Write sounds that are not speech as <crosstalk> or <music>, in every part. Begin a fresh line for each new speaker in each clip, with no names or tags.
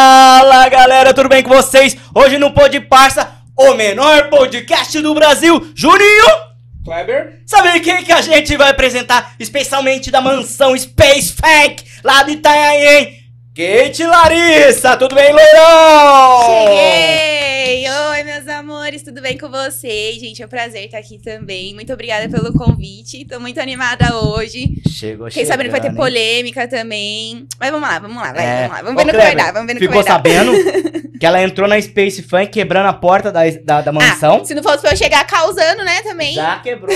Fala galera, tudo bem com vocês? Hoje no Pod Parça, o menor podcast do Brasil, Juninho!
Kleber?
Sabe quem que a gente vai apresentar especialmente da mansão Space Funk lá de Itanhaém? Kate Larissa, tudo bem, loirão?
Cheguei! Oi, meus amores, tudo bem com vocês? Gente, é um prazer estar aqui também. Muito obrigada pelo convite. Tô muito animada hoje.
Chegou,
Fiquei sabendo que vai ter
chegando, hein?
polêmica também. Mas vamos lá, vamos lá, vai,
É.
vamos lá. Vamos
Ô,
ver no que
Kleber,
vai dar, vamos ver no que
Ficou
vai dar.
sabendo
<laughs>
que ela entrou na Space Funk quebrando a porta da, da, da mansão?
Ah, se não fosse pra eu chegar causando, né, também.
Já quebrou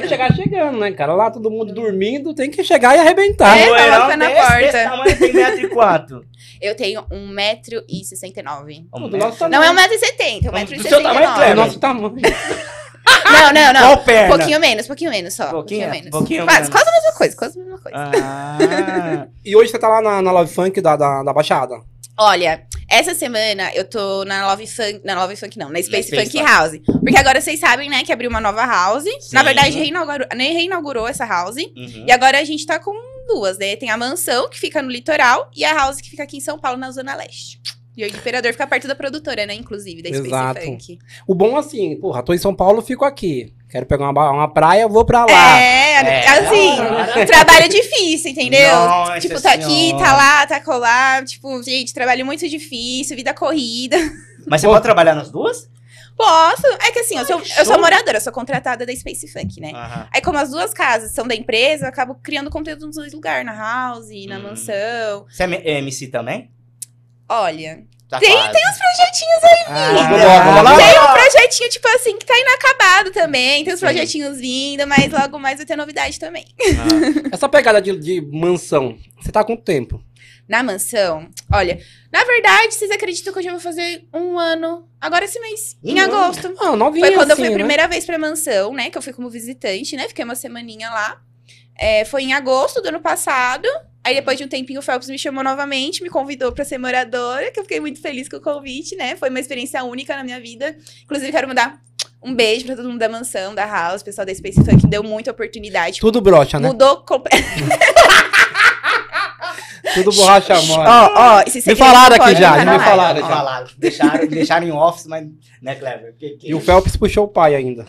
<laughs>
que chegar chegando, né, cara? Lá todo mundo dormindo, tem que chegar e arrebentar. né?
É,
O loirão
coloca na
desse-
porta.
Desse tamanho tem metro e
<laughs>
quatro.
Eu tenho 1,69m.
Do nosso tamanho.
Não é 1,70m, é
Tá Do seu tamanho,
1,69m.
É
Kleber?
o nosso tamanho.
Não, não, não. Um
Qual perna?
Pouquinho menos, pouquinho menos só. um
Pouquinho?
Pouquinho menos.
Pouquinho
Quase,
menos.
quase a mesma coisa, quase a mesma coisa. <laughs>
Ah,
E hoje você tá lá na, na Love Funk da, da, da Baixada.
Olha, essa semana eu tô na Love Funk. Na Love Funk, não, na Space,
Space
Funk House. Porque agora vocês sabem, né, que abriu uma nova house. Na verdade, reinaugurou, nem reinaugurou essa house.
uhum.
E agora a gente tá com duas, né? Tem a mansão, que fica no litoral, e a house, que fica aqui em São Paulo, na Zona Leste. E o Imperador fica perto da produtora, né? Inclusive, da Space
Exato.
Funk.
O bom é assim, porra, tô em São Paulo, fico aqui. Quero pegar uma, ba- uma praia, vou pra lá.
É,
É,
assim,
cara.
trabalho difícil, entendeu?
Nossa
tipo, tá aqui,
Senhora.
tá lá, tá colar. Tipo, gente, trabalho muito difícil, vida corrida.
Mas você pode trabalhar nas duas?
Posso. É que assim, eu sou, eu
show. Ah.
sou moradora, eu sou contratada da Space Funk, né? Aí, como as duas casas são da empresa, eu acabo criando conteúdo nos dois lugares, na house, na
Hum.
mansão.
Você é M- MC também?
Olha,
Tá
Tem-
quase.
os projetinhos,
Ah,
Ah,
logo, logo, logo.
tem um projetinho, tipo assim, que tá inacabado também. Tem os
Sim.
projetinhos vindo, mas logo mais vai ter novidade também.
Essa pegada de, de mansão, você tá com tempo.
Na mansão, olha, na verdade, vocês acreditam que eu já vou fazer um ano agora esse mês, em
Um ano?
agosto.
Ah, novinha
Foi quando eu
assim,
fui a
né?
primeira vez pra mansão, né? Que eu fui como visitante, né? Fiquei uma semaninha lá. É, foi em agosto do ano passado. Aí depois de um tempinho o Phelps me chamou novamente, me convidou pra ser moradora, que eu fiquei muito feliz com o convite, né? Foi uma experiência única na minha vida. Inclusive, quero mandar um beijo pra todo mundo da mansão, da House, pessoal da Space Funk, deu muita oportunidade.
Tudo brocha, né?
Mudou completamente.
Tudo borracha
<laughs>
mole.
Ó, ó, esse
Me
segredo
falaram
não
aqui
pode
já,
contar
já me
na live.
falaram já.
Falaram. Deixaram, deixaram em office, mas. Né, Clever? Que- que
E o
isso?
Phelps puxou o pai ainda.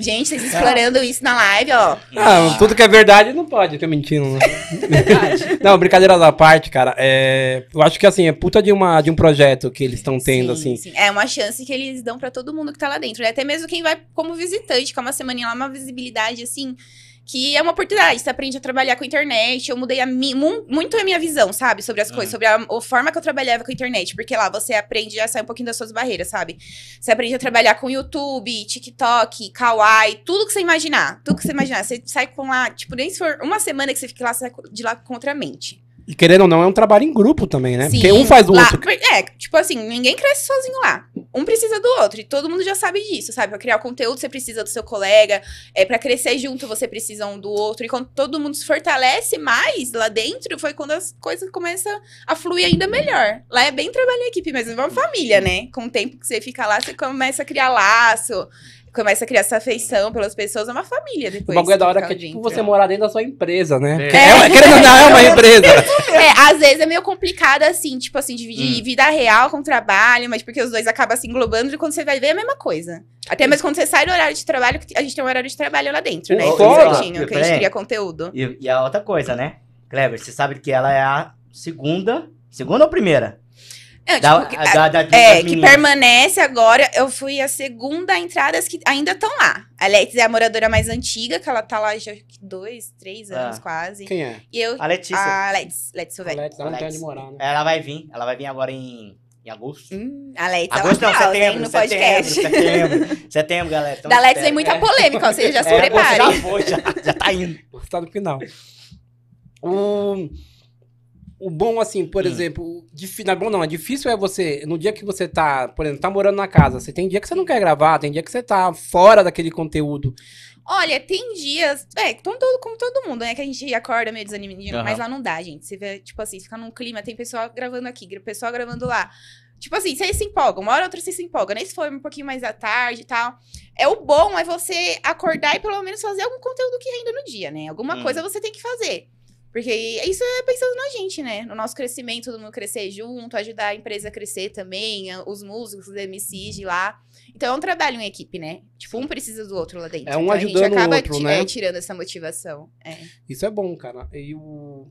Gente, vocês explorando isso na live, ó.
Ah,
Uhum.
tudo que é verdade não pode ter mentindo, né? <laughs> não, brincadeira da parte, cara. É, eu acho que assim, é puta de, uma, de um projeto que eles estão tendo,
Sim,
assim.
sim. É uma chance que eles dão pra todo mundo que tá lá dentro, né? Até mesmo quem vai como visitante, que é uma semaninha lá, uma visibilidade assim, que é uma oportunidade. Você aprende a trabalhar com a internet. Eu mudei a mi- mu- muito a minha visão, sabe? Sobre as
Hum.
coisas, sobre a, a forma que eu trabalhava com a internet. Porque lá você aprende a sair um pouquinho das suas barreiras, sabe? Você aprende a trabalhar com YouTube, TikTok, Kawaii, tudo que você imaginar. Tudo que você imaginar. Você sai com lá, tipo, nem se for uma semana que você fique lá, você sai de lá com outra mente.
E querendo ou não, é um trabalho em grupo também, né? Porque
Sim,
um faz o
lá-
outro.
É, tipo assim, ninguém cresce sozinho lá. Um precisa do outro. E todo mundo já sabe disso, sabe? Pra criar o conteúdo, você precisa do seu colega. É, para crescer junto, você precisa um do outro. E quando todo mundo se fortalece mais lá dentro, foi quando as coisas começam a fluir ainda melhor. Lá é bem trabalho em equipe mesmo. É uma família, né? Com o tempo que você fica lá, você começa a criar laço. Começa a criar essa afeição pelas pessoas. É uma família
O
depois.
bagulho é da hora
ficar
que é
lá
tipo
dentro.
você morar dentro da sua empresa, né?
É.
É, é, querendo ou não, é
<laughs>
uma empresa.
É, às vezes é meio complicado, assim, tipo assim,
Hum.
dividir vida real com trabalho, mas porque os dois acabam se englobando e quando você vai ver é a mesma coisa. Até mesmo quando você sai do horário de trabalho, que a gente tem um horário de trabalho lá dentro, né?
O
Então,
foda-
certinho, que a gente
Peraí.
cria conteúdo.
E, e a outra coisa, né? Clever, você sabe que ela é a segunda. Segunda ou primeira?
É,
Da-
tipo, que-
a- da- da-
é,
das
que
meninas.
permanece agora. Eu fui a segunda a entrar das que ainda estão lá. A Lex é a moradora mais antiga, que ela tá lá já que dois, três
Ah.
anos quase.
Quem é?
E eu,
A Letícia.
a Lex, Lex Silveira.
Alex, ela não tem
Alex.
onde morar, né?
Ela vai vir. Ela vai vir agora em, em agosto.
Hum, a Lex, ela
Agosto não,
causa, hein,
setembro,
no
setembro,
podcast. <laughs>
setembro, setembro, galera. Então
Da Lex
espera.
tem muita polêmica, ó, vocês já se
É, você
preparem.
já foi, já, já tá indo.
Você tá no final. O, o bom, assim, por
Hum.
exemplo, difí- não é bom não, é difícil é você, no dia que você tá, por exemplo, tá morando na casa, você tem dia que você não quer gravar, tem dia que você tá fora daquele conteúdo.
Olha, tem dias. É, como todo, como todo mundo, né? Que a gente acorda meio desanimado,
Aham.
mas lá não dá, gente. Você vê, tipo assim, fica num clima, tem pessoal gravando aqui, gra- pessoal gravando lá. Tipo assim, vocês se empolgam, uma hora ou outra vocês se empolgam, nem se for um pouquinho mais à tarde e tal. É o bom é você acordar e pelo menos fazer algum conteúdo que renda no dia, né? Alguma
Hum.
coisa você tem que fazer. Porque isso é pensando na gente, né? No nosso crescimento, todo mundo crescer junto, ajudar a empresa a crescer também, a- os músicos, os MCs de lá. Então é um trabalho em equipe, né? Tipo, um precisa do outro lá dentro.
É um
então, a
ajudando
gente
o
acaba
outro,
ti-
né?
é, tirando essa motivação. É.
Isso é bom, cara. E o.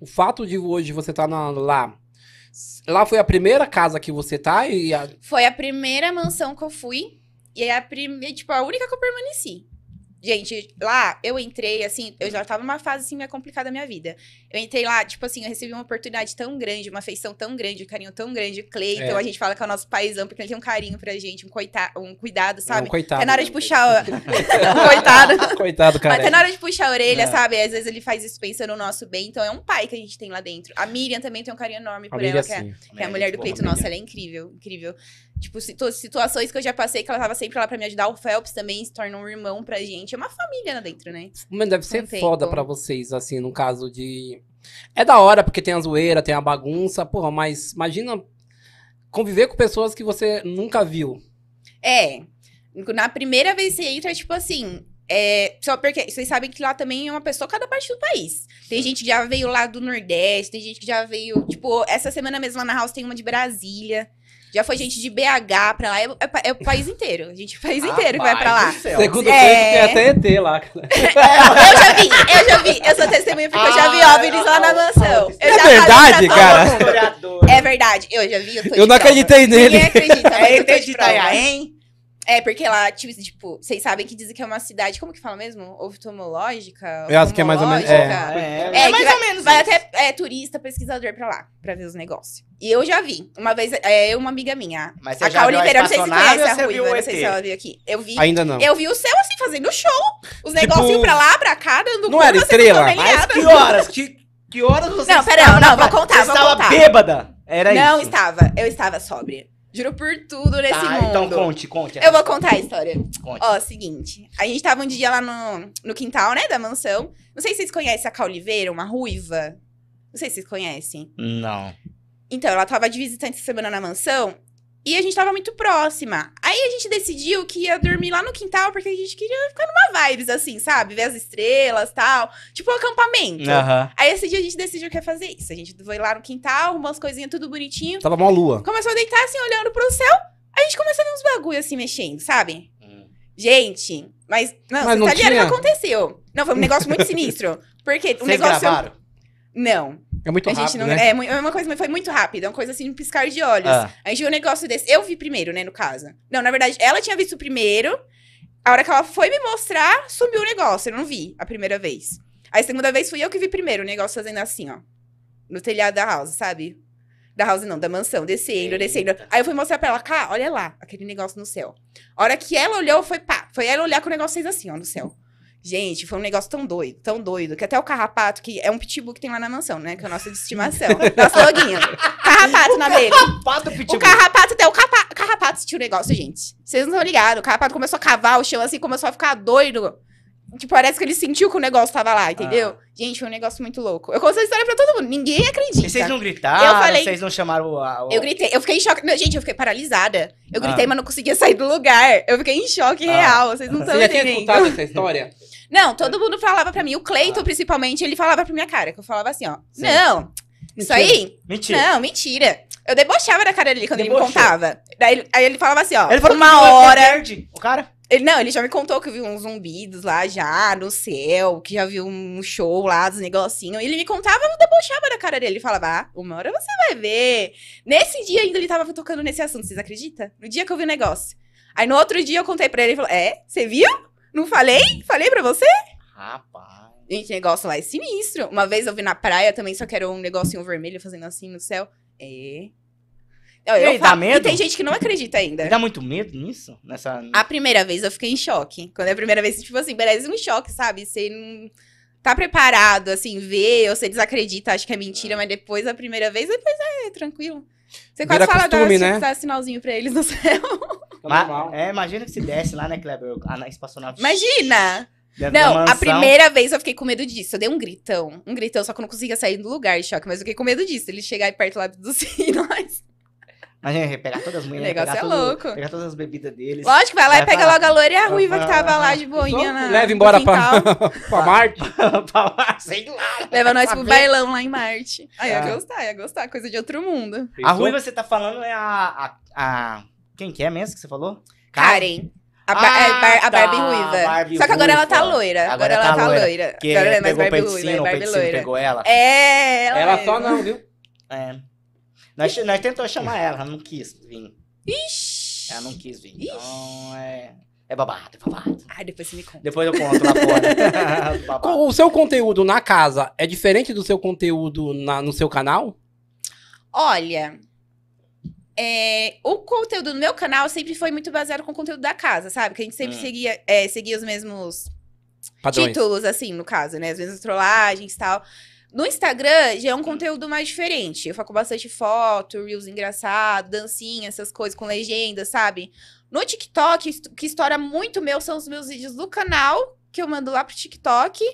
O fato de hoje você tá na- lá. Lá foi a primeira casa que você tá e a-
Foi a primeira mansão que eu fui. E é a primeira, tipo, a única que eu permaneci. Gente, lá eu entrei, assim, eu já tava numa fase assim meio complicada da minha vida. Eu entrei lá, tipo assim, eu recebi uma oportunidade tão grande, uma afeição tão grande, um carinho tão grande. O Cleiton,
É.
a gente fala que é o nosso paizão, porque ele tem um carinho pra gente, um, coita um cuidado,
é um
sabe?
coitado.
Até na hora de puxar. o- <laughs> coitado.
<laughs> Coitado,
Mas
cara.
até na hora de puxar a orelha,
É.
sabe? Às vezes ele faz isso pensando no nosso bem. Então é um pai que a gente tem lá dentro. A Miriam também tem um carinho enorme por
Família
ela, que é
assim.
que é a mulher do
Gente,
Cleito,
boa,
nossa, ela é incrível, incrível. Tipo, situ- situações que eu já passei, que ela tava sempre lá pra me ajudar. O Phelps também se torna um irmão pra gente. É uma família lá dentro, né?
Mas deve ser
Não tem
foda
como.
pra vocês, assim, no caso de. É da hora, porque tem a zoeira, tem a bagunça, porra, mas imagina conviver com pessoas que você nunca viu.
É. Na primeira vez que você entra, tipo assim. É, só porque vocês sabem que lá também é uma pessoa cada parte do país. Tem gente que já veio lá do Nordeste, tem gente que já veio. Tipo, essa semana mesmo lá na House tem uma de Brasília. Já foi gente de BH pra lá. É, é pa- é o país inteiro. A gente, é o país inteiro que Ah, vai pra lá.
Rapaz do céu.
Segundo
É.
é... tem até ET lá, cara.
Eu já vi, eu já vi. Eu sou testemunha porque eu já vi
Ah,
OVNIs lá na mansão. Eu
É
já falei pra
verdade,
todo
cara?
mundo.
Historiador.
É verdade, eu já vi. Eu, tô de
Eu não
prova.
acreditei nele.
Ninguém acredita, mas
É,
eu tô de
entendi,
prova.
Tayá, hein?
É, porque lá, tipo, tipo, vocês sabem que dizem que é uma cidade, como que fala mesmo? Oftalmológica?
Eu acho que é mais ou menos- é.
oftalmológica. É, que vai,
menos
vai
isso.
até é, turista, pesquisador pra lá, pra ver os negócios. E eu já vi. Uma vez, é eu e uma amiga minha.
Mas
a
já
Cauli
viu a
Pereira, não sei se você
espaçonave
conhece
ou
a
você viu
Ruiva,
o
não sei se
ET?
ela é veio aqui. Eu vi,
Ainda não.
eu vi o céu, assim, fazendo show. Os
Tipo,
negócios iam pra lá, pra cá, dando
não era
curva, vocês
estrela,
tão nem
Mas
ligado.
que horas? Que, que horas você
Não, pera,
estava
não,
na
vou
praia?
contar,
Você
vou
estava
contar.
bêbada? Era
Não
isso?
estava, eu estava sóbria. Juro por tudo nesse
Tá,
mundo.
então conte, conte.
Eu vou contar a história.
Conte.
Ó, seguinte. A gente tava um dia lá no, no quintal, né, da mansão. Não sei se vocês conhecem a Cauliveira, uma ruiva. Não sei se vocês conhecem.
Não.
Então, ela tava de visitante essa semana na mansão. E a gente tava muito próxima. Aí a gente decidiu que ia dormir lá no quintal, porque a gente queria ficar numa vibes, assim, sabe? Ver as estrelas tal. Tipo um acampamento.
Aham.
Aí esse dia a gente decidiu que ia fazer isso. A gente foi lá no quintal, arrumou as coisinhas tudo bonitinho.
Tava mó lua.
Começou a deitar assim, olhando pro céu. A gente começou a ver uns bagulho assim mexendo, sabe? Gente, mas. Não,
Mas
vocês sabiam
não
o que
tinha?
aconteceu. Não, foi um negócio
<laughs>
muito sinistro. Porque o
Vocês
Um negócio.
gravaram?
Não.
É muito
a gente
rápido,
não.
né?
É, mu- é uma coisa, mas foi muito rápido. É uma coisa assim, um piscar de olhos.
Ah.
A gente viu um negócio desse. Eu vi primeiro, né, no caso. Não, na verdade, ela tinha visto primeiro. A hora que ela foi me mostrar, sumiu o negócio. Eu não vi a primeira vez. Aí, a segunda vez, fui eu que vi primeiro o negócio fazendo assim, ó. No telhado da house, sabe? Da house não, da mansão, descendo,
Eita.
descendo. Aí eu fui mostrar pra ela, cá, olha lá, aquele negócio no céu. A hora que ela olhou, foi pá. Foi ela olhar que o negócio fez assim, ó, no céu. Gente, foi um negócio tão doido, tão doido, que até o carrapato, que é um pitbull que tem lá na mansão, né? Que é o nosso de estimação. nosso loguinho. Carrapato na dele.
Pato pitbull.
O carrapato até o capa- carrapato sentiu o negócio, gente. Vocês não estão ligados. O carrapato começou a cavar o chão assim, começou a ficar doido. Tipo, parece que ele sentiu que o negócio tava lá,
Ah.
entendeu? Gente, foi um negócio muito louco. Eu contei a história pra todo mundo. Ninguém acredita.
E vocês não gritaram?
Eu falei-
Vocês não chamaram o... a- o-
Eu gritei, eu fiquei em choque. Não, gente, eu fiquei paralisada. Eu
Ah.
gritei, mas não conseguia sair do lugar. Eu fiquei em choque
Ah.
real. Vocês não estão
Você já tinha
entendendo.
escutado essa <laughs> história?
Não, todo mundo falava pra mim. O Cleiton,
Ah.
principalmente, ele falava pra minha cara. Que eu falava assim, ó.
Sim.
Não, isso aí...
Mentira.
Não, mentira. Eu debochava da cara dele quando ele me
Debochou.
contava. Daí, ele- aí ele falava assim, ó,
Ele
por
falou
uma
que não é
hora.
verde, O cara?
Ele, não, ele já me contou que viu uns zumbidos lá já, no céu, que já viu um show lá dos negocinhos. Ele me contava, eu debochava da cara dele. Ele falava, ah, uma hora você vai ver. Nesse dia ainda ele tava tocando nesse assunto, vocês acreditam? No dia que eu vi o negócio. Aí no outro dia eu contei pra ele, ele falou, é, você viu? Não falei? Falei pra você?
Rapaz.
Gente, negócio lá é sinistro. Uma vez eu vi na praia também, só que era um negocinho vermelho fazendo assim no céu. É. Eu,
E aí, dá medo?
E tem gente que não acredita ainda.
Dá muito medo nisso? Nessa...
A primeira vez eu fiquei em choque. Quando é a primeira vez, tipo assim, parece um choque, sabe? Você não tá preparado, assim, vê, ou você desacredita, acha que é mentira, mas depois, a primeira vez, depois é tranquilo. Você quase
Vira
fala,
costume,
dá, assim,
né?
dá sinalzinho pra eles no <laughs> céu.
Ma-
Normal.
É, imagina que se desce lá, né, Kleber? A na espaçonave.
Imagina!
dentro da
Não, a
É mansão.
primeira vez eu fiquei com medo disso. Eu dei um gritão. Um <laughs> gritão, só que eu não conseguia sair do lugar de choque. Mas eu fiquei com medo disso. Ele chegar aí perto lá dos sinais.
A gente ia pegar todas as mulheres.
Negócio
pegar
é
todo-
logo.
Pegar todas as bebidas deles.
Lógico, vai lá
Vai
e pega
pra lá.
logo a loira e a ruiva que tava lá de boinha na.
Leva
no
embora pra,
quintal.
<laughs>
pra Marte.
<laughs> Pra assim. lá, Sei lá.
Leva nós pro
Saber.
bailão lá em Marte. Aí
Ah.
ia gostar, ia gostar, coisa de outro mundo.
A ruiva que você tá falando é a. a, a- Quem que é mesmo que você falou?
Karen. A, ba
Ah,
é, bar- a Barbie
tá,
ruiva.
Barbie
Só que agora ela tá
ruiva.
loira. Agora,
Agora
ela
tá
tá
loira,
loira.
Que
Agora ela é mais
pegou o
Barbie
Peticino,
ruiva, é
o
Barbie
Peticino
loira.
pegou ela.
É, ela,
Ela só
mesmo.
não, viu?
É. Nós, nós tentou chamar ela, ela não quis vir.
Ixi.
Ela não quis vir.
Ixi.
Então é. É babado, é babado.
Ai, depois você me conta.
Depois eu conto lá
<laughs>
fora. babado.
Co- O seu conteúdo na casa é diferente do seu conteúdo na- no seu canal?
Olha, é, o conteúdo do meu canal sempre foi muito baseado com o conteúdo da casa, sabe? Que a gente sempre
Hum.
seguia, é, seguia os mesmos
Padrões.
títulos, assim, no caso, né? As mesmas trollagens e tal. No Instagram já é um conteúdo mais diferente. Eu faço bastante foto, reels engraçado, dancinha, essas coisas com legenda, sabe? No TikTok, est- o que estoura muito meu são os meus vídeos do canal, que eu mando lá pro TikTok.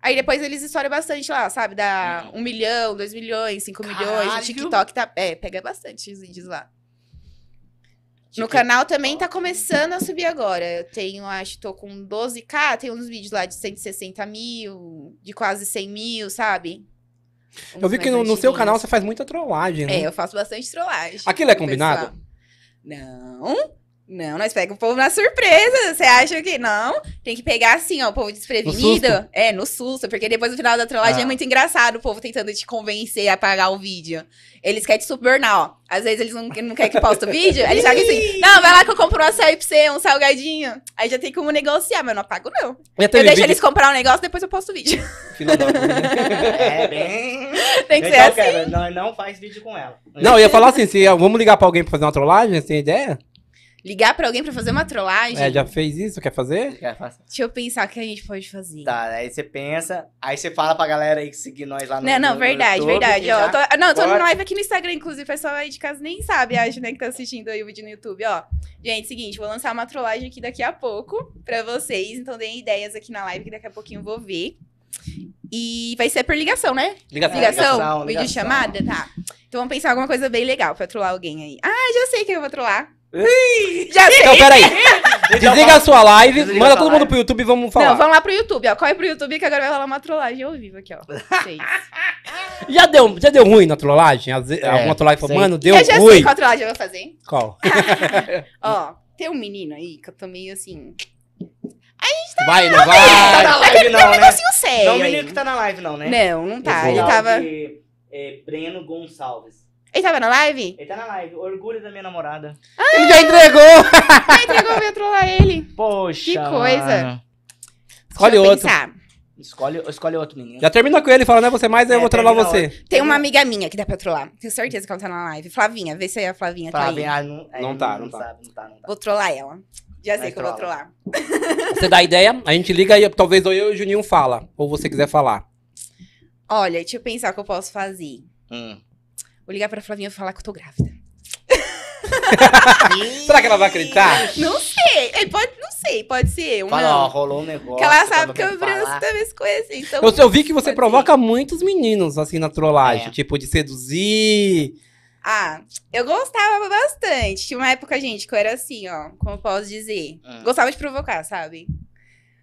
Aí depois eles estouram bastante lá, sabe? Dá um milhão, dois milhões, cinco milhões.
Caralho!
O TikTok tá. É, pega bastante os vídeos lá. No
Tipo,
canal também tá começando a subir agora. Eu tenho, acho, tô com 12k, tem uns vídeos lá de 160 mil, de quase 100 mil, sabe?
Eu vi
Uns
que
mais
no, no seu
antiguinhos.
canal você faz muita trollagem, né?
É, eu faço bastante trollagem.
Aquilo é
com o
combinado?
pessoal. Não, não, nós pegamos o povo na surpresa. Você acha que não? Tem que pegar assim, ó, o povo desprevenido.
susto?
é, no susto, porque depois no final da trollagem
Ah.
é muito engraçado o povo tentando te convencer a pagar o vídeo. Eles querem te subornar, ó. Às vezes eles não, não querem que posta o vídeo, aí eles jogam assim: não, vai lá que eu compro um açaí pra você, um salgadinho. Aí já tem como negociar, mas eu não pago, não.
Já
Eu
teve
deixo
vídeo- <laughs>
eles comprar um negócio, depois eu posto o vídeo. <laughs>
Filha da puta.
É bem.
Tem que
É
ser
Então,
assim.
cara, nós não faz vídeo com ela.
Não, eu ia falar assim, se, vamos ligar pra alguém pra fazer uma trollagem, você tem ideia?
Ligar pra alguém pra fazer uma trollagem.
É, já fez isso, quer fazer?
Quer fazer?
Deixa eu pensar o que a gente pode fazer.
Tá, aí você pensa, aí você fala pra galera aí que seguir nós lá no
Né, Não, não,
no
verdade,
YouTube,
verdade.
e
Ó,
já-
eu tô, ah, não, eu tô
Bora.
numa live aqui no Instagram, inclusive. O pessoal aí de casa nem sabe, acho, né, que tá assistindo aí o vídeo no YouTube, ó. Gente, seguinte, vou lançar uma trollagem aqui daqui a pouco pra vocês. Então, deem ideias aqui na live, que daqui a pouquinho eu vou ver. E vai ser por ligação, né?
É,
Ligação.
Ligação?
ligação,
vídeo
ligação.
chamada? Tá. Então vamos pensar alguma coisa bem legal pra trollar alguém aí. Ah, já sei quem eu vou trollar. já sei.
Então, peraí.
Então,
Desliga a sua live,
Desliga
manda
a sua
todo
live.
mundo pro YouTube e vamos falar.
Não, vamos lá pro YouTube, ó. Corre pro YouTube que agora vai rolar uma trollagem ao
<laughs>
vivo aqui, ó. Vocês.
Já, deu, já deu ruim na trollagem? Às vezes-
É,
alguma trollagem falou,
sei.
mano, deu
Eu já sei
ruim.
qual trollagem eu vou fazer, hein?
Qual?
Ó, tem um menino aí que eu tô meio assim.
Vai, não
Tá
vai?
na live não, né?
Assim, o sério.
Não o
aí.
menino que tá na live não, né?
Não, não tá.
Esse
Ele
tal
tava.
de, é, Breno Gonçalves.
Ele tava na <laughs> live?
Ele tá na live, orgulho da minha namorada.
Ele já entregou.
Ah, entregou, eu ia trollar ele.
<laughs> Poxa.
Que coisa.
mano.
Escolhe
Deixa eu
outro.
pensar.
Escolhe, escolhe outro menino.
Já termina com ele, fala, não é você mais, eu
É,
vou trollar
termina
você.
Tem uma amiga minha que dá pra trollar. Tenho certeza que ela tá na live. Flavinha, vê se aí a Flavinha tá
Tá,
aí.
vem, ah, não, é,
Não tá, não tá.
sabe, não tá, não tá.
Vou trollar ela. Já
Vai,
sei que eu vou
trola.
trollar.
Você dá ideia, a gente liga e talvez ou eu e o Juninho fala, ou você quiser falar.
Olha, deixa eu pensar o que eu posso fazer.
Hum.
Vou ligar pra Flavinha e falar que eu tô grávida.
Será que ela vai acreditar?
<laughs> Não sei. Ele pode, não sei, pode ser eu,
Fala, ó,
não.
rolou um negócio.
Porque ela sabe que eu e o
tava
Bruno
pra falar.
também se conhecem. Então,
Eu, eu vi que você
pode
provoca muitos meninos, assim, na trollagem.
É.
Tipo, de seduzir.
Ah, eu gostava bastante. Tinha uma época, gente, que eu era assim, ó. Como eu posso dizer?
Hum.
Gostava de provocar, sabe?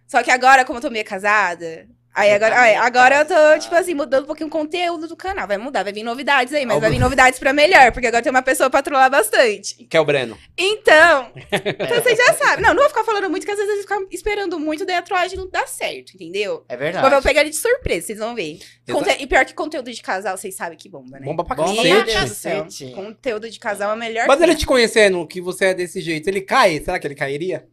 Só que agora, como eu tô meio casada. Aí
Você
agora,
tá
ai,
meio
agora eu tô,
casada.
tipo assim, mudando um pouquinho o conteúdo do canal. Vai mudar, vai vir novidades aí, mas vai
Algum-
vir novidades pra melhor, porque agora tem uma pessoa pra trollar bastante.
Que é o Breno.
Então,
É,
então vocês já sabem. Não, não vou ficar falando muito, que às vezes eles ficam esperando muito, daí a trollagem não dá certo, entendeu?
É
Mas eu
verdade.
vou pegar ele de surpresa, vocês vão ver. Conte- E pior que conteúdo de casal, vocês sabem que bomba, né?
Bomba pra
Bomba
Meu
pra
Deus
cacete.
do céu.
cacete.
Conteúdo de casal é a melhor.
Mas ele
coisa.
te conhecendo que você é desse jeito, ele cai? Será que ele cairia?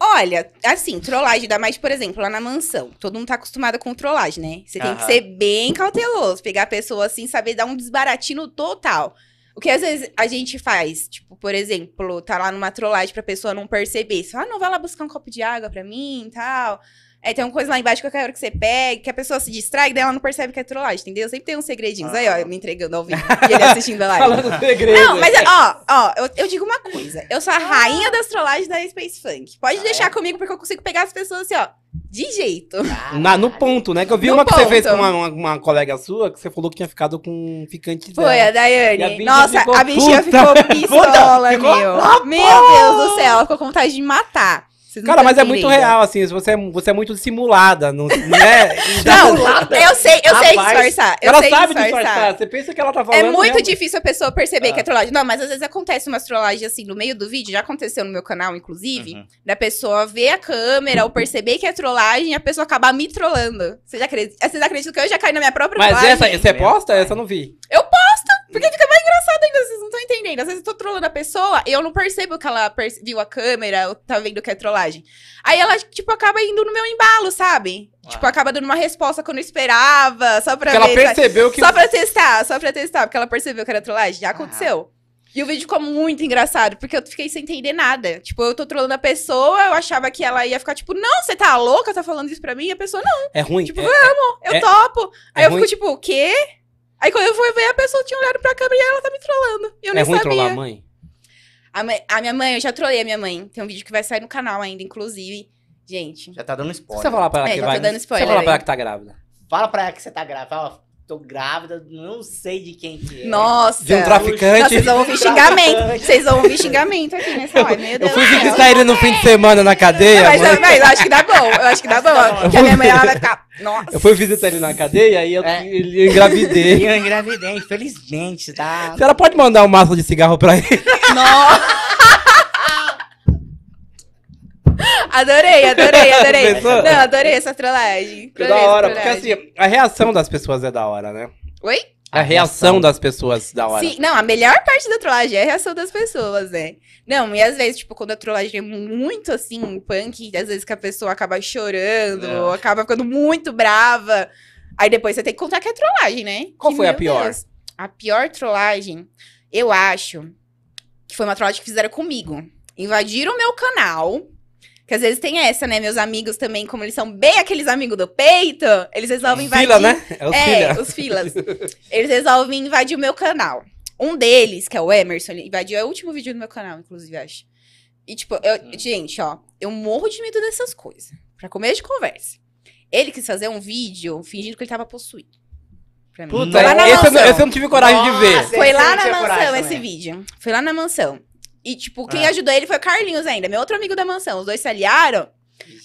Olha, assim, trollagem, ainda mais, por exemplo, lá na mansão. Todo mundo tá acostumado com trollagem, né? Você tem
Aham.
que ser bem cauteloso, pegar a pessoa assim, saber dar um desbaratino total. O que às vezes a gente faz, tipo, por exemplo, tá lá numa trollagem pra pessoa não perceber. Você fala, ah, não, vai lá buscar um copo de água pra mim e tal. Aí tem uma coisa lá embaixo que eu quero que você pegue, que a pessoa se distrai, daí ela não percebe que é trollagem, entendeu? Sempre tem uns segredinhos. Aí, ó, eu me entregando ao vivo e ele assistindo a
<laughs>
live.
Falando segredo.
Não, mas ó, ó, eu, eu digo uma coisa. Eu sou a rainha das trollagens da Space Funk. Pode
Ah,
deixar
é?
comigo, porque eu consigo pegar as pessoas assim, ó, de jeito.
Na- no ponto, né? Que eu vi
No
uma que você
ponto.
fez com uma, uma- uma colega sua, que você falou que tinha ficado com um ficante
Foi,
dela.
a Daiane.
E a bicha
Nossa,
ficou
a bichinha
<laughs> puta.
ficou pistola,
Ficou?
meu. Meu Deus do céu, ela ficou com vontade de me matar. Vocês não
Cara, mas é
estão
muito
entendendo.
real, assim, você é, você é muito dissimulada, não, não
<laughs>
é?
Não,
Bolada.
eu sei, eu sei
Rapaz,
disfarçar. Eu
ela
sei
sabe
disfarçar.
disfarçar, você pensa que ela tá falando
É muito
mesmo.
difícil a pessoa perceber
Ah.
que é trollagem. Não, mas às vezes acontece uma trollagem assim no meio do vídeo, já aconteceu no meu canal, inclusive,
Uhum.
da pessoa ver a câmera ou perceber que é trollagem e a pessoa acabar me trollando. Vocês acreditam, vocês acreditam que eu já caí na minha própria
Mas
trollagem?
essa, essa é
Meu
posta?
pai.
Essa eu não vi.
Porque fica mais engraçado ainda, vocês não estão entendendo. Às vezes eu tô trollando a pessoa e eu não percebo que ela perce- viu a câmera ou tá vendo que é trollagem. Aí ela, tipo, acaba indo no meu embalo, sabe?
Ah.
Tipo, acaba dando uma resposta que eu não esperava, só pra
Porque ela
ver, sabe?
percebeu que... Ah.
Só pra testar, só pra testar, porque ela percebeu que era trollagem. Já aconteceu. E o vídeo ficou muito engraçado, porque eu fiquei sem entender nada. Tipo, eu tô trollando a pessoa, eu achava que ela ia ficar tipo, não, você tá louca, tá falando isso pra mim? E a pessoa, não,
É ruim.
Tipo,
é-
eu
É-
topo. Aí
é
eu
ruim-
fico tipo, o quê? Aí quando eu fui ver, a pessoa tinha olhado pra câmera e ela tá me trollando. E eu
é
nem
ruim
sabia.
trollar a mãe?
A, mãe- a minha mãe, eu já trolei a minha mãe. Tem um vídeo que vai sair no canal ainda, inclusive. Gente.
Já tá dando
Não
spoiler.
precisa falar pra ela
É,
que
já tô
vai...
dando
não
spoiler
precisa falar pra
aí.
ela que tá grávida.
Fala pra ela que você tá grávida. Ó, tô grávida, não sei de quem que é.
Nossa.
De um
traficante.
Nossa,
traficante...
vocês vão ouvir xingamento. Vocês vão ouvir xingamento aqui nessa live. Meu
Eu
Deus
fui
do céu.
visitar ele tá no fim de semana na cadeia,
Mas,
mano.
eu- mas eu acho que dá bom. Eu acho que dá
Acho que dá
bom.
bom.
Porque a minha mãe ela vai ficar. Nossa.
Eu fui visitar ele na cadeia e eu,
É.
ele- eu engravidei.
<laughs>
E eu engravidei, infelizmente, tá?
Você ela pode mandar um maço de cigarro pra ele?
Nossa. Adorei, adorei, adorei.
Pensou?
Não, adorei essa trollagem.
Que
Adorei
da
essa
hora, porque
trollagem.
assim, a reação das pessoas é da hora, né?
Oi?
A,
A
reação
reação.
das pessoas da hora.
Sim, não, a melhor parte da trollagem é a reação das pessoas, né? Não, e às vezes, tipo, quando a trollagem é muito assim, punk, às vezes que a pessoa acaba chorando,
É.
ou acaba ficando muito brava. Aí depois você tem que contar que é trollagem, né?
Qual
Que,
foi a
meu
pior?
Deus. A pior trollagem, eu acho, que foi uma trollagem que fizeram comigo. Invadiram o meu canal. Que às vezes tem essa, né? Meus amigos também, como eles são bem aqueles amigos do peito, eles resolvem invadir
Fila, né? É o
é,
filha.
os filas. Eles resolvem invadir o meu canal. Um deles, que é o Emerson, ele invadiu é o último vídeo do meu canal, inclusive, acho. E, tipo, eu-
Hum.
gente, ó, eu morro de medo dessas coisas. Pra começo de conversa. Ele quis fazer um vídeo fingindo que ele tava possuído. Pra mim.
Puta,
Tá,
Foi lá na
esse, eu não,
mansão.
esse eu não tive coragem de ver.
Nossa,
Foi
esse eu
lá na
não tinha
mansão
coragem
esse
também.
vídeo. Foi lá na mansão. E, tipo, quem
Ah.
ajudou ele foi o Carlinhos ainda, meu outro amigo da mansão. Os dois se aliaram.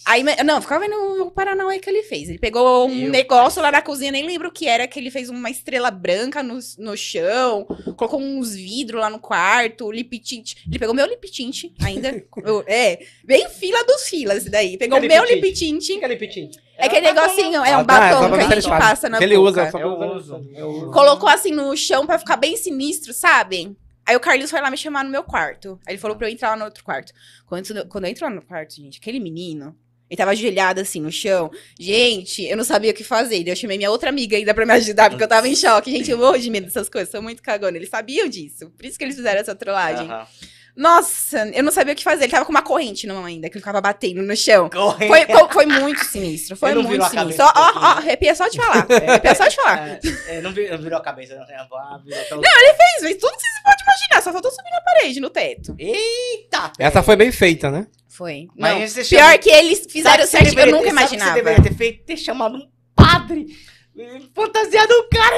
Aí, me- não, ficava no Paranauê que ele fez. Ele pegou um
Meu
negócio lá na cozinha, nem lembro o que era, que ele fez uma estrela branca no, no chão, colocou uns vidros lá no quarto, lip tint. Ele pegou meu lip tint
<laughs>
ainda. Eu- é, bem fila dos filas esse daí. Pegou
Que é
meu
lip
lip tint.
aquele pitinho?
É aquele negocinho, é
Ah,
um
tá, é só
batom que
pra ver
a
se ele
gente
faz.
passa na
Que ele
boca.
usa, só pra
Eu
usar.
uso, eu uso.
Colocou assim no chão pra ficar bem sinistro, sabe? Aí o Carlos foi lá me chamar no meu quarto. Aí ele falou pra eu entrar lá no outro quarto. Quando, quando eu entro lá no quarto, gente, aquele menino, ele tava ajoelhado assim no chão. Gente, eu não sabia o que fazer. Daí Eu chamei minha outra amiga ainda pra me ajudar, porque eu tava em choque. Gente, eu morro de medo dessas coisas, sou muito cagona. Eles sabiam disso, por isso que eles fizeram essa trollagem.
Aham.
Nossa, eu não sabia o que fazer. Ele tava com uma corrente na mão ainda, que ele ficava batendo no chão.
Correndo.
Foi, foi- foi muito sinistro, foi
Ele não
muito
virou a
sinistro. Ó,
cabeça um
ó, ó,
pouquinho, né?
arrepia só
<laughs>
de falar.
É.
Arrepia só de falar.
É, é, não, vi- não virou a cabeça, não. É, ah, virou pelo-
fez, fez tudo que você pode imaginar, só faltou subir na parede, no teto. Tá.
Eita!
Essa foi bem feita, né?
Foi.
Mas
Não.
você
Pior
chama-
que eles fizeram
Sabe o que
certo,
você
eu
deveria
nunca
ter- sabe o que
imaginava.
Você deveria ter feito ter chamado um padre. eh, Fantasiado o cara.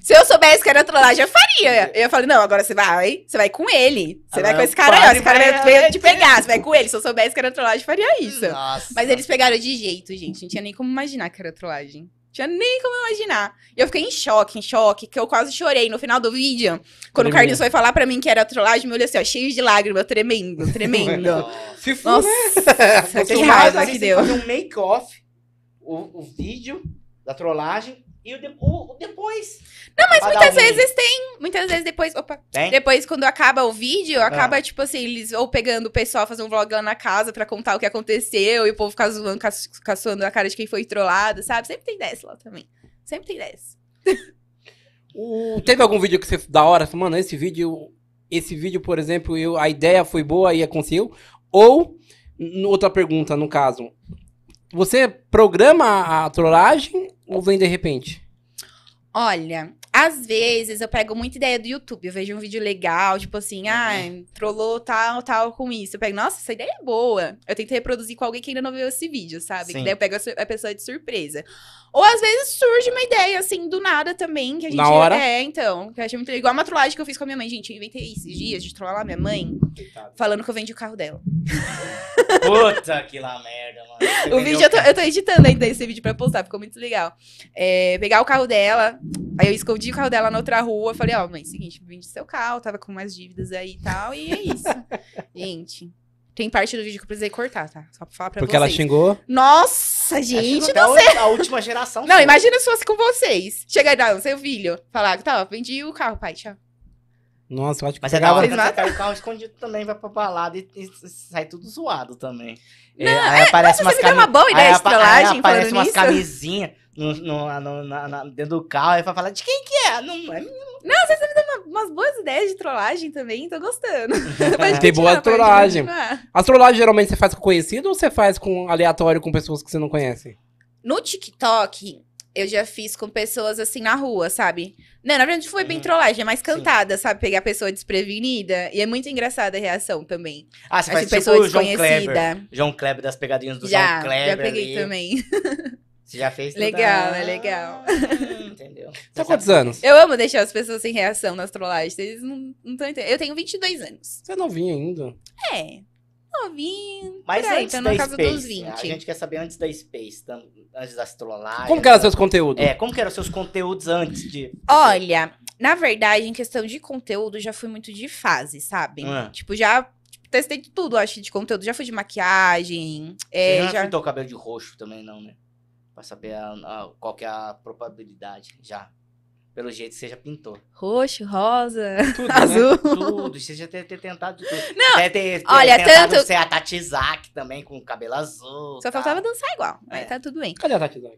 Se eu soubesse que era trollagem, eu faria. Eu falei, não, agora você vai, você vai com ele. Você
Ah,
vai com
não,
esse cara aí, ó,
padre
esse cara veio-
vai-
veio te pegar, você vai com ele. Se eu soubesse que era trollagem, eu faria isso.
Nossa.
Mas eles pegaram de jeito, gente. Não tinha nem como imaginar que era trollagem. Não tinha nem como imaginar. E eu fiquei em choque, em choque, que eu quase chorei no final do vídeo. Quando
Tremendo.
o Carlinhos foi falar pra mim que era trollagem, meu olho assim, ó, cheio de lágrimas, tremendo, <laughs> tremendo.
Nossa. É,
Se for,
Nossa, que
Você
raiva
faz,
que
você
deu.
Fazer um make-off, o, o vídeo da trollagem e o, de, o, o depois. um Não, mas
Muitas vezes tem. Muitas vezes depois. Opa.
Tem?
Depois, quando acaba o vídeo, acaba, tipo assim, eles ou pegando o pessoal, fazer um vlog lá na casa pra contar o que aconteceu e o povo ficar zoando, ca- caçoando a cara de quem foi trollado, sabe? Sempre tem 10 lá também. Sempre tem 10.
o- teve algum vídeo que você da hora, falou, mano, esse vídeo, esse vídeo, por exemplo, eu, a ideia foi boa e aconteceu? Ou n- outra pergunta, no caso, Você programa a trollagem ou vem de repente?
Olha, às vezes eu pego muita ideia do YouTube. Eu vejo um vídeo legal, tipo
Uhum.
assim, ah, trollou tal, tal com isso. Eu pego, nossa, essa ideia é boa. Eu tento reproduzir com alguém que ainda não viu esse vídeo, sabe?
Sim.
Que daí eu pego a, sur- a pessoa de surpresa. Ou às vezes surge uma ideia, assim, do nada também, que a gente.
Na hora?
É, então. Que eu achei muito legal. Igual uma trollagem que eu fiz com a minha mãe, gente. Eu inventei esses dias de trollar minha mãe, falando que eu vendi o carro dela.
Puta que lá merda, mano. Você
O
vendeu
vídeo é eu tô,
o quê?
eu tô editando ainda esse vídeo pra postar, ficou muito legal. É, pegar o carro dela, aí eu escondi o carro dela na outra rua. Falei, ó, mãe, seguinte, vendi seu carro, tava com umas dívidas aí e tal, e é isso.
<laughs>
gente, tem parte do vídeo que eu precisei cortar, tá? Só pra falar pra
Porque ela
vocês.
xingou.
Nossa,
Acho
gente!
que
do-
até a, a última geração.
<laughs> Não,
foi.
imagina se fosse com vocês. Chegar lá, seu filho, falar, tá, ó, vendi o carro, pai, tchau.
Nossa, eu acho que.
Mas é da hora
Vocês
que você
matam?
pega o carro escondido também, vai pra balada e, e sai tudo zoado também. É, aí aparece
Você
umas
me deu uma
camisinhas.
boa
Aí,
ideia de
apa- aí
trollagem
aparece
falando
umas
nisso.
camisinhas no, no- no- na- na- dentro do carro, aí vai falar de quem que é? Não, é minha.
<laughs> Umas boas ideias de trollagem também,
<laughs>
tô gostando.
Tem boa
boas
trollagem. A trollagem geralmente você faz com conhecido ou você faz com aleatório com pessoas que você não conhece?
No TikTok, eu já fiz com pessoas assim na rua, sabe? Não, na verdade foi bem
Uhum.
trollagem, é mais
Sim.
cantada, sabe? Pegar a pessoa desprevenida. E é muito engraçada a reação também.
Ah, você
Assim,
faz tipo
pessoa
o João Kleber.
desconhecida.
João Kleber das pegadinhas do
Já,
João Kleber.
já peguei
ali.
também. <laughs>
Você já fez tudo?
Legal, é
Ah,
legal.
<laughs> Entendeu?
Você há Tá quantos anos?
Eu amo deixar as pessoas sem reação nas trollagens. Vocês não estão entendendo. Eu tenho 22 anos.
Você é novinho ainda.
É. Novinho.
Mas
Por aí,
antes
tá
da
na casa
Space,
dos 20.
a gente quer saber antes da Space, tam- antes das trollagens.
Como que eram seus conteúdos?
É, como que eram seus conteúdos antes de...
Olha, na verdade, em questão de conteúdo, já fui muito de fase, sabe?
Ah.
Tipo, já tipo, testei de tudo, acho, de conteúdo. Já fui de maquiagem. É,
Você já,
já-
pintou o cabelo de roxo também, não, né? Pra saber a- a- qual que é a probabilidade, já. Pelo jeito, você já pintou.
Roxo, rosa, <laughs>
Tudo, né?
azul.
Tudo, você já deve ter tentado de tudo. Não, deve ter, ter
olha,
tentado
tanto-
ser a Tati Zak também, com cabelo azul. tá?
Só
tal.
faltava dançar igual. Mas
É.
tá tudo bem.
Cadê a Tati Zac?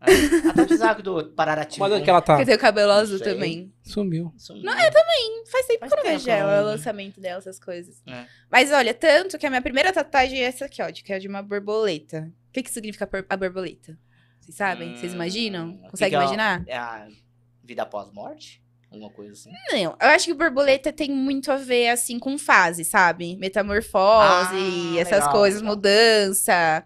A Tati Zak do né? Pararati.
Mas onde que ela tá?
Porque tem o cabelo
Ah, não
azul
sei.
também.
Sumiu.
Não, é
Hum, Faz tempo
Faz
que eu não
tempo,
vejo ela,
né?
o lançamento dela, essas coisas.
É.
Mas olha, tanto que a minha primeira tatuagem é essa aqui, ó, de- que é de uma borboleta. O que, que significa por- a borboleta? Vocês sabem? Vocês
Hum,
imaginam?
o que
Consegue
que ela-
imaginar?
é a vida após morte? Alguma coisa assim.
Não, eu acho que borboleta tem muito a ver, assim, com fase, sabe? Metamorfose,
Ah,
essas
legal,
coisas,
legal.
mudança.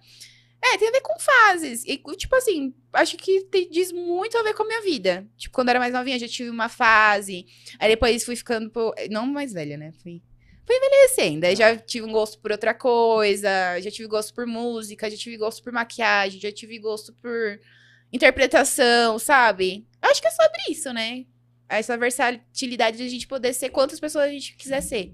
É, tem a ver com fases. E, tipo assim, acho que tem- diz muito a ver com a minha vida. Tipo, quando eu era mais novinha, eu já tive uma fase. Aí depois fui ficando. Por... Não mais velha, né? Fui. Fui envelhecendo, aí já tive um gosto por outra coisa, já tive gosto por música, já tive gosto por maquiagem, já tive gosto por interpretação, sabe? Eu acho que é sobre isso, né? essa versatilidade de a gente poder ser quantas pessoas a gente quiser ser.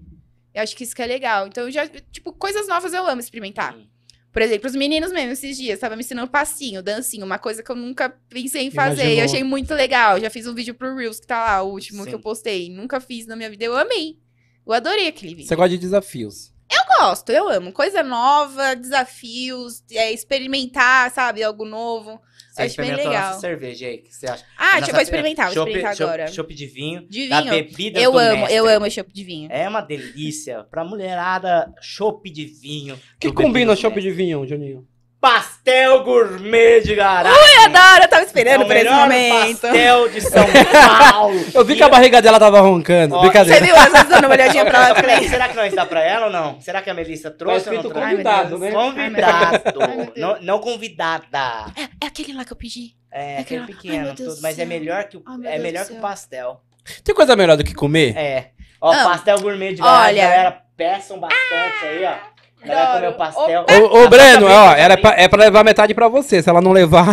Eu acho que isso que é legal. Então, eu já, tipo, coisas novas Tá. eu amo experimentar.
Hum.
Por exemplo, os meninos mesmo esses dias estavam me ensinando passinho, dancinho, uma coisa que eu nunca pensei em fazer. E
Imaginou.
eu achei muito legal. Já fiz um vídeo pro Reels que tá lá, o último
Sim.
que eu postei. Nunca fiz na minha vida. Eu amei. Eu adorei aquele vídeo.
Você gosta de desafios.
Eu gosto, eu amo. Coisa nova, desafios, é, experimentar, sabe, algo novo.
Você
Acho bem
experimentou a nossa
legal.
cerveja aí, o que você acha?
Ah,
Nossa,
deixa eu experimentar, vou
chopp-
experimentar
chopp-
agora.
Chopp de vinho,
De
da
vinho.
bebida
Eu
do
amo,
mestre.
eu amo chopp de vinho.
É uma delícia. Pra mulherada, chopp de vinho.
O que
do
combina
bebida
o
do
chopp
mestre.
de vinho, Juninho?
Pastel gourmet de garagem.
Eu adoro, eu tava
É
esperando
o
por esse
melhor
momento.
pastel de São
<laughs>
Paulo.
Eu vi que a barriga dela tava roncando.
Ó,
Você
Brincadeira.
viu? Às vezes dando uma olhadinha pra lá
Eu <laughs>
também.
falei, Será que nós dá pra ela ou não? Será que a Melissa trouxe ou não
escrito
trouxe?
Tá convidado,
Ai,
né?
Convidado.
Ai, meu Deus.
não, não convidada.
É aquele lá que eu pedi.
É, aquele
Aquela- Ai,
pequeno,
meu Deus
tudo,
do
mas é
céu.
melhor que o,
Ai, meu
é
Deus do
melhor que o
céu.
pastel.
Tem coisa melhor do que comer?
É. Ó,
Amo.
pastel gourmet de garagem,
Olha.
galera. Peçam bastante aí, ó. Galera
Adoro.
comeu pastel.
Ô, ô, Breno,
também,
ó,
tá
era
bem.
pra, é pra levar metade pra você. Se ela não levar.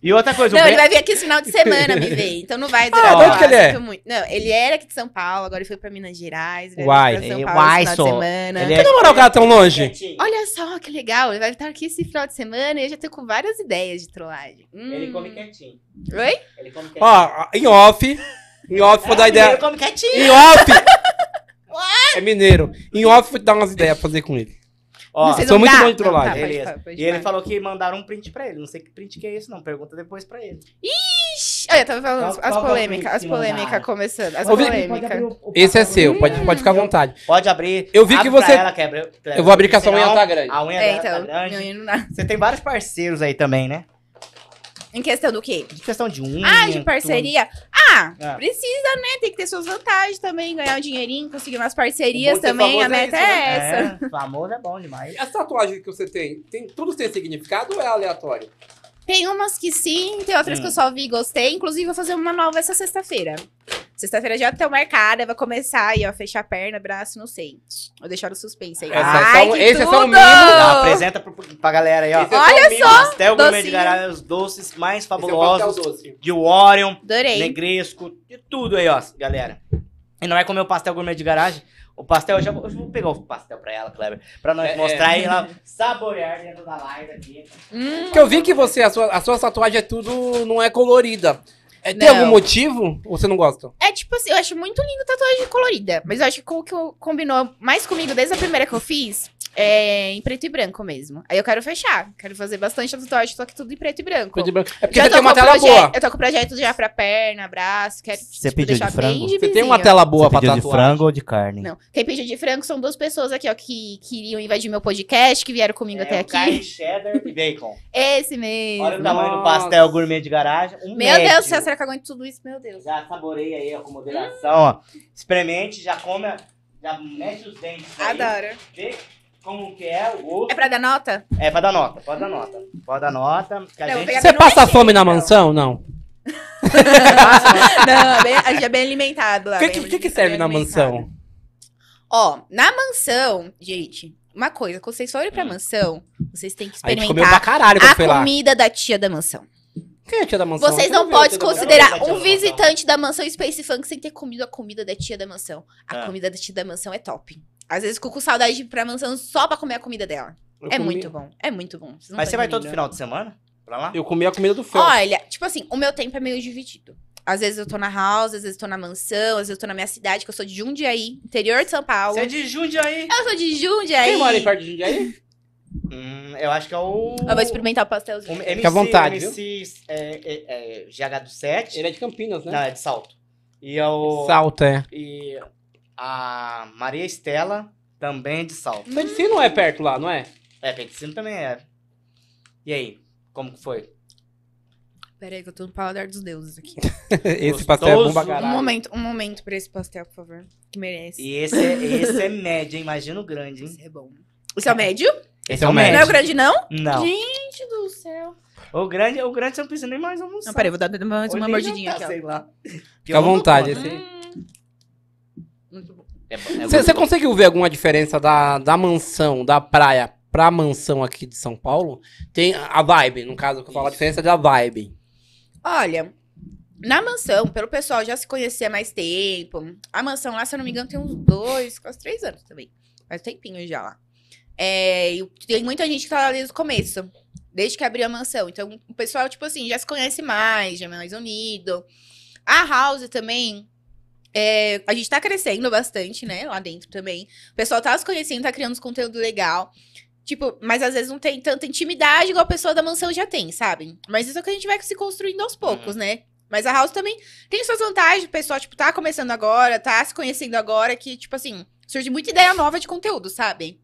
E outra coisa, o
Não, ele
Breno...
vai vir aqui esse final de semana me ver. Então não vai durar.
Ah,
muito,
de onde que
ele é?
sinto muito. Não, ele era aqui de São Paulo, agora ele foi pra Minas Gerais. veio
Uai.
pra São
É,
Paulo
uai,
esse
só.
final de semana.
ele é-
Por que na moral o cara tão longe?
Quietinho.
Olha só que legal, ele vai estar aqui esse final de semana e eu já tô com várias ideias de trollagem. Hum.
Ele come quietinho.
Oi?
Ele come quietinho.
Ó, em off. Em off, vou dar ideia.
Ele come quietinho.
Em off! É mineiro. Em off, vou te dar umas ideias pra fazer com ele.
Ó,
Vocês
sou
vão
muito
dar?
bom de trollagem.
Não, tá, pode
beleza.
falar, pode
E ele
falar.
falou que mandaram um print pra ele. Não sei que print que é esse, não. Pergunta depois pra ele.
Ixi, ó, Olha, tava falando as,
Qual- qual que é o
polêmicas, as
princípio,
polêmicas
Nara?
começando, as
Ô, Vivi,
polêmicas.
Esse é seu, pode, pode ficar à vontade.
Pode abrir.
Eu vi
Abre
que
pra
você-
ela, quebra,
Eu vou abrir que a sua unha
Senão,
tá grande.
A unha
É,
dela
então,
tá grande.
não, não dá.
Você tem vários parceiros aí também, né?
Em questão do quê?
De questão de unha.
Ah, de parceria? Ah,
Ah.
precisa, né? Tem que ter suas vantagens também, ganhar um dinheirinho, conseguir umas
tudo.
parcerias
Muito
também, a
famoso é
meta é,
isso, né?
essa.
É, famoso é bom demais.
As tatuagens que você tem, tem tudo tem significado ou é aleatório?
Tem umas que sim, tem outras
Hum.
que eu só vi e gostei. Inclusive, vou fazer uma nova essa sexta-feira. Sexta-feira já tem marcada, vai começar aí, ó, fechar a perna, braço, não sei. Vou deixar no suspense aí.
Essa é
Ai,
só um-
que
esse é só um
tudo!
mimo da
Tá, apresenta pro, pra galera aí, ó.
Esse é Olha só!
Pastel Gourmet de
docinho.
Garalho, os doces mais
é Fabuloso.
fabulosos. de Orion,
Adorei.
negresco, de tudo aí, ó, galera. E não é comer o pastel gourmet de garagem. O pastel, eu já vou, eu vou pegar o pastel pra ela, Kleber. Pra nós
É,
mostrar e ela <laughs> saborear dentro da live aqui.
Hum,
Porque eu vi que você, a sua, a sua tatuagem é tudo, não é colorida. É, tem
Não.
algum motivo ou você não gosta?
é tipo assim, eu acho muito lindo tatuagem colorida. Mas eu acho que o que eu- combinou mais comigo desde a primeira que eu fiz é em preto e branco mesmo. Aí eu quero fechar. Quero fazer bastante tatuagem, só que tudo em preto e branco.
Preto e branco. É porque
Já
você
tô
tem uma
com o
tela
projeto-
boa.
Eu tô com o projeto já pra perna, braço, quero
Você
tipo,
pediu de
deixar
frango?
bem
Você
Você tem
divisinho.
uma tela boa pra tatuar.
ou de carne?
Não. Quem pediu de frango são duas pessoas aqui, ó, que queriam invadir meu podcast, que vieram comigo até
É, o
aqui.
carne, cheddar e bacon.
<laughs> Esse mesmo.
Olha o tamanho do
Nossa.
pastel gourmet de garagem. Um
Meu Deus do céu,
médio.
será que eu aguento tudo isso? Meu Deus.
Já saboreia aí ó, com moderação, ó. Experimente, já come, já mexe os dentes aí.
Adoro.
Vê como que é o gosto.
É pra dar nota?
<laughs> É, pra dar nota, pode dar nota. Pode dar nota. Que a
Não,
gente...
pegar-
Você
não
passa
é
fome na
não.
mansão? Não.
né?
<laughs> Não, é bem, a gente é bem alimentado lá.
O que,
bem-
que, que que
bem
serve na
alimentado.
mansão?
Ó, na mansão, gente, uma coisa, quando vocês forem pra
Hum.
mansão, vocês têm que
A gente comeu pra
experimentar
caralho quando
a
tipo, foi lá.
comida da tia da mansão.
Quem é a tia da mansão?
Vocês
Eu
não
vi a
podem
tia da mansão.
considerar
Mansão.
um visitante da mansão Space Funk sem ter comido a comida da tia da mansão. A
Ah.
comida da tia da mansão é top. Às vezes fico com saudade de ir pra mansão só pra comer a comida dela.
Eu
é
comi-
muito bom. É muito bom. Vocês não
Mas
tão
você vai todo
entendendo.
final de semana? Pra lá?
Eu comi a comida do Fel.
Olha, tipo assim, o meu tempo é meio dividido. Às vezes eu tô na house, às vezes eu tô na mansão, às vezes eu tô na minha cidade, que eu sou de Jundiaí, interior de São Paulo.
Você é de Jundiaí?
Eu sou de Jundiaí.
Quem mora em perto de Jundiaí?
Hum, eu acho que é o...
Eu vou Ah, experimentar o pastelzinho.
o MC,
Fica à vontade,
MC, é, é, é, GH do 7.
Ele é de Campinas, né?
Não, é de Salto. E é o...
Salto, é.
E a Maria Estela, também de Salto.
Você disse não é perto lá, não é?
É, Peticino também é. E aí? Como que foi?
Pera aí, que eu tô no paladar dos deuses aqui.
<laughs> Esse pastel é bom pra
Gostoso.
Um
caralho.
momento, um momento pra esse pastel, por favor. Que merece.
E esse é, esse
<laughs>
é médio, hein? Imagina o grande, hein?
Isso é bom. Isso é o médio?
Esse é o
Não é o
médio.
grande, não?
Não.
Gente do céu.
O grande, o grande você não precisa nem mais almoçar.
Não, peraí, vou dar mais uma
tá,
mordidinha aqui, ó.
Fica à vontade. Esse.
assim. né?
aí.
Muito bom.
É
Você você conseguiu ver alguma diferença da, da mansão, da praia, pra mansão aqui de São Paulo? Tem a vibe, no caso, que eu falo, a
Isso.
diferença da vibe.
Olha, na mansão, pelo pessoal já se conhecer há mais tempo. A mansão lá, se eu não me engano, tem uns dois, quase três anos também. Faz um tempinho já lá. É, e tem muita gente que tá lá desde o começo. Desde que abriu a mansão. Então, o pessoal, tipo assim, já se conhece mais, já é mais unido. A house também. é, a gente tá crescendo bastante, né? Lá dentro também. O pessoal tá se conhecendo, tá criando uns conteúdo legal. Tipo, mas às vezes não tem tanta intimidade igual a pessoa da mansão já tem, sabe? Mas isso é que a gente vai se construindo aos poucos, né? Mas a house também tem suas vantagens, o pessoal, tipo, tá começando agora, tá se conhecendo agora, que, tipo assim, surge muita ideia nova de conteúdo, sabe?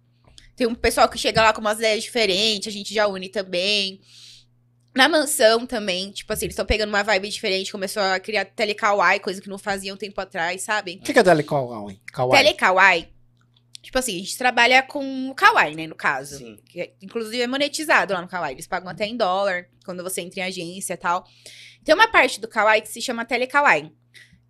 Tem um pessoal que chega lá com umas ideias diferentes, a gente já une também. Na mansão também, tipo assim, eles estão pegando uma vibe diferente, começou a criar telecauai, coisa que não faziam um tempo atrás, sabe?
O que que é telecauai? Kawaii.
Telecauai, tipo assim, a gente trabalha com o kawaii, né, no caso
Sim.
que é- inclusive é monetizado lá no Kawaii. Eles pagam até em dólar quando você entra em agência e tal. Tem uma parte do Kawaii que se chama Telekawaii.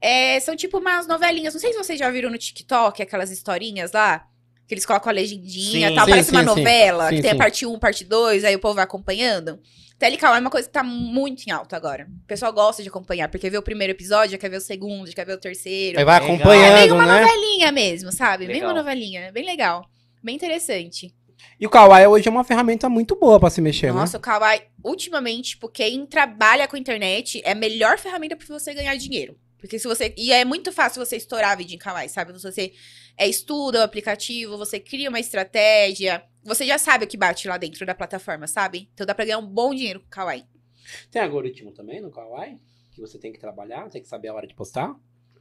É, são tipo umas novelinhas. Não sei se vocês já viram no TikTok aquelas historinhas lá. Que eles colocam a legendinha
Sim.
e tal.
Sim,
Parece
sim,
uma
sim.
novela,
Sim,
que tem
sim.
a parte 1, parte 2, aí o povo vai acompanhando. Telekawaii é uma coisa que tá muito em alta agora. O pessoal gosta de acompanhar, porque vê o primeiro episódio, já quer ver o segundo, já quer ver o terceiro.
Aí vai
Legal.
É bem
acompanhando,
uma
né?
novelinha mesmo, sabe? Bem
Legal.
uma novelinha, bem legal. Bem interessante.
E o Kawaii hoje é uma ferramenta muito boa pra se mexer, né?
Nossa, o Kawaii, ultimamente, tipo, quem trabalha com internet é a melhor ferramenta pra você ganhar dinheiro. Porque se você. E é muito fácil você estourar vídeo em Kawaii, sabe? Você é, estuda o aplicativo, você cria uma estratégia. Você já sabe o que bate lá dentro da plataforma, sabe? Então dá pra ganhar um bom dinheiro com o Kawaii.
né? Tem algoritmo também no Kawaii? que você tem que trabalhar, tem que saber a hora de postar.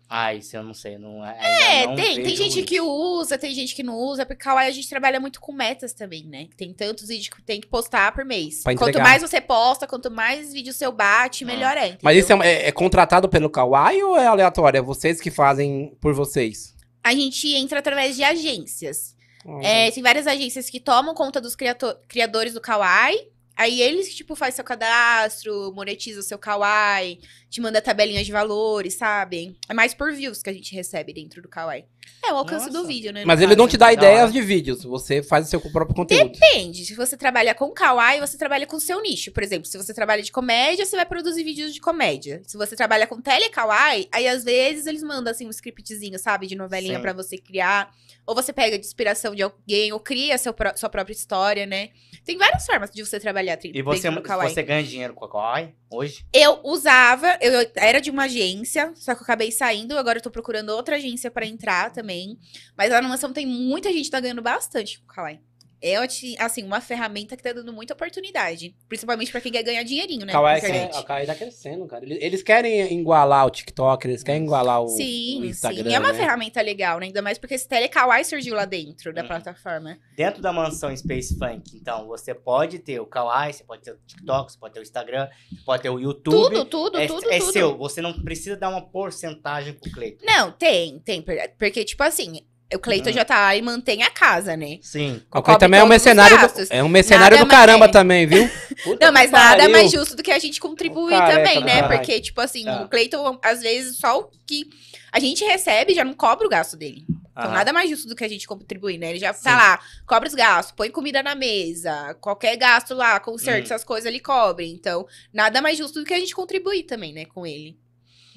Ah, isso eu não sei, não é.
É,
ainda não
tem, tem
vejo
gente
muito.
que usa, tem gente que não usa, porque Kawaii a gente trabalha muito com metas também, né? Tem tantos vídeos que tem que postar por mês.
Pra
Quanto
entregar.
mais você posta, quanto mais vídeo seu bate, melhor é. entendeu?
Mas isso é, uma- é- é contratado pelo Kawaii ou é aleatório? É vocês que fazem por vocês?
A gente entra através de agências.
Hum.
É, tem várias agências que tomam conta dos criato- criadores do Kawaii. Aí eles que, tipo, faz seu cadastro, monetiza o seu Kawaii, te manda tabelinhas de valores, sabe? É mais por views que a gente recebe dentro do Kawaii. É o alcance
Nossa.
do vídeo, né? no
Mas ele não
caso.
te dá
da
ideias
hora.
de vídeos, você faz o seu próprio conteúdo.
Depende. Se você trabalha com kawaii, você trabalha com seu nicho. Por exemplo, se você trabalha de comédia, você vai produzir vídeos de comédia. Se você trabalha com telekawaii, aí às vezes eles mandam assim um scriptzinho, sabe, de novelinha
Sim.
pra você criar, ou você pega de inspiração de alguém ou cria seu pró- sua própria história, né? Tem várias formas de você trabalhar tri-
E você,
dentro do kawaii.
você ganha dinheiro com a Kawaii hoje?
Eu usava, eu era de uma agência, só que eu acabei saindo, agora eu tô procurando outra agência pra entrar também. Mas lá na mansão tem muita gente que tá ganhando bastante com o Kawaii. É ati- assim, uma ferramenta que tá dando muita oportunidade. Principalmente pra quem quer ganhar dinheirinho, né? na
Kawaii,
internet.
é- a Kawaii tá crescendo, cara. Eles, eles querem igualar o TikTok, eles querem igualar o, o
Sim,
Instagram.
sim. É uma
né?
ferramenta legal, né? Ainda mais porque esse telekawaii surgiu lá dentro da
Uhum.
plataforma.
Dentro da mansão Space Funk, então, você pode ter o Kawaii, você pode ter o TikTok, você pode ter o Instagram, você pode ter o YouTube.
Tudo, tudo,
é,
tudo,
é
tudo.
seu, você não precisa dar uma porcentagem pro Cleiton.
Não, tem, tem. por- Porque, tipo assim, o Cleiton
Hum.
já tá lá e mantém a casa, né?
Sim.
A Kawaii
cobre
também é um
todos os
mercenário,
gastos.
do, é um mercenário
Nada
do
mais
caramba
é.
também, viu? Puta
Não, mas
que
nada é
pariu.
mais justo do que a gente contribuir
Ô, careca
também,
do
né?
caralho.
Porque, tipo assim,
É.
Tá.
o Cleiton, às vezes, só o que a gente recebe já não cobra o gasto dele. Então,
Aham.
nada mais justo do que a gente contribuir, né? Ele já,
Sim.
tá lá, cobra os gastos, põe comida na mesa, qualquer gasto lá, concerto,
Hum.
essas coisas, ele cobre. Então, nada mais justo do que a gente contribuir também, né, com ele.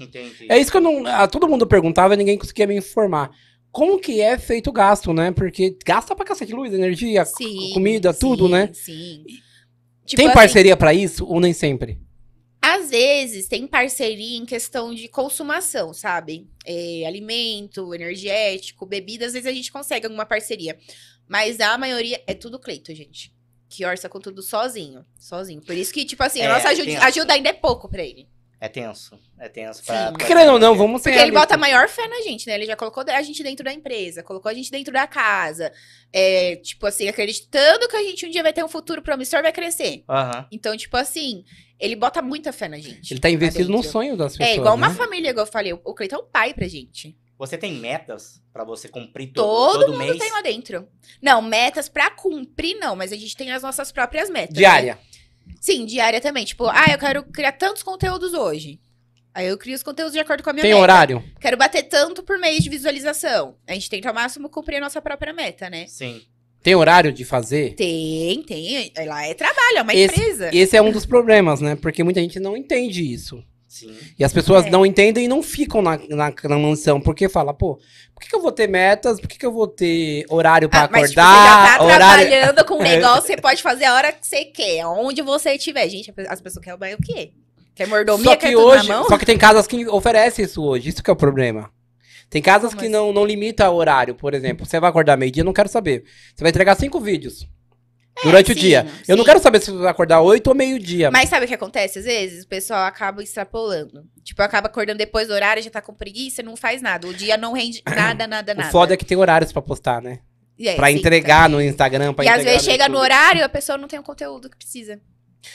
Entendi.
É isso que eu não. ah, todo mundo perguntava e ninguém conseguia me informar. Como que é feito o gasto, né? Porque gasta pra cacete luz, energia, c-
Sim,
comida, tudo,
sim,
né?
Sim.
Tem
assim,
parceria pra isso ou nem sempre?
Às vezes tem parceria em questão de consumação, sabe? É, alimento, energético, bebida, às vezes a gente consegue alguma parceria. Mas a maioria é tudo Cleito, gente. Que orça com tudo sozinho. Sozinho. Por isso que, tipo assim,
É,
a nossa ajuda,
tenso.
ajuda ainda é pouco pra ele.
É tenso. É tenso
Sim.
pra. pra-
Querendo ou não, vamos ser.
Porque ele bota a
realistas.
maior fé na gente, né? Ele já colocou a gente dentro da empresa, colocou a gente dentro da casa. É, tipo assim, acreditando que a gente um dia vai ter um futuro promissor, vai crescer.
Aham.
Então, tipo assim, ele bota muita fé na gente.
Ele tá investido no
dentro.
sonho das
É
pessoas.
igual uma
né?
família, igual eu falei. O Cleiton é um pai pra gente.
Você tem metas pra você cumprir todo,
Todo,
todo
mundo
mês?
tem lá dentro. Não, metas pra cumprir, não, mas a gente tem as nossas próprias metas. né?
Diária.
Sim, diária também. Tipo, ah, eu quero criar tantos conteúdos hoje. Aí eu crio os conteúdos de acordo com a minha
Tem
meta.
horário?
Quero bater tanto por mês de visualização. A gente tenta ao máximo cumprir a nossa própria meta, né?
Sim.
Tem horário de fazer?
Tem, tem. Lá é trabalho, é uma
Esse-
empresa.
Esse é um dos problemas, né? Porque muita gente não entende isso.
Sim.
E as pessoas
É.
não entendem e não ficam na, na, na mansão, porque fala, pô, por que, que eu vou ter metas? Por que, que eu vou ter horário pra
Ah, mas tipo,
acordar?
você já tá
horário...
trabalhando
<laughs>
com um negócio, você pode fazer a hora que você quer, onde você estiver. Gente, as pessoas querem mais o quê? Quer mordomia,
Só
quer
que
tudo
hoje,
na mão?
só que tem casas que oferecem isso hoje, isso que é o problema. Tem casas
Como
que
assim?
não, não limita o horário, por exemplo. Você vai acordar meio-dia, eu não quero saber. Você vai entregar cinco vídeos durante o
É, sim,
dia. Eu não
sim.
quero saber se você vai acordar oito ou meio-dia.
Mas sabe o que acontece às vezes? O pessoal acaba extrapolando. Tipo, acaba acordando depois do horário, já tá com preguiça, não faz nada. O dia não
<clears throat>
rende nada, nada,
O
nada.
foda é que tem horários pra postar, né?
E é,
Pra
sim,
entregar
também.
no Instagram, pra
E
entregar né,
às vezes chega no
YouTube.
horário e a pessoa não tem o conteúdo que precisa.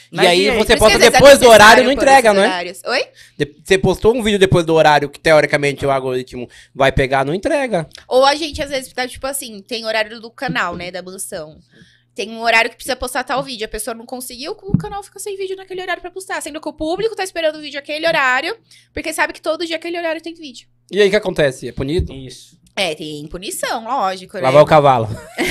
E
Mas
aí
e aí?
você
Por isso
posta
que às vezes é
depois do horário e não
necessário pôr
entrega,
esses
não é?
horários. Oi?
De- Você postou um vídeo depois do horário que teoricamente o algoritmo vai pegar, não entrega.
Ou a gente, às vezes, tá, tipo assim, tem horário do canal, né? Da mansão. Tem um horário que precisa postar tal vídeo. A pessoa não conseguiu, o canal fica sem vídeo naquele horário pra postar. Sendo que o público tá esperando o vídeo aquele horário, porque sabe que todo dia aquele horário tem vídeo.
E aí o que acontece? É punido?
Isso.
É, tem punição, lógico, né?
Lavar o cavalo.
<laughs>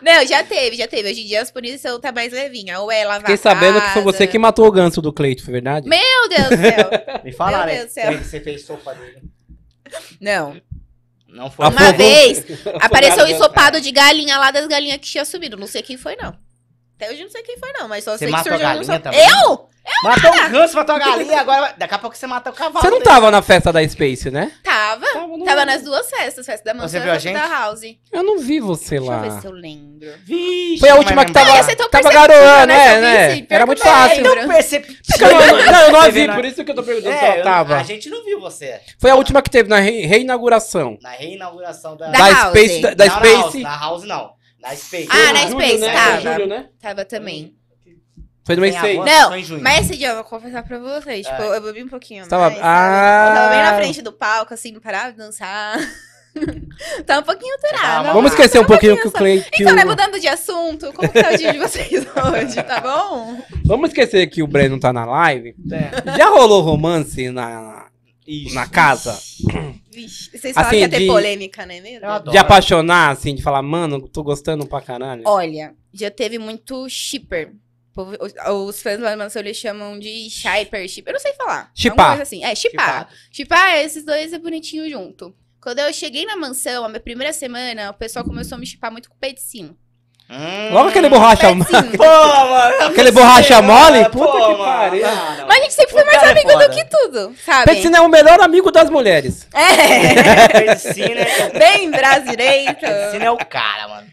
Não, já teve, já teve. Hoje em dia as punições tá mais levinha. Ou é lavar
Fiquei
a casa.
sabendo que foi você que matou o ganso do Cleito, foi verdade?
Me- Meu Deus do
<laughs>
céu.
Me falaram,
Meu
né?
Deus do céu.
que Você fez sopa dele.
Não.
Não foi.
Ah,
Uma <laughs>
Afogou-
vez,
afogado
apareceu um
ganso.
ensopado de galinha lá das galinhas que tinha sumido. Não sei quem foi, não. Até hoje eu não sei quem foi, não. Mas só
Você
sei que
matou a
surgiu um
galinha
ensopado.
também?
Eu?
Matou um ganso, matou a galinha, agora vai- daqui a pouco você mata o cavalo.
Você não tá-
né?
tava na festa da Space, né?
Tava.
não-
Tava nas duas festas, festa da mansão
Você
e
viu a
festa da
gente?
house.
Eu não vi
Deixa
você
eu
lá.
ver se eu lembro.
Vixe,
Foi a
não
última
vai
que tava,
lembrar.
Ia ser tão
tava
perceptível,
garoando,
né,
né?
seu
né?
vice? Pior
Era
que
muito
eu não
fácil.
lembro.
Então perceptível.
Eu não, não, eu não a
Você
vi,
vê,
por
né?
isso que eu tô perguntando
É,
se ela
eu-
tava.
a gente não viu você
Foi a última que teve na re- reinauguração.
na reinauguração da...
Da
Da,
House.
Space. Da, da
não, na House, tá.
Space.
na House não, na Space.
Ah, na
Foi em
Space,
julho, né?
tava.
Foi em julho, né?
Tava também.
Foi no mês
Tem
6.
agora?
Não,
Só em junho.
mas esse dia eu vou confessar pra vocês. Tipo, eu bebi um pouquinho
Você tava-
mais.
Ah.
sabe? Eu tava bem na frente do palco, assim, parava de dançar. <laughs> tava um pouquinho
Dá
alterada.
uma-
Vamos
mas-
esquecer um pouquinho que o
essa-
Clay. que
Então,
o-
né, mudando de assunto, como que tá o dia de <laughs> vocês hoje, tá bom?
Vamos esquecer que o Breno tá na live.
É.
Já rolou romance na,
Isso.
na casa?
Vixe, vocês
Assim,
falaram que ia ter
de-
polêmica, né mesmo?
Eu adoro.
De apaixonar, assim, de falar, mano, tô gostando pra caralho.
Olha, já teve muito shipper. O povo- Os, os fãs lá da Mansão eles chamam de shipper, shipper. Eu não sei falar.
Shippar.
Alguma coisa assim. É, shipar.
Chipado.
Tipo, ah, esses dois é bonitinho junto. Quando eu cheguei na mansão, a minha primeira semana, o pessoal começou a me chipar muito com o Peticinho.
Hum.
Logo aquele
<laughs>
borracha.
Pô, mano.
Aquele borracha mole? Puta que pariu.
Mas a gente sempre foi mais
é
amigo do que tudo, sabe?
Peticina é o melhor amigo das mulheres. <laughs>
É,
Medicina é, <laughs>
bem brasileiro.
Medicina é o cara, mano.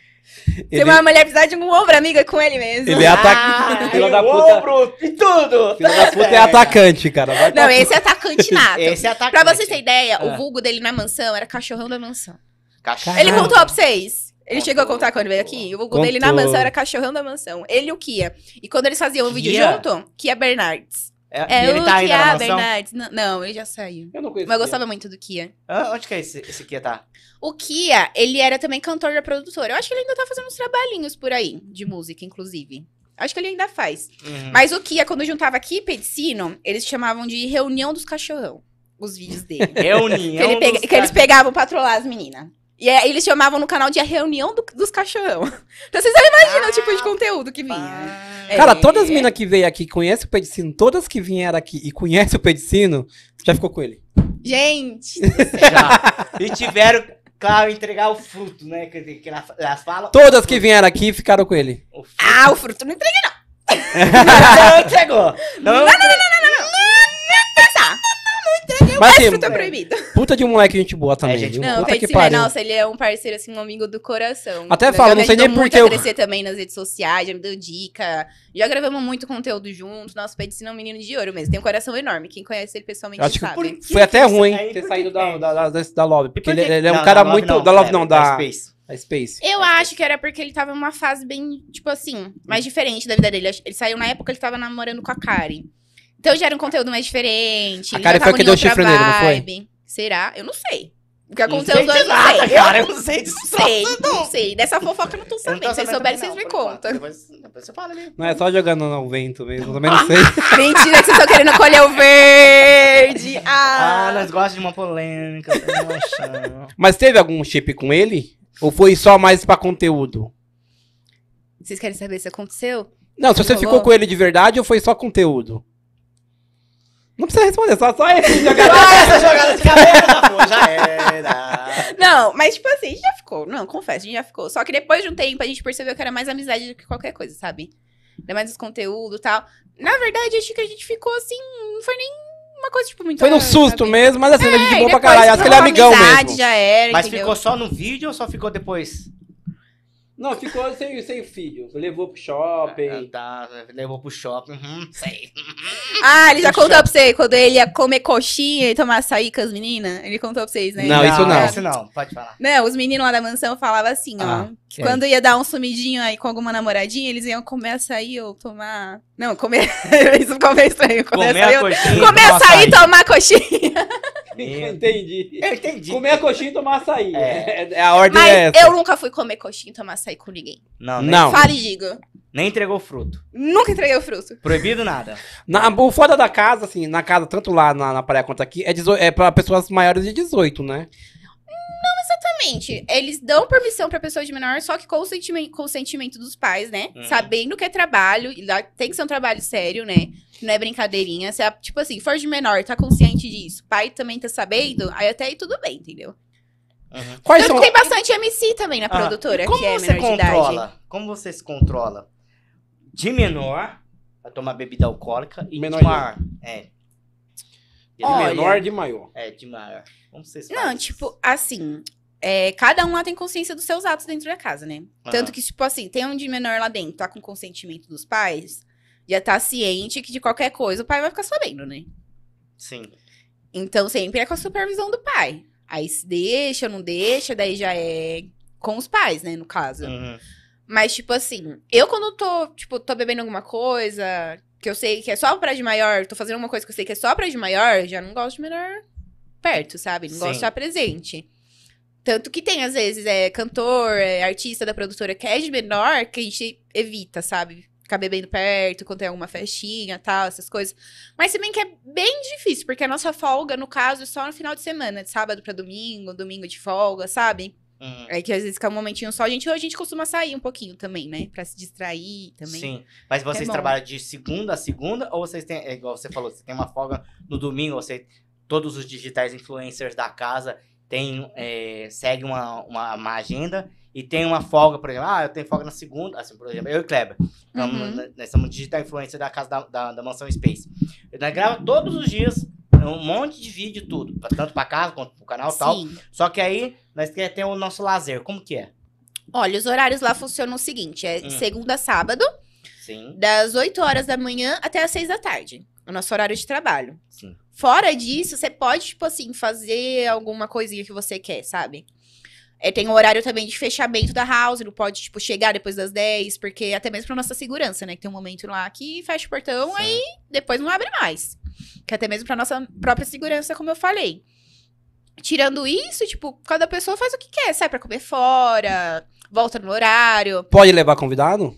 Se uma mulher precisar de um ombro amiga é com ele mesmo.
Ele é atacante.
Ah,
Filha
e
da
o
puta.
ombro e tudo.
Filha da puta é atacante, cara. Vai
<laughs>
Não,
pra-
esse é atacante nato.
Esse é atacante.
Pra vocês terem ideia,
Ah.
o vulgo dele na mansão era cachorrão da mansão.
Cachorro.
Ele
Caralho.
contou pra vocês? Ele
Contou,
chegou a contar quando veio
contou.
aqui. O vulgo
Contou.
dele na mansão era cachorrão da mansão. Ele e o Kia. E quando eles faziam o vídeo
Kia?
junto, Kia Bernardes.
É,
É
e ele
o
tá ainda na
Kia
mansão?
Bernardes. Não, não, ele já saiu.
Eu não conheço.
Mas eu gostava muito do Kia.
Hã? Onde que é esse, esse aqui tá?
O Kia, ele era também cantor da produtora. Eu acho que ele ainda tá fazendo uns trabalhinhos por aí, de música, inclusive. Acho que ele ainda faz.
Uhum.
Mas o Kia, quando juntava aqui e Pedicino, eles chamavam de reunião dos cachorrão. Os vídeos dele.
Reunião
que, ele pega-
dos
que
caras.
eles pegavam pra trollar as meninas. E aí eles chamavam no canal de a reunião do- dos cachorrão. <laughs> Então vocês já imaginam o
Ah,
tipo de conteúdo que vinha.
Ah,
É.
Cara, todas as meninas que veio aqui conhecem o Pedicino, todas que vieram aqui e conhecem o Pedicino, já ficou com ele.
Gente,
já. é E tiveram, claro, entregar o fruto, né? Que, que elas elas falam.
Todas que vieram aqui ficaram com ele.
O fruto.
ah, o fruto não entrega
Não entregou.
é
Então, Não,
<laughs>
pensar.
Mas
Esse
assim,
fruto é proibido.
puta de um moleque gente boa também.
É, gente
viu?
Não, o
puta que
Pedicino é,
pariu.
nossa, ele é um parceiro, assim, um amigo do coração.
Até
Eu
falo,
já
não
me
sei nem
ajudou
por
muito
que
a
eu-
crescer também nas redes sociais, já me deu dica. Já gravamos muito conteúdo junto. Nosso Pedicino é um menino de ouro mesmo. Tem um coração enorme. Quem conhece ele pessoalmente
Eu acho que
sabe.
por- que
foi até
que
ruim
isso aí?
ter
Por
saído
que
da,
É.
que
da, da, desse- da Lobby, porque
Por
ele,
que-
ele é um
Não,
cara
da Love
muito. da Lobby
é,
não, da,
Space.
da Space.
Eu acho que era porque ele tava numa fase bem, tipo assim, mais diferente da vida dele. Acho- Ele saiu na época que ele tava namorando com a Karen. Então já era um conteúdo mais diferente.
A
ele
Karen
já
foi
tava
que
em
deu
outra
chifre nele, não foi?
vibe. Será? Eu não sei. O que
Não
aconteceu
sei
os dois,
de
eu
Ah,
não
nada,
sei.
cara. Eu não sei disso.
Não sei, não sei. Dessa fofoca eu não tô
Eu não
sabendo.
tô
Se vocês
sabendo
souberem,
também
vocês me
não, é por enquanto.
contam.
Depois, depois você fala ali.
Não é só jogando no vento mesmo, eu
<laughs>
também não sei.
<laughs>
Mentira, que vocês estão querendo colher o
<laughs>
verde.
Ah,
Ah,
nós gostamos de uma polêmica. <laughs> emoção.
Mas teve algum chip com ele? Ou foi só mais pra conteúdo?
vocês querem saber se aconteceu?
Não, se
Ele
você
falou.
ficou com ele de verdade ou foi só conteúdo? Não precisa responder, só, só
<laughs>
esse. já-
Ah, essa jogada de cabeça, pô, já era.
Não, mas tipo assim, a gente já ficou. Não, confesso, a gente já ficou. Só que depois de um tempo a gente percebeu que era mais amizade do que qualquer coisa, sabe? Ainda mais os conteúdos e tal. Na verdade, acho que a gente ficou assim. Não foi nem uma coisa, tipo, muito.
Foi num susto
sabe?
mesmo, mas assim, ele é de
É,
boa pra
depois
caralho. Acho que ele é
virou uma
amigão
amizade,
mesmo.
já era.
Mas
entendeu?
ficou só no vídeo ou só ficou depois?
Não, ficou sem, sem filho. Levou pro <laughs> shopping.
Ah, tá, levou pro shopping. Uhum, sei.
Ah, ele já contou pra você quando ele ia comer coxinha e tomar açaí com as meninas. Ele contou pra vocês, né?
Não, isso não.
Isso não, pode falar.
Não, os meninos lá da mansão falavam assim,
Ah,
ó. Que quando ia dar um sumidinho aí com alguma namoradinha, eles iam comer açaí ou tomar. Não, comer. <laughs> Isso ficou meio estranho. Comer,
Comer
açaí
a
ou-
coxinha.
Comer
tomar
açaí
açaí.
e tomar coxinha. tá.
Entendi.
Eu entendi.
Comer a coxinha e tomar açaí.
É.
É, a ordem é
É, Mas
essa.
eu nunca fui comer coxinha e tomar açaí com ninguém.
Não, nem,
Não,
Fale e digo.
nem entregou fruto.
Nunca entreguei o fruto.
Proibido nada.
na, o foda da casa, assim, na casa, tanto lá na, na praia quanto aqui, é, 18 é pra pessoas maiores de 18, né?
Exatamente. Eles dão permissão pra pessoa de menor, só que com o sentimen- com o consentimento dos pais, né?
Uhum.
Sabendo que é trabalho. E lá tem que ser um trabalho sério, né? Não é brincadeirinha. Se a- tipo assim, for de menor, tá consciente disso. Pai também tá sabendo, aí até aí tudo bem, entendeu?
Uhum.
Quais
Tanto
são...
que tem bastante MC também na
Ah,
produtora,
Como
que é
você
menor de idade.
controla? Como você se controla? De menor Pra tomar bebida alcoólica e
Menor
de maior. É. E
De
de
Olha.
menor de maior.
É, de maior. Vamos ser
Não, tipo, assim. é, cada um lá tem consciência dos seus atos dentro da casa, né?
Aham.
Tanto que, tipo assim, tem um de menor lá dentro, tá com consentimento dos pais, já tá ciente que de qualquer coisa o pai vai ficar sabendo, né?
Sim.
Então sempre é com a supervisão do pai. Aí se deixa, não deixa, daí já é com os pais, né, no caso.
Uhum.
Mas, tipo assim, eu quando tô, tipo, tô bebendo alguma coisa, que eu sei que é só pra de maior, tô fazendo alguma coisa que eu sei que é só pra de maior, eu já não gosto de menor perto, sabe? Não gosto de
Sim.
estar presente. Tanto que tem, às vezes, é cantor, é artista da produtora que é de menor, que a gente evita, sabe? Ficar bebendo perto, quando tem alguma festinha tal, essas coisas. Mas se bem que é bem difícil, porque a nossa folga, no caso, é só no final de semana, de sábado pra domingo, domingo de folga, sabe?
Uhum.
É que às vezes fica um momentinho só, a gente, a gente costuma sair um pouquinho também, né? Pra se distrair também. é
Sim. Mas vocês
bom.
trabalham de segunda a segunda ou vocês têm, é igual você falou, você tem uma folga no domingo, você todos os digitais influencers da casa tem, é, segue uma, uma, uma agenda e tem uma folga, por exemplo, ah, eu tenho folga na segunda, assim, por exemplo, eu e Kleber, então,
Uhum.
nós- nós somos digital influencer da casa da, da, da Mansão Space. Nós grava todos os dias um monte de vídeo e tudo, pra- tanto pra casa quanto pro canal e tal.
Sim.
Só que aí nós queremos ter o nosso lazer, como que é?
Olha, os horários lá funcionam o seguinte: é
Hum.
segunda a sábado,
Sim,
das 8 horas da manhã até as 6 da tarde. O nosso horário de trabalho.
sim.
Fora disso, você pode, tipo assim, fazer alguma coisinha que você quer, sabe? É, tem o horário também de fechamento da house, não pode, tipo, chegar depois das 10, porque até mesmo pra nossa segurança, né? Que tem um momento lá que fecha o portão, aí
sim.
depois não abre mais. Que até mesmo pra nossa própria segurança, como eu falei. Tirando isso, tipo, cada pessoa faz o que quer, sai pra comer fora, volta no horário.
Pode levar convidado?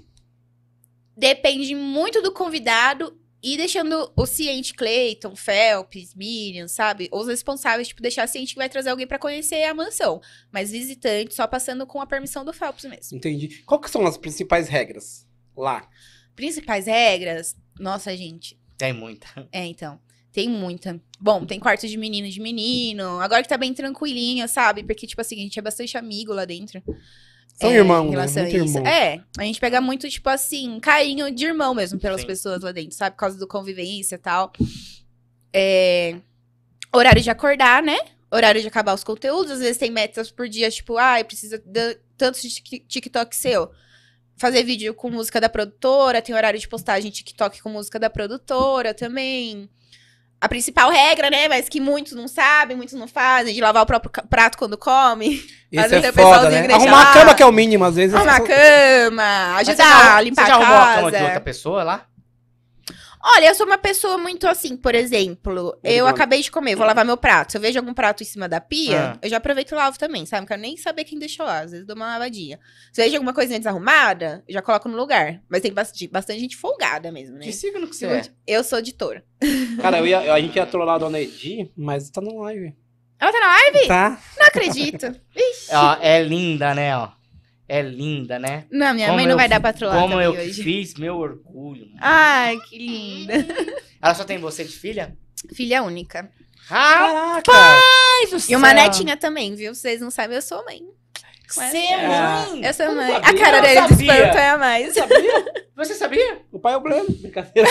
Depende muito do convidado e deixando o ciente Clayton, Phelps, Miriam, sabe? Os responsáveis, tipo, deixar ciente que vai trazer alguém pra conhecer a mansão. Mas visitante só passando com a permissão do Phelps mesmo.
Entendi. Qual que são as principais regras lá?
Principais regras, nossa, gente,
Tem muita.
É, então. Tem muita. Bom, tem quarto de menino e de menino. Agora que tá bem tranquilinha, sabe? Porque, tipo assim, a gente é bastante amigo lá dentro.
São
É,
irmãos,
em
né?
relação
Muito
a isso.
irmão.
É, a gente pega muito, tipo assim, carinho de irmão mesmo pelas
Sim.
pessoas lá dentro, sabe? Por causa do convivência e tal. É, Horário de acordar, né? Horário de acabar os conteúdos. Às vezes tem metas por dia, tipo, ai, precisa de tantos de tik- TikTok seu. Fazer vídeo com música da produtora, tem horário de postagem TikTok com música da produtora também. A principal regra, né? Mas que muitos não sabem, muitos não fazem, de lavar o próprio ca- prato quando come. Às
Isso
vezes
é
o pessoalzinho
foda, né?
igreja-
Arrumar
Ah,
a cama que é o mínimo, às vezes.
Arrumar a cama,
Mas
ajudar
você já-
a limpar
você já
a
arrumou a cama de
casa.
outra pessoa lá?
Olha, eu sou uma pessoa muito assim, por exemplo, eu
Obrigado.
acabei de comer, vou lavar meu prato. Se eu vejo algum prato em cima da pia,
Ah.
eu já aproveito e lavo também, sabe? Não quero nem saber quem deixou lá, às vezes dou uma lavadinha. Se eu vejo alguma coisinha desarrumada, eu já coloco no lugar. Mas tem bastante, bastante gente folgada mesmo, né?
Que signo que você é?
Eu sou de touro.
Cara, eu ia- eu- a gente ia trollar a dona Edi, mas tá no live.
Ela tá na live?
Tá?
Não acredito.
<laughs> Ó, é linda, né, ó. É linda, né?
Não, minha
Como
mãe não
eu
vai
fi-
dar pra trollar
Como
também
eu que
hoje. Ah.
fiz meu orgulho. mano.
Ai, que linda.
Ela só tem você de filha?
Filha única. Ah!
Caraca!
E uma netinha também, viu? Vocês não sabem, eu sou mãe.
Você
é
é mãe?
Eu sou mãe.
sabia,
A cara
eu
dele de
sabia.
espanto é a mais.
Você sabia?
O pai é o Breno. Brincadeira.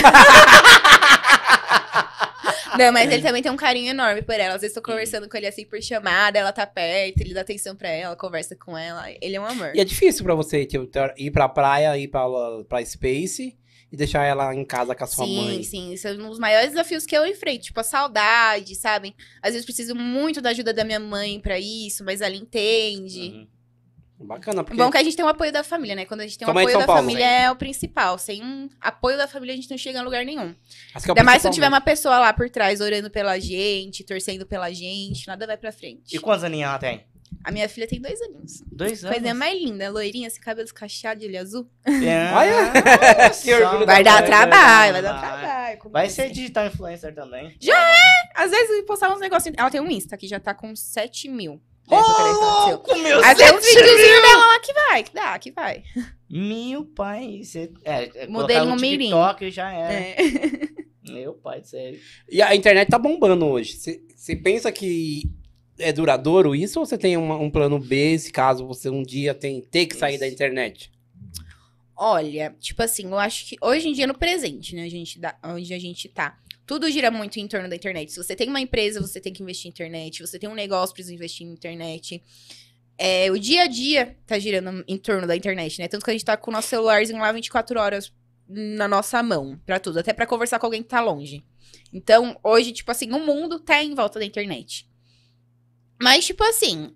Não, mas ele também tem um carinho enorme por ela. Às vezes tô conversando com ele assim por chamada, ela tá perto, ele dá atenção pra ela, conversa com ela. Ele é um amor.
E é difícil pra você tipo, ter- ir pra praia, ir pra, pra Space e deixar ela em casa com a sua
Sim,
mãe.
sim, isso é um dos maiores desafios que eu enfrento, tipo a saudade, sabem? Às vezes preciso muito da ajuda da minha mãe pra isso, mas ela entende.
Uhum.
Bacana,
É
porque.
Bom que a gente tem o apoio da família, né? Quando a gente tem o
Uhum. Sua mãe é de
apoio da
São Paulo,
família é o principal. Sem um apoio da família a gente não chega em lugar nenhum.
acho que é o
Ainda mais se
principal,
não tiver
né?
uma pessoa lá por trás orando pela gente, torcendo pela gente, nada vai pra frente.
E quantos aninhos ela tem?
A minha filha tem dois aninhos.
Dois anos.
Coisinha mais linda, é loirinha, esse cabelo escachado de olho azul.
É.
Olha! Que orgulho
Nossa,
da
Vai dar
mulher,
trabalho, vai
vai
dar
dar
trabalho. como
Vai
que
ser digital influencer também.
Já Às vezes eu postava uns negocinhos. Ela tem um Insta que já tá com 7 mil.
Ô,
Aí eu falei, aconteceu.
louco, meu
Aí tem uns
sete
videozinhos dela lá que vai, que dá, que vai.
Meu pai, você... É, é, colocar
Modelinho
no
mirim.
TikTok e já era.
É.
Meu pai, sério.
E a internet tá bombando hoje. Você pensa que é duradouro isso ou você tem uma- um plano B se caso você um dia tem, ter que sair
Isso.
da internet?
Olha, tipo assim, eu acho que hoje em dia no presente, né, a gente dá, onde a gente tá, tudo gira muito em torno da internet. Se você tem uma empresa, você tem que investir em internet. Se você tem um negócio, precisa investir em internet. É, o dia a dia tá girando em torno da internet, né? Tanto que a gente tá com o nosso celularzinho lá 24 horas na nossa mão pra tudo, até pra conversar com alguém que tá longe. Então, hoje, tipo assim, o mundo tá em volta da internet. Mas, tipo assim,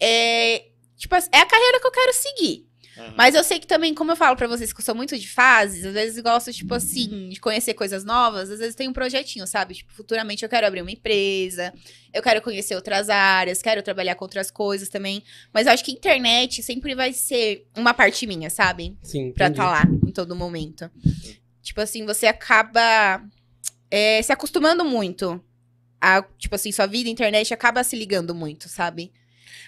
é, tipo, assim, é a carreira que eu quero seguir.
Uhum.
Mas eu sei que também, como eu falo pra vocês que eu sou muito de fases, às vezes gosto, tipo assim, de conhecer coisas novas, às vezes tem um projetinho, sabe? Tipo, futuramente eu quero abrir uma empresa, eu quero conhecer outras áreas, quero trabalhar com outras coisas também. Mas eu acho que internet sempre vai ser uma parte minha, sabe?
Sim,
Pra
entendi. Uhum.
estar lá em todo momento. Tipo assim, você acaba é, se acostumando muito. A, tipo assim, sua vida, internet, acaba se ligando muito, sabe?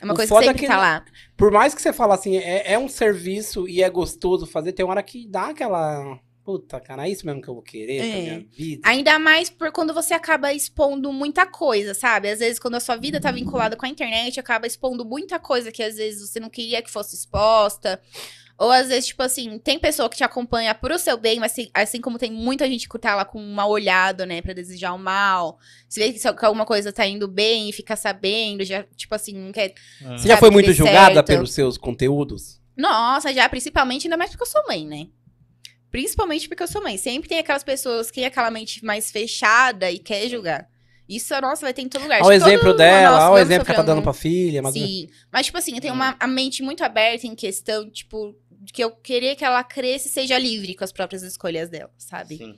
É uma
O
coisa que
foda é
sempre
que
tá
não-
lá.
Por mais que você fala assim, é, é um serviço e é gostoso fazer, tem hora que dá aquela. Puta, cara, é isso mesmo que eu vou querer pra
É.
minha vida.
Ainda mais por quando você acaba expondo muita coisa, sabe? Às vezes, quando a sua vida tá vinculada com a internet, acaba expondo muita coisa que às vezes você não queria que fosse exposta. Ou às vezes, tipo assim, tem pessoa que te acompanha pro seu bem, mas assim, assim como tem muita gente que tá lá com um mal olhado, né, pra desejar o mal. Se vê que se- que alguma coisa tá indo bem e fica sabendo, já, tipo assim, não quer.
Uhum.
Você já
sabe
foi muito
dê
julgada
certo.
pelos seus conteúdos?
Nossa, já, principalmente, ainda mais porque eu sou mãe, né? Principalmente porque eu sou mãe. Sempre tem aquelas pessoas que tem aquela mente mais fechada e quer julgar. Isso, nossa, vai ter em todo lugar.
Olha o
Acho que
exemplo
todo
dela,
nosso
olha o
mesmo
exemplo que ela tá
sofrendo
dando pra filha. Mas...
um Sim. Mas, tipo assim, eu tenho uma a mente muito aberta em questão, tipo, de que eu querer que ela cresça e seja livre com as próprias escolhas dela, sabe?
Sim.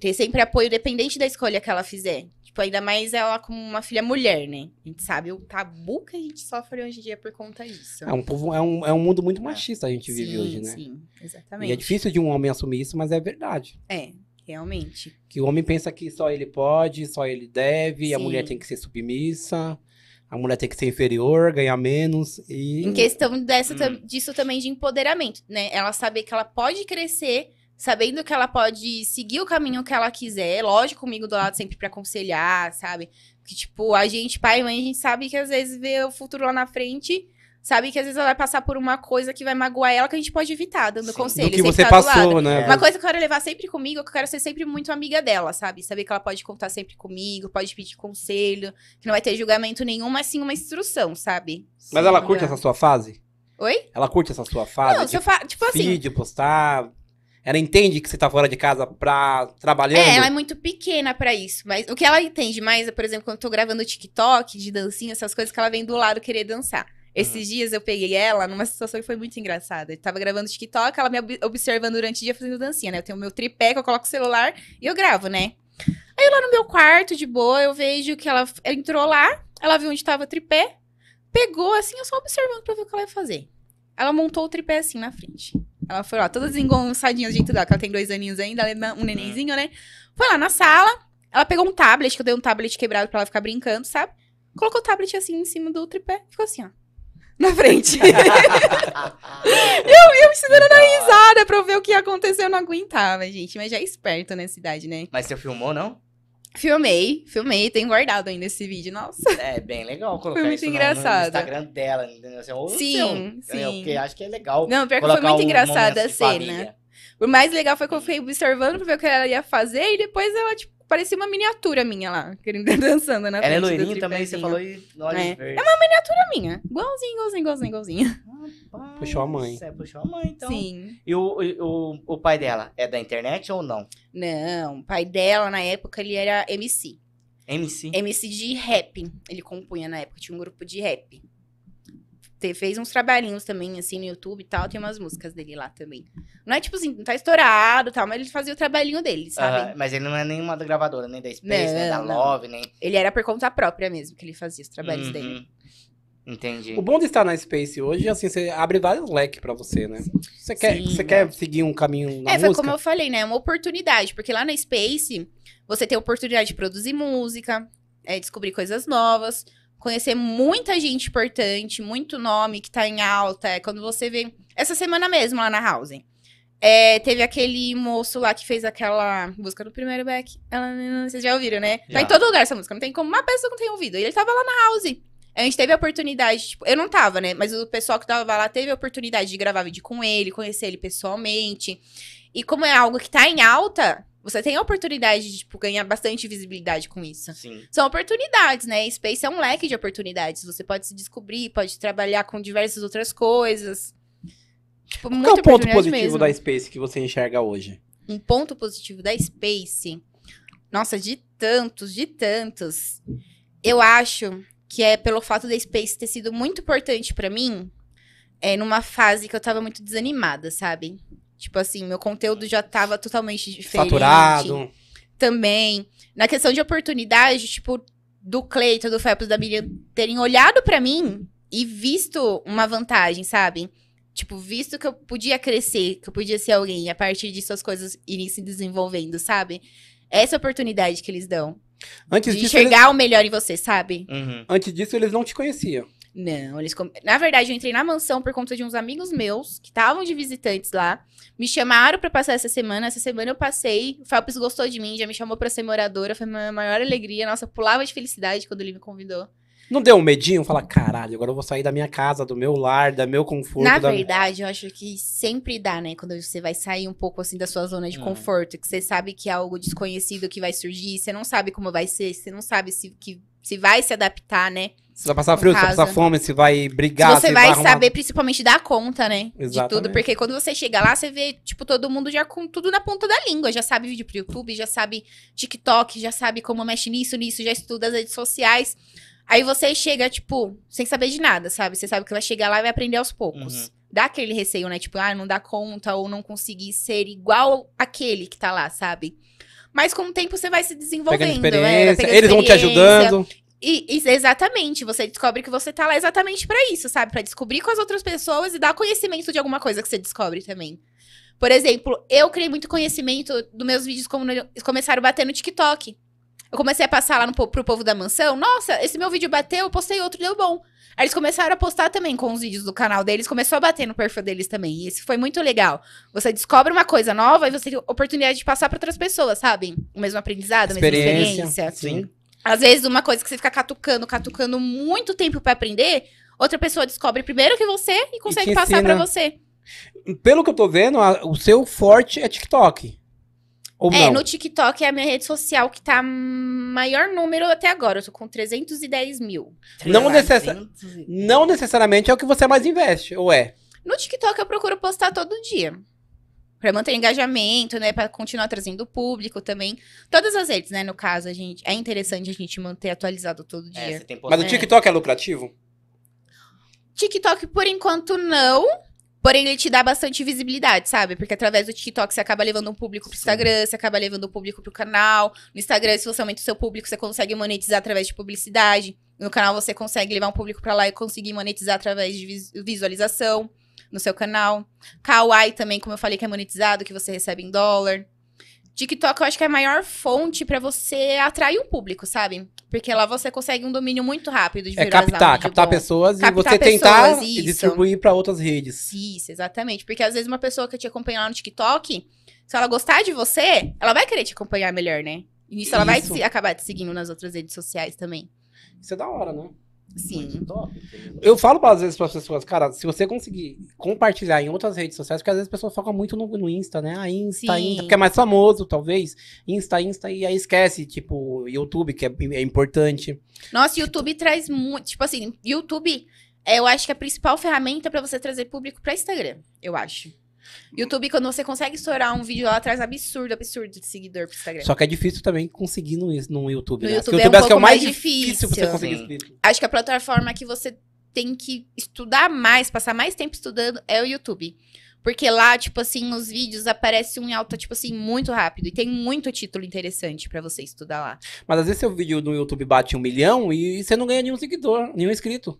Ter sempre apoio, dependente da escolha que ela fizer. Tipo, ainda mais ela como uma filha mulher, né? A gente sabe o tabu que a gente sofre hoje em dia por conta disso.
É um, povo, é, um, é um mundo muito machista a gente vive hoje, né?
Ah, Sim, exatamente.
E é difícil de um homem assumir isso, mas é verdade.
É, realmente.
Que o homem pensa que só ele pode, só ele deve, a
Sim.
mulher tem que ser submissa, a mulher tem que ser inferior, ganhar menos e.
Em questão dessa, tam-
Hum.
disso também de empoderamento, né? Ela saber que ela pode crescer, sabendo que ela pode seguir o caminho que ela quiser. Lógico, comigo do lado sempre pra aconselhar, sabe? Porque, tipo, a gente, pai e mãe, a gente sabe que às vezes vê o futuro lá na frente, sabe que às vezes ela vai passar por uma coisa que vai magoar ela que a gente pode evitar, dando
Sim, do
conselho.
do que
sempre
você
tá do lado.
passou, né?
É.
Uma coisa que eu quero levar sempre comigo é que eu quero ser sempre muito amiga dela, sabe? Saber que ela pode contar sempre comigo, pode pedir conselho, que não vai ter julgamento nenhum, mas sim uma instrução, sabe?
Mas ela curte essa sua fase?
Oi?
Ela curte essa sua fase?
Não, se eu
tipo,
fa... tipo assim.
vídeo, postar. Ela entende que você tá fora de casa pra trabalhando.
É, ela é muito pequena pra isso, mas o que ela entende mais é, por exemplo, quando eu tô gravando TikTok de dancinha, essas coisas que ela vem do lado querer dançar. Esses dias eu peguei ela numa situação que foi muito engraçada. Eu tava gravando TikTok, ela me ob- observando durante o dia fazendo dancinha, né? Eu tenho meu tripé que eu coloco o celular e eu gravo, né? Aí lá no meu quarto, de boa, eu vejo que ela f- ela entrou lá, ela viu onde tava o tripé, pegou assim, eu só observando pra ver o que ela ia fazer. Ela montou o tripé assim na frente. Ela foi lá, toda desengonçadinha do jeito dela, que ela tem dois aninhos ainda, ela é ma- um nenenzinho, né? Foi lá na sala, ela pegou um tablet, que eu dei um tablet quebrado pra ela ficar brincando, sabe? Colocou o tablet assim em cima do tripé, ficou assim, ó. Na frente.
eu, eu ensinando na risada.
<laughs> Nada pra eu ver o que ia acontecer, eu não aguentava, gente. Mas já é esperto nessa idade, né?
Mas você filmou, não?
Filmei, filmei, tenho guardado ainda esse vídeo, nossa.
É bem legal colocar
Foi muito
isso no- no
engraçado.
Instagram dela, entendeu? Assim, ou no
Sim,
seu. Eu,
sim.
porque acho que é legal.
Não, pior que foi
colocar
muito
o momento
engraçada a
de
cena.
família.
O mais legal foi que eu fiquei observando pra ver o que ela ia fazer e depois ela, tipo, parecia uma miniatura minha lá, <laughs> querendo dançando na
Ela é
frente do
loirinha também, você
tripézinho.
falou e nós
É.
verde.
Miniatura minha. Igualzinho, igualzinho, igualzinho, igualzinho.
Rapaz,
Puxou a mãe.
É, puxou a mãe, então.
Sim.
E o, o, o pai dela é da internet ou não?
Não, o pai dela, na época, ele era MC.
MC.
MC de rap. Ele compunha na época, tinha um grupo de rap. Te- Fez uns trabalhinhos também, assim, no YouTube e tal. Tem umas músicas dele lá também. Não é tipo assim, não tá estourado e tal, mas ele fazia o trabalhinho dele, sabe?
Ah, mas ele não é nenhuma da gravadora, nem da Space,
Não,
nem da
não.
Love, nem.
Ele era por conta própria mesmo que ele fazia os trabalhos
Uhum.
dele.
Entendi.
O bom de estar na Space hoje, assim, você abre vários leques pra você, né? Você quer,
Sim.
você quer seguir um caminho na
é, foi
música?
como eu falei, né? É uma oportunidade, porque lá na Space você tem a oportunidade de produzir música, é, descobrir coisas novas, conhecer muita gente importante, muito nome que tá em alta. É quando você vê. Essa semana mesmo, lá na Housing. é, teve aquele moço lá que fez aquela música do primeiro back. Ela- Vocês já ouviram, né? Tá
Já.
em todo lugar essa música. Não tem como uma pessoa que não tenha ouvido. E ele tava lá na Housing. A gente teve a oportunidade, tipo, eu não tava, né? Mas o pessoal que tava lá teve a oportunidade de gravar vídeo com ele, conhecer ele pessoalmente. E como é algo que tá em alta, você tem a oportunidade de, tipo, ganhar bastante visibilidade com isso.
Sim.
São oportunidades, né? Space é um leque de oportunidades. Você pode se descobrir, pode trabalhar com diversas outras coisas. Tipo,
Qual
muita
que é o ponto
oportunidade
positivo
mesmo.
da Space que você enxerga hoje?
Um ponto positivo da Space. Nossa, de tantos, de tantos. Eu acho que é pelo fato da Space ter sido muito importante pra mim, é numa fase que eu tava muito desanimada, sabe? Tipo assim, meu conteúdo já tava totalmente diferente
Faturado.
também. Na questão de oportunidade, tipo, do Cleiton, do Felps, da Miriam terem olhado pra mim e visto uma vantagem, sabe? Tipo, visto que eu podia crescer, que eu podia ser alguém, e a partir disso as coisas irem se desenvolvendo, sabe? É Essa oportunidade que eles dão.
Antes
De
disso, eles,
enxergar o melhor em você, sabe?
Uhum.
antes disso, eles não te conheciam.
Não, eles. com- Na verdade, eu entrei na mansão por conta de uns amigos meus que estavam de visitantes lá. Me chamaram pra passar essa semana. Essa semana eu passei. O Felps gostou de mim, já me chamou pra ser moradora. Foi a minha maior alegria. Nossa, eu pulava de felicidade quando ele me convidou.
Não deu um medinho? Falar, caralho, agora eu vou sair da minha casa, do meu lar, do meu conforto.
na
da-
verdade, eu acho que sempre dá, né? Quando você vai sair um pouco assim da sua zona de
É.
conforto, que você sabe que é algo desconhecido que vai surgir, você não sabe como vai ser, você não sabe se, que, se vai se adaptar, né?
Se vai passar frio, se vai
casa.
passar fome, se vai brigar,
se você
se
vai
arrumar-
saber principalmente dar conta, né? De
Exatamente.
tudo, porque quando você chega lá, você vê, tipo, todo mundo já com tudo na ponta da língua, já sabe vídeo pro YouTube, já sabe TikTok, já sabe como mexe nisso, nisso, já estuda as redes sociais. Aí você chega, tipo, sem saber de nada, sabe? Você sabe que vai chegar lá e vai aprender aos poucos.
Uhum.
Dá aquele receio, né? Tipo, ah, não dá conta ou não conseguir ser igual aquele que tá lá, sabe? Mas com o tempo você vai se desenvolvendo,
Pegando
né?
experiência,
Pegando
eles vão te
experiência.
ajudando.
E, e- exatamente, você descobre que você tá lá exatamente pra isso, sabe? Pra descobrir com as outras pessoas e dar conhecimento de alguma coisa que você descobre também. Por exemplo, eu criei muito conhecimento dos meus vídeos quando eles começaram a bater no TikTok. Eu comecei a passar lá no, po- pro povo da mansão. Nossa, esse meu vídeo bateu, eu postei outro, deu bom. Aí eles começaram a postar também com os vídeos do canal deles, começou a bater no perfil deles também. E isso foi muito legal. Você descobre uma coisa nova e você tem oportunidade de passar pra outras pessoas, sabe? O mesmo aprendizado, a mesma
Experiência.
experiência.
Sim.
Às vezes, uma coisa que você fica catucando, catucando muito tempo pra aprender, outra pessoa descobre primeiro que você e consegue
te
passar
ensina.
pra você.
Pelo que eu tô vendo, a- o seu forte é TikTok. Ou
É,
não?
no TikTok é a minha rede social que tá maior número até agora. Eu tô com 310 mil.
Não necessa-
300
um
e-
Não necessariamente é o que você mais investe, ou é?
No TikTok eu procuro postar todo dia. Pra manter engajamento, né? Pra continuar trazendo público também. Todas as redes, né? No caso, a gente, é interessante a gente manter atualizado todo dia.
É, você tem
Mas o
postagem.
TikTok é lucrativo?
TikTok, por enquanto, não. Porém, ele te dá bastante visibilidade, sabe? Porque através do TikTok você acaba levando um público pro Instagram, você acaba levando um público pro canal. No Instagram, se você aumenta o seu público, você consegue monetizar através de publicidade. No canal, você consegue levar um público pra lá e conseguir monetizar através de vis- visualização no seu canal. Kawaii também, como eu falei, que é monetizado, que você recebe em dólar. TikTok, eu acho que é a maior fonte pra você atrair um público, sabe? Porque lá você consegue um domínio muito rápido de
É
viralizar um
captar,
vídeo
captar
bom.
pessoas e
Captar
você tentar
pessoas,
e
isso.
distribuir pra outras redes.
Isso, exatamente. Porque às vezes uma pessoa que te acompanha lá no TikTok, se ela gostar de você, ela vai querer te acompanhar melhor, né? E nisso ela vai
Isso.
se- acabar te seguindo nas outras redes sociais também.
Isso é da hora, né?
É, Sim.
Top.
Eu falo pra- às vezes para as pessoas, cara, se você conseguir compartilhar em outras redes sociais, porque às vezes a pessoa foca muito no, no Insta, né? Ah, Insta,
Sim.
Insta, porque é mais famoso, talvez. Insta, Insta, e aí esquece, tipo, YouTube, que é, é importante.
Nossa, YouTube traz muito. Tipo assim, YouTube, é, eu acho que é a principal ferramenta pra você trazer público pra Instagram, eu acho. YouTube, quando você consegue estourar um vídeo lá, traz absurdo, absurdo de seguidor pro Instagram.
Só que é difícil também conseguir no, no YouTube,
No
né?
YouTube
Porque
é
o
um
YouTube acho que é o
pouco
mais
mais
difícil pra você
difícil.
conseguir
Sim.
inscrito.
Acho que a plataforma que você tem que estudar mais, passar mais tempo estudando é o YouTube. Porque lá, tipo assim, os vídeos aparecem um em alta, tipo assim, muito rápido. E tem muito título interessante pra você estudar lá.
Mas às vezes seu vídeo no YouTube bate um milhão e você não ganha nenhum seguidor, nenhum inscrito.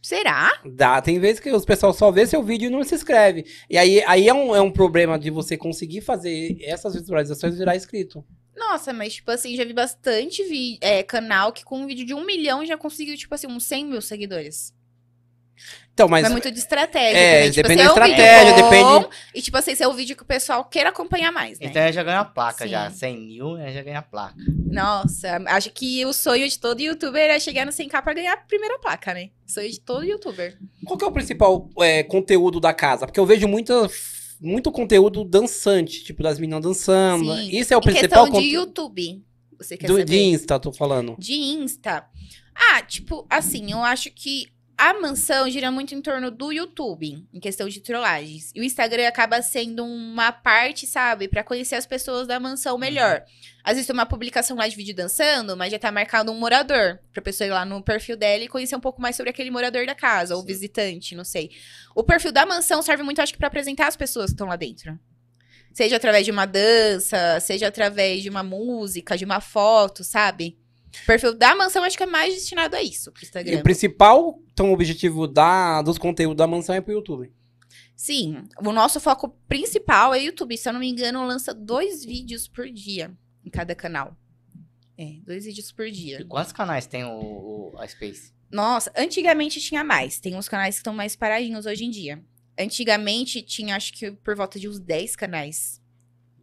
Será?
Dá, tem vezes que os pessoal só vê seu vídeo e não se inscreve. E aí, aí é, um, é um problema de você conseguir fazer essas visualizações virar inscrito.
Nossa, mas, tipo assim, já vi bastante vi é, canal que com um vídeo de um milhão já conseguiu, tipo assim, uns 100 mil seguidores.
Então, mas.
Vai muito de estratégia.
É,
também. assim,
depende da
é um vídeo
estratégia,
bom, E, tipo assim, esse é o vídeo que o pessoal queira acompanhar mais, né?
Então eu já ganho a placa
Sim.
já. 100 mil, eu já ganho a placa.
Nossa, acho que o sonho de todo youtuber é chegar no 100k pra ganhar a primeira placa, né? O sonho de todo youtuber.
Qual que é o principal é, conteúdo da casa? Porque eu vejo muita, muito conteúdo dançante, tipo das meninas dançando.
Sim.
Isso é o
em questão
principal
de
conteúdo
YouTube, você quer
do
saber?
de Insta, tô falando.
De Insta. Ah, tipo, assim, eu acho que a mansão gira muito em torno do YouTube, em questão de trollagens. E o Instagram acaba sendo uma parte, sabe, pra conhecer as pessoas da mansão
Uhum.
melhor. Às vezes tem uma publicação lá de vídeo dançando, mas já tá marcado um morador, pra pessoa ir lá no perfil dela e conhecer um pouco mais sobre aquele morador da casa, ou visitante, não sei. O perfil da mansão serve muito, acho que, pra apresentar as pessoas que estão lá dentro. Seja através de uma dança, seja através de uma música, de uma foto, sabe? O perfil da mansão acho que é mais destinado a isso, pro
E
Instagram.
o principal então, objetivo da, dos conteúdos da mansão é pro YouTube.
Sim, o nosso foco principal é YouTube. Se eu não me engano, lança dois vídeos por dia em cada canal. É, dois vídeos por
E
dia.
quantos canais tem o, o- a Space?
Nossa, antigamente tinha mais. Tem uns canais que estão mais paradinhos hoje em dia. Antigamente tinha, acho que por volta de uns 10 canais.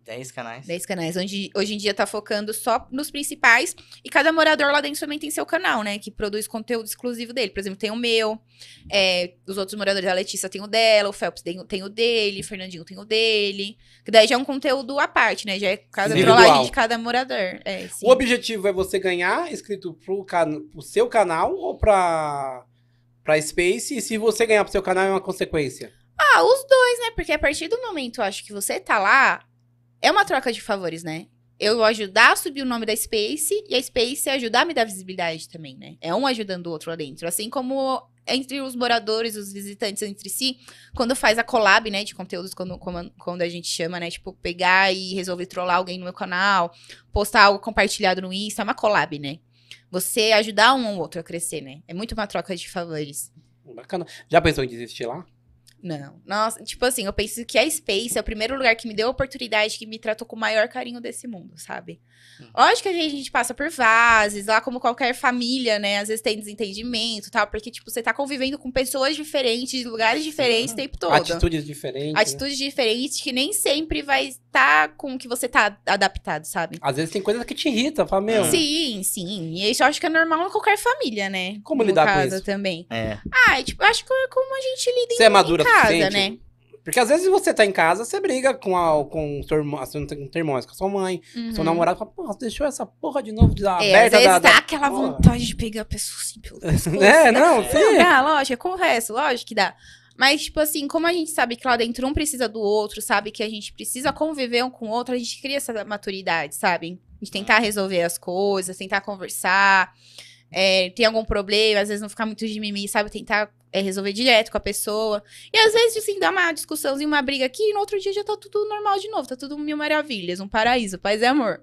10 canais?
10 canais, onde hoje em dia tá focando só nos principais. E cada morador lá dentro também tem seu canal, né? Que produz conteúdo exclusivo dele. Por exemplo, tem o meu, é, os outros moradores, a Letícia tem o dela, o Phelps tem, o- tem o dele, o Fernandinho tem o dele. Que daí já é um conteúdo à parte, né? Já é cada
Individual.
trollagem de cada morador. É, sim.
O objetivo é você ganhar inscrito pro, can, pro seu canal ou pra, pra Space. E se você ganhar pro seu canal é uma consequência.
Ah, os dois, né? Porque a partir do momento, eu acho que você tá lá, é uma troca de favores, né? Eu ajudar a subir o nome da Space e a Space ajudar a me dar visibilidade também, né? É um ajudando o outro lá dentro. Assim como entre os moradores, os visitantes entre si, quando faz a collab, né, de conteúdos, quando, como- quando a gente chama, né, tipo, pegar e resolver trollar alguém no meu canal, postar algo compartilhado no Insta, é uma collab, né? Você ajudar um ao outro a crescer, né? É muito uma troca de favores.
Bacana. Já pensou em desistir lá?
Não. Nossa, tipo assim, eu penso que a Space é o primeiro lugar que me deu a oportunidade, que me tratou com o maior carinho desse mundo, sabe?
Hum.
Lógico que a gente, a gente passa por fases, lá como qualquer família, né? Às vezes tem desentendimento e tal, porque, tipo, você tá convivendo com pessoas diferentes, de lugares diferentes o tempo todo.
Atitudes diferentes. né?
Atitudes diferentes que nem sempre vai estar com o que você tá adaptado, sabe?
Às vezes tem coisas que te irritam, fala, meu.
Sim, sim. E isso eu acho que é normal em qualquer família, né?
Como
No
lidar com
caso
isso?
também.
É.
Ah, é, tipo, eu acho que é como a gente lida em,
Você é madura
em casa,
suficiente?
né?
Porque às vezes você tá em casa, você briga com, a, com sua irmã, assim, não tem- com teu irmão, mas com a sua mãe, seu
Uhum.
namorado, fala, porra, deixou essa porra de novo da
É, às
aberta
vezes
da.
dá
<laughs> da...
aquela
Porra.
vontade de pegar a pessoa assim
<laughs>
pelo pescoço. <laughs> dá-
É, não, sim.
Não, dá, "Ah, lógico, com o resto, lógico que dá. Mas, tipo assim, como a gente sabe que lá dentro um precisa do outro, sabe que a gente precisa conviver um com o outro, a gente cria essa maturidade, sabe? De tentar resolver as coisas, tentar conversar. é, tem algum problema, às vezes não ficar muito de mimimi, sabe? Tentar é, resolver direto com a pessoa. E às vezes, assim, dá uma discussãozinha, uma briga aqui, e no outro dia já tá tudo normal de novo, tá tudo mil maravilhas, um paraíso, paz e amor.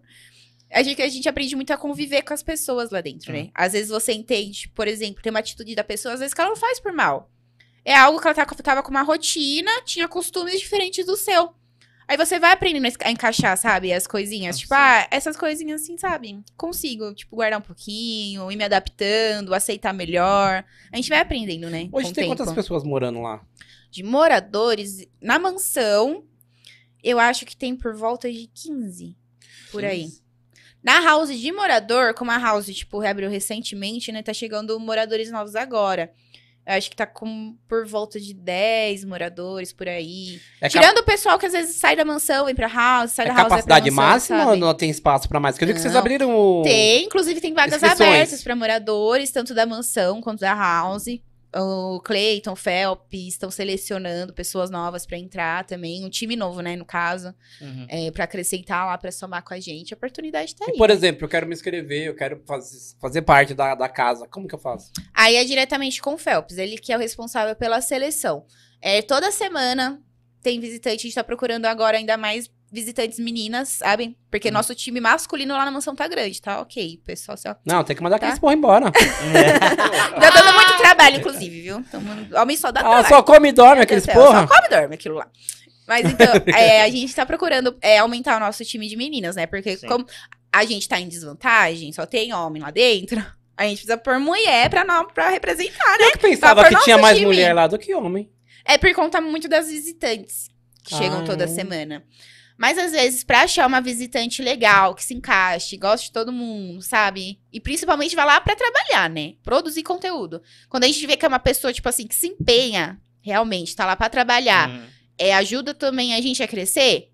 Acho que a gente aprende muito a conviver com as pessoas lá dentro, né? Às vezes você entende, por exemplo, tem uma atitude da pessoa, às vezes que ela não faz por mal. É algo que ela tá, com- tava com uma rotina, tinha costumes diferentes do seu. Aí você vai aprendendo a es- a encaixar, sabe, as coisinhas.
Ah,
tipo,
sim.
ah, essas coisinhas assim, sabe? Consigo, tipo, guardar um pouquinho, ir me adaptando, aceitar melhor. A gente vai aprendendo, né? com
Hoje
o
tem
tempo
quantas pessoas morando lá?
de moradores na mansão, eu acho que tem por volta de 15 por aí. Na house de morador, como a house, tipo, reabriu recentemente, né? Tá chegando moradores novos agora. Eu acho que tá com por volta de 10 moradores por aí.
É, cap-
Tirando o pessoal que às vezes sai da mansão, vem pra house, sai
é
da house, vai pra
capacidade
mansão,
máxima
sabe?
ou não tem espaço pra mais? Porque eu vi que vocês
Não.
abriram o.
Tem, inclusive tem vagas
Tipo, inscrições.
abertas para moradores, tanto da mansão quanto da house. O Clayton, Phelps estão selecionando pessoas novas para entrar também, um time novo, né, no caso,
Uhum.
é, para acrescentar lá, para somar com a gente. A oportunidade tá aí.
E, por exemplo, eu quero me inscrever, eu quero faz- fazer parte da, da casa. Como que eu faço?
Aí é diretamente com o Phelps, ele que é o responsável pela seleção. É, toda semana tem visitante, a gente tá procurando agora ainda mais visitantes meninas, sabe? Porque
Uhum.
nosso time masculino lá na mansão tá grande, tá ok, pessoal. Só...
Não, tem que mandar
Tá.
aqueles
<laughs>
porra embora.
Tá dando muito trabalho, inclusive, viu? Então, homem só dá
ah,
trabalho.
só come e dorme
Meu
aqueles
Deus do céu,
porra.
É, Só come e dorme aquilo lá. Mas
<laughs>
então, é, a gente tá procurando é, aumentar o nosso time de meninas, né? Porque
Sim.
como a gente tá em desvantagem, só tem homem lá dentro.
A gente precisa pôr mulher pra, não, pra representar, né?
Eu que pensava
Pra
que
nosso
tinha mais
time.
mulher lá do que homem.
É por conta muito das visitantes que chegam
Ah,
toda
é.
semana. Mas às vezes, pra achar uma visitante legal, que se encaixe, goste de todo mundo, sabe? E principalmente vai lá pra trabalhar, né? Produzir conteúdo. Quando a gente vê que é uma pessoa, tipo assim, que se empenha realmente, tá lá pra trabalhar,
Hum.
é, ajuda também a gente a crescer,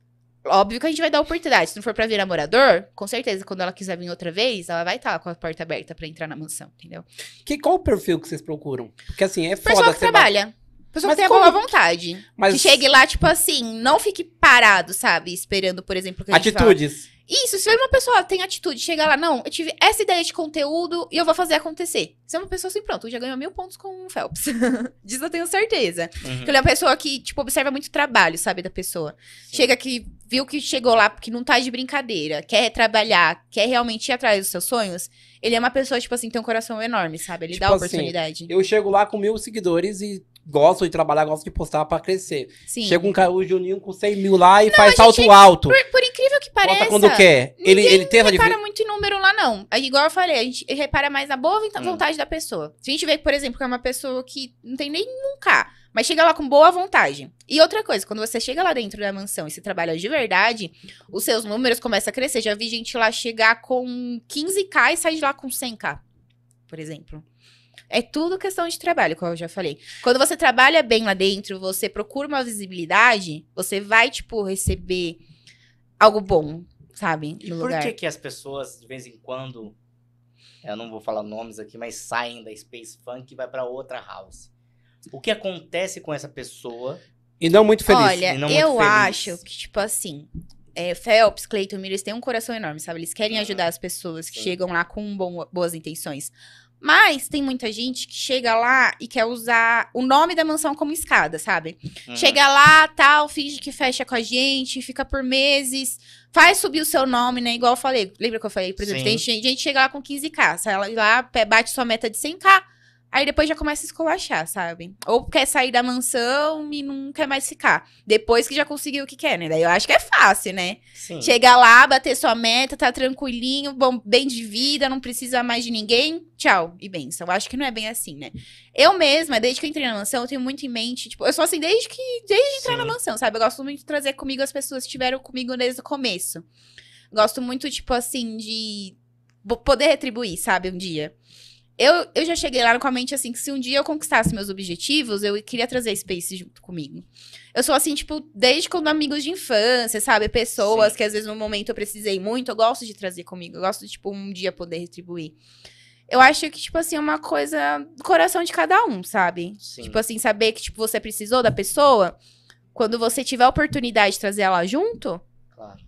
óbvio que a gente vai dar oportunidade. Se não for pra vir namorador, com certeza, quando ela quiser vir outra vez, ela vai estar com a porta aberta pra entrar na mansão, entendeu?
Que, qual o perfil que vocês procuram? Porque assim, é foda.
Pessoa que
você vai-
trabalha. Pessoa
Mas
que tem a
como
boa vontade.
mas
Que chegue lá, tipo assim, não fique parado, sabe? Esperando, por exemplo, que a gente fala.
Atitudes.
Isso, se uma pessoa tem atitude, chega lá, não, eu tive essa ideia de conteúdo e eu vou fazer acontecer. Se é uma pessoa assim, pronto, já ganhou mil pontos com o Phelps. <laughs> Disso eu tenho certeza.
Uhum.
Porque ele é uma pessoa que, tipo, observa muito o trabalho, sabe, da pessoa. Chega que viu que chegou lá porque não tá de brincadeira, quer trabalhar, quer realmente ir atrás dos seus sonhos. Ele é uma pessoa, tipo assim, tem um coração enorme, sabe? Ele dá
Tipo assim,
oportunidade.
Eu chego lá com mil seguidores e gosto de trabalhar, gosto de postar pra crescer.
Sim.
Chega um cara, o Juninho com 100 mil lá e faz
a gente-
salto alto.
Por, por incrível que pareça.
Bota quando quer. Ele, ele tem essa
não repara
dificuldade.
muito em número lá, não. É igual eu falei, a gente repara mais na boa vont-
Hum.
vontade da pessoa. Se a gente vê, por exemplo, que é uma pessoa que não tem nem um K, mas chega lá com boa vontade. E outra coisa, quando você chega lá dentro da mansão e você trabalha de verdade, os seus números começam a crescer. Já vi gente lá chegar com 15K e sair de lá com 100K, por exemplo. É tudo questão de trabalho, como eu já falei. Quando você trabalha bem lá dentro, você procura uma visibilidade, você vai, tipo, receber algo bom, sabe?
E
no
por
lugar.
que que as pessoas, de vez em quando, eu não vou falar nomes aqui, mas saem da Space Funk e vai pra outra house? O que acontece com essa pessoa?
E não é muito feliz.
Olha,
e não muito
eu
feliz.
acho que, tipo assim, é, Phelps, Clayton Miller, eles têm um coração enorme, sabe? Eles querem
Uhum.
ajudar as pessoas que
Sim.
chegam lá com bom- boas intenções. Mas tem muita gente que chega lá e quer usar o nome da mansão como escada, sabe?
Hum,
Chega lá, tal, finge que fecha com a gente, fica por meses, faz subir o seu nome, né? Igual eu falei, lembra que eu falei, por exemplo,
Sim.
tem gente, gente que chega lá com 15k, sai lá- lá, pe- bate sua meta de 100k, aí depois já começa a escolachar, sabe? Ou quer sair da mansão e não quer mais ficar. Depois que já conseguiu o que quer, né? Daí eu acho que é fácil, né?
Sim.
Chega lá, bater sua meta, tá tranquilinho, bom, bem de vida, não precisa mais de ninguém. Tchau e benção. Eu Acho que não é bem assim, né? Eu mesma, desde que eu entrei na mansão, eu tenho muito em mente, tipo, eu sou assim desde que desde de entrar na
Sim.
mansão, sabe? Eu gosto muito de trazer comigo as pessoas que estiveram comigo desde o começo. Gosto muito, tipo assim, de bo- poder retribuir, sabe, um dia. Eu, eu já cheguei lá com a mente assim, que se um dia eu conquistasse meus objetivos, eu queria trazer a Space junto comigo. Eu sou assim, tipo, desde quando amigos de infância, sabe? Pessoas
Sim.
que às vezes no momento eu precisei muito, eu gosto de trazer comigo. Eu gosto de, tipo, um dia poder retribuir. Eu acho que, tipo assim, é uma coisa do coração de cada um, sabe?
Sim.
Tipo assim, saber que, tipo, você precisou da pessoa. Quando você tiver a oportunidade de trazer ela junto,
Claro.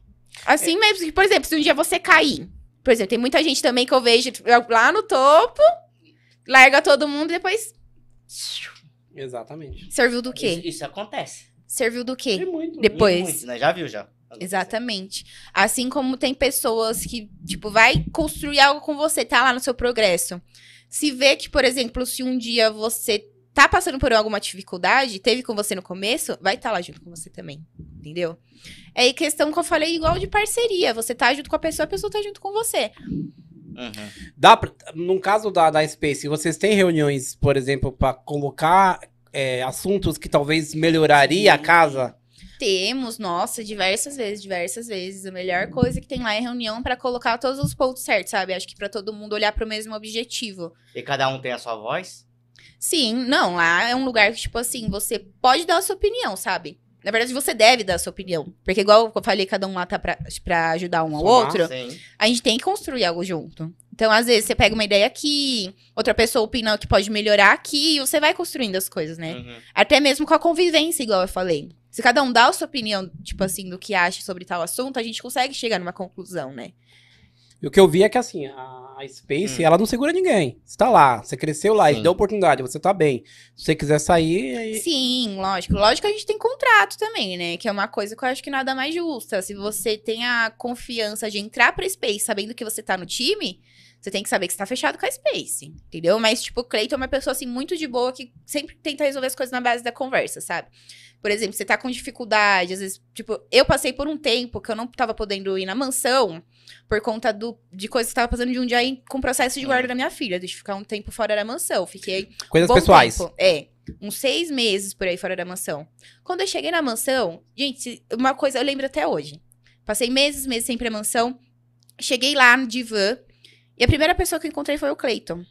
assim mesmo. que, Por exemplo, se um dia você cair. Por exemplo, tem muita gente também que eu vejo lá no topo, larga todo mundo e depois.
Exatamente.
Serviu do
Isso,
quê?
isso acontece.
Serviu do
E
quê?
muito.
Depois- Pois.
Muito, né? Já viu, já. Acontecer.
Exatamente. Assim como tem pessoas que, tipo, vai construir algo com você, tá lá no seu progresso. Se vê que, por exemplo, se um dia você tá passando por alguma dificuldade, teve com você no começo, vai estar lá junto com você também, entendeu? É aí questão que eu falei igual de parceria. Você tá junto com a pessoa, a pessoa tá junto com você.
Uhum.
Dá pra, no caso da, da Space, vocês têm reuniões, por exemplo, pra colocar é, assuntos que talvez melhoraria a casa?
Temos, nossa, diversas vezes, diversas vezes. A melhor coisa que tem lá é reunião pra colocar todos os pontos certos, sabe? Acho que pra todo mundo olhar pro mesmo objetivo.
E cada um tem a sua voz?
Sim, não, lá é um lugar que, tipo assim, você pode dar a sua opinião, sabe? Na verdade, você deve dar a sua opinião. Porque, igual eu falei, cada um lá tá pra, pra ajudar um ao
Somar,
outro.
Sim.
A gente tem que construir algo junto. Então, às vezes, você pega uma ideia aqui, outra pessoa opina que pode melhorar aqui, e você vai construindo as coisas, né?
Uhum.
Até mesmo com a convivência, igual eu falei. Se cada um dá a sua opinião, tipo assim, do que acha sobre tal assunto, a gente consegue chegar numa conclusão, né?
E o que eu vi é que assim, a a Space,
Hum.
ela não segura ninguém. Você tá lá, você cresceu lá, e
Sim.
deu oportunidade, você tá bem. Se você quiser sair, é aí...
Sim, lógico. Lógico que a gente tem contrato também, né? Que é uma coisa que eu acho que nada mais justa. Se você tem a confiança de entrar pra Space sabendo que você tá no time, você tem que saber que você tá fechado com a Space, entendeu? Mas, tipo, o Cleiton é uma pessoa, assim, muito de boa que sempre tenta resolver as coisas na base da conversa, sabe? Por exemplo, você tá com dificuldade, às vezes, tipo, eu passei por um tempo que eu não tava podendo ir na mansão. Por conta do, de coisas que eu tava passando de um dia aí com o processo de guarda da minha filha. Deixa eu ficar um tempo fora da mansão. Fiquei
Coisas
bom
pessoais.
tempo. É. Uns seis meses por aí fora da mansão. Quando eu cheguei na mansão, gente, se- uma coisa eu lembro até hoje. Passei meses, meses sem ir pra mansão. Cheguei lá no divã. E a primeira pessoa que eu encontrei foi o Cleiton.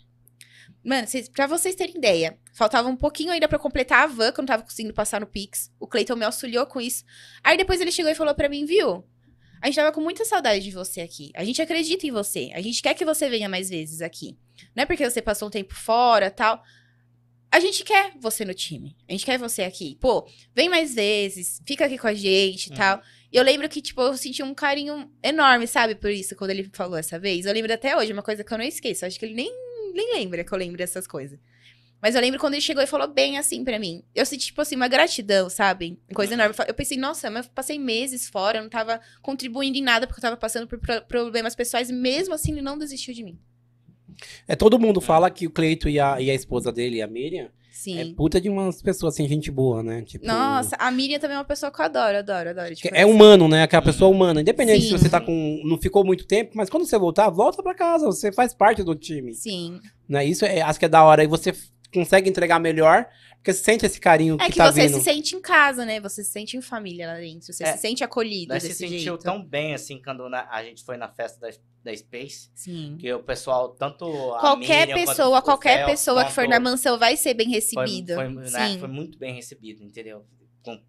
Mano, vocês, pra vocês terem ideia, faltava um pouquinho ainda pra eu completar a van, que eu não tava conseguindo passar no Pix. O Cleiton me auxiliou com isso. Aí depois ele chegou e falou pra mim, viu? A gente tava com muita saudade de você aqui. A gente acredita em você. A gente quer que você venha mais vezes aqui. Não é porque você passou um tempo fora tal. A gente quer você no time. A gente quer você aqui. Pô, vem mais vezes, fica aqui com a gente e
Uhum.
tal. E eu lembro que, tipo, eu senti um carinho enorme, sabe, por isso, quando ele falou essa vez. Eu lembro até hoje, uma coisa que eu não esqueço. Acho que ele nem, nem lembra que eu lembro dessas coisas. Mas eu lembro quando ele chegou e falou bem assim pra mim. Eu senti, tipo assim, uma gratidão, sabe? Uma Coisa enorme. Eu fa- Eu pensei, nossa, mas eu passei meses fora, eu não tava contribuindo em nada porque eu tava passando por pro- problemas pessoais, mesmo assim ele não desistiu de mim.
É, todo mundo fala que o Cleito e a, e a esposa dele, a Miriam, é
Sim.
puta de umas pessoas assim, gente boa, né? Tipo,
Nossa, a Miriam também é uma pessoa que eu adoro, adoro, adoro.
que
tipo,
É humano, né? Aquela
Uhum.
pessoa humana. Independente
Sim.
se você tá com. Não ficou muito tempo, mas quando você voltar, volta pra casa. Você faz parte do time.
assim. Sim.
Né? Isso é, acho que é da hora. E você f- consegue entregar melhor, porque você sente esse carinho
É
que,
que,
tá
você
vindo.
se sente em casa, né? Você se sente em família lá dentro. Você
É.
se sente acolhido
Nós se
desse
sentiu
jeito.
tão bem assim quando na- a gente foi na festa da, da Space.
Sim.
Que o pessoal, tanto. a
Qualquer
Miriam quanto
pessoa,
o
qualquer
Fel,
pessoa que for
quanto-
na mansão vai ser bem
foi,
recebida.
foi, né,
Sim.
foi muito bem recebido, entendeu? Com,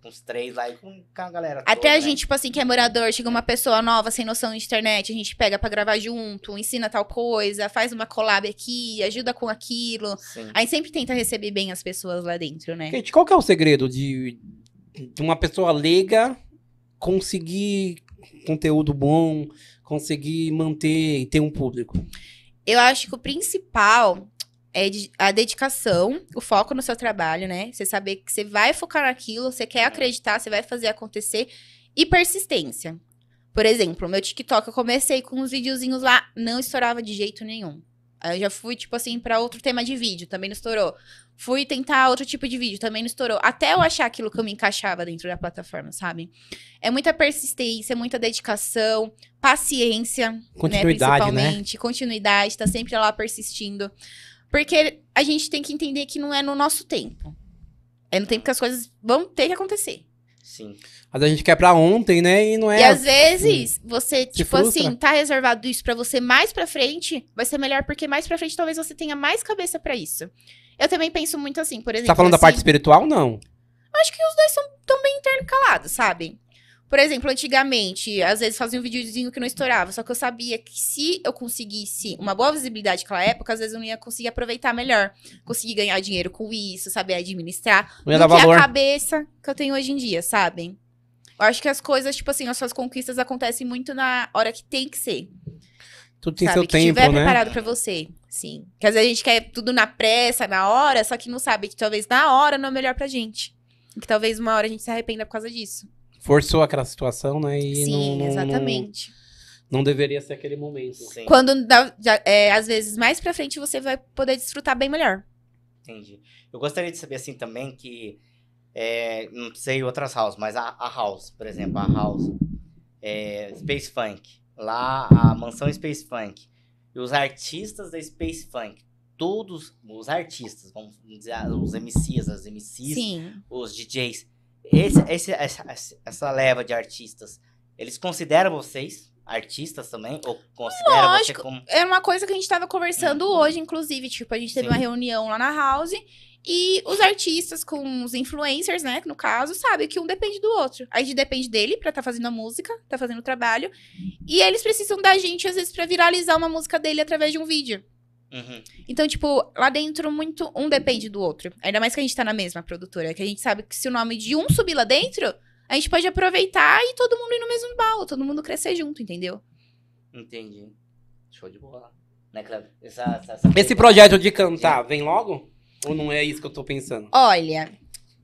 com os três lá e com, com a galera.
Até
toda,
a
né?
gente, tipo assim, que é morador, chega uma pessoa nova, sem noção de internet, a gente pega pra gravar junto, ensina tal coisa, faz uma collab aqui, ajuda com aquilo.
Sim.
Aí sempre tenta receber bem as pessoas lá dentro, né?
Kate, qual que é o segredo de, de uma pessoa leiga conseguir conteúdo bom, conseguir manter e ter um público?
Eu acho que o principal é de- a dedicação, o foco no seu trabalho, né? Você saber que você vai focar naquilo, você quer acreditar, você vai fazer acontecer e persistência. Por exemplo, o meu TikTok, eu comecei com uns videozinhos lá, não estourava de jeito nenhum. Aí eu já fui, tipo assim, pra outro tema de vídeo, também não estourou. Fui tentar outro tipo de vídeo, também não estourou. Até eu achar aquilo que eu me encaixava dentro da plataforma, sabe? É muita persistência, muita dedicação, paciência
Continuidade,
né?
né?
Principalmente, continuidade, tá sempre lá persistindo. Porque a gente tem que entender que não é no nosso tempo. É no tempo que as coisas vão ter que acontecer.
Sim.
Mas a gente quer pra ontem, né? E não é.
e às vezes, você, tipo
frustra.
assim, tá reservado isso pra você mais pra frente, vai ser melhor porque mais pra frente talvez você tenha mais cabeça pra isso. Eu também penso muito assim, por
Você
exemplo.
tá falando da
assim,
parte espiritual? Não.
acho que os dois são tão bem intercalados, sabe? Por exemplo, antigamente, às vezes fazia um videozinho que não estourava, só que eu sabia que se eu conseguisse uma boa visibilidade naquela época, às vezes eu não ia conseguir aproveitar melhor, conseguir ganhar dinheiro com isso, saber administrar,
Não ia
do
dar
que
valor.
a cabeça que eu tenho hoje em dia, sabem? Eu acho que as coisas, tipo assim, as suas conquistas acontecem muito na hora que tem que ser.
Tudo tem
sabe?
seu
que estiver
tempo, né?
preparado pra você. Sim. Porque às vezes a gente quer tudo na pressa, na hora, só que não sabe que talvez na hora não é melhor pra gente. E que talvez uma hora a gente se arrependa por causa disso.
Forçou aquela situação, né? E não-
Sim,
não,
exatamente.
Não, não deveria ser aquele momento.
Sim.
Quando, dá- já- é, às vezes, mais pra frente você vai poder desfrutar bem melhor.
Entendi. Eu gostaria de saber, assim, também que, é, não sei outras house, mas a, a house, por exemplo, a house, é, Space Funk, lá a mansão Space Funk, e os artistas da Space Funk, todos os artistas, vamos dizer, ah, os MCs, as MCs,
Sim.
os DJs, esse, esse- essa, essa leva de artistas, eles consideram vocês artistas também? Ou consideram você
Lógico.
como...
Era uma coisa que a gente tava conversando hoje, inclusive. Tipo, a gente teve
Sim.
uma reunião lá na house. E os artistas com os influencers, né? que No caso, sabe que um depende do outro. A gente depende dele pra tá fazendo a música, tá fazendo o trabalho. E eles precisam da gente, às vezes, pra viralizar uma música dele através de um vídeo.
Uhum,
Então, tipo, lá dentro, muito um depende do outro. Ainda mais que a gente tá na mesma produtora, que a gente sabe que se o nome de um subir lá dentro, a gente pode aproveitar e todo mundo ir no mesmo balo, todo mundo crescer junto, entendeu?
entendi. Show de bola. Né, Cleber? Essa- essa- essa-
Esse projeto de cantar vem logo? Ou não é isso que eu tô pensando?
Olha,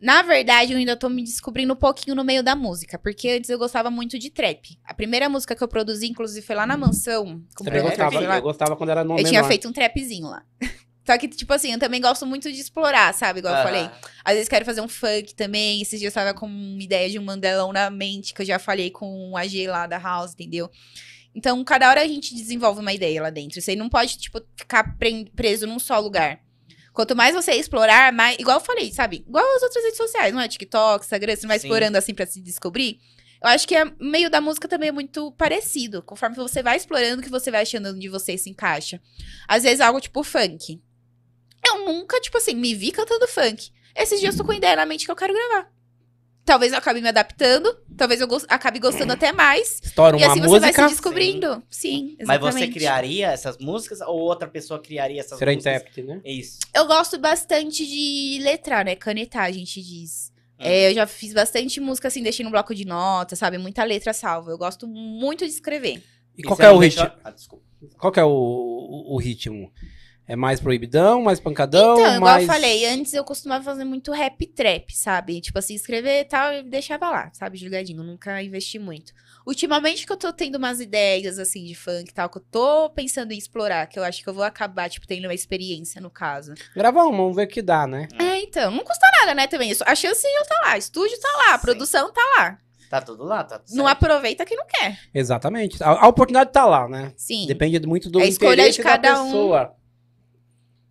na verdade, eu ainda tô me descobrindo um pouquinho no meio da música, porque antes eu gostava muito de trap. A primeira música que eu produzi, inclusive, foi lá na mansão. Com o
Também
produtor,
gostava. né?
sei lá.
Eu gostava quando era no
Eu tinha feito um trapzinho lá. <laughs> Só que, tipo assim, eu também gosto muito de explorar, sabe? Igual eu
Aham.
falei. Às vezes quero fazer um funk também. Esses dias eu um tava com uma ideia de um mandelão na mente, que eu já falei com o AG lá da House, entendeu? Então, cada hora a gente desenvolve uma ideia lá dentro. Você não pode, tipo, ficar pre- preso num só lugar. Quanto mais você explorar, mais. Igual eu falei, sabe? Igual as outras redes sociais, não é? TikTok, Instagram, você vai
Sim.
explorando assim pra se descobrir. Eu acho que é o meio da música também é muito parecido. Conforme você vai explorando, que você vai achando onde você se encaixa. Às vezes algo tipo funk. Eu nunca, tipo assim, me vi cantando funk. Esses dias eu tô com ideia na mente que eu quero gravar. Talvez eu acabe me adaptando, talvez eu gos- acabe gostando até mais.
Estoura
E
uma
assim você vai
música,
se descobrindo. Sim,
Mas
exatamente.
você criaria essas músicas ou outra pessoa criaria essas
será
músicas?
intérprete, né?
Isso.
Eu gosto bastante de letrar, né? Canetar, a gente diz.
Hum.
É, eu já fiz bastante música assim, deixei no bloco de notas, sabe? Muita letra salva. Eu gosto muito de escrever.
E
E
qual
você
que é
um
não
o
deixa-
ritmo?
Ah, desculpa.
Qual que é o, o- o ritmo? É mais proibidão, mais pancadão,
então, igual
mais...
eu falei, antes eu costumava fazer muito rap trap, sabe? Tipo assim, escrever e tal, e deixava lá, sabe? Julgadinho, nunca investi muito. Ultimamente que eu tô tendo umas ideias, assim, de funk e tal, que eu tô pensando em explorar, que eu acho que eu vou acabar, tipo, tendo uma experiência, no caso.
Hum.
Grava uma, vamos ver o que dá, né?
É, então, não custa nada, né, também. isso. A chance de tá lá, estúdio tá lá, a
Sim.
produção tá lá.
Tá tudo lá, tá tudo
Não
certo.
aproveita quem não quer.
Exatamente. A, a oportunidade tá lá, né?
Sim.
Depende muito do
É a escolha
interesse
de cada
da
um.
pessoa.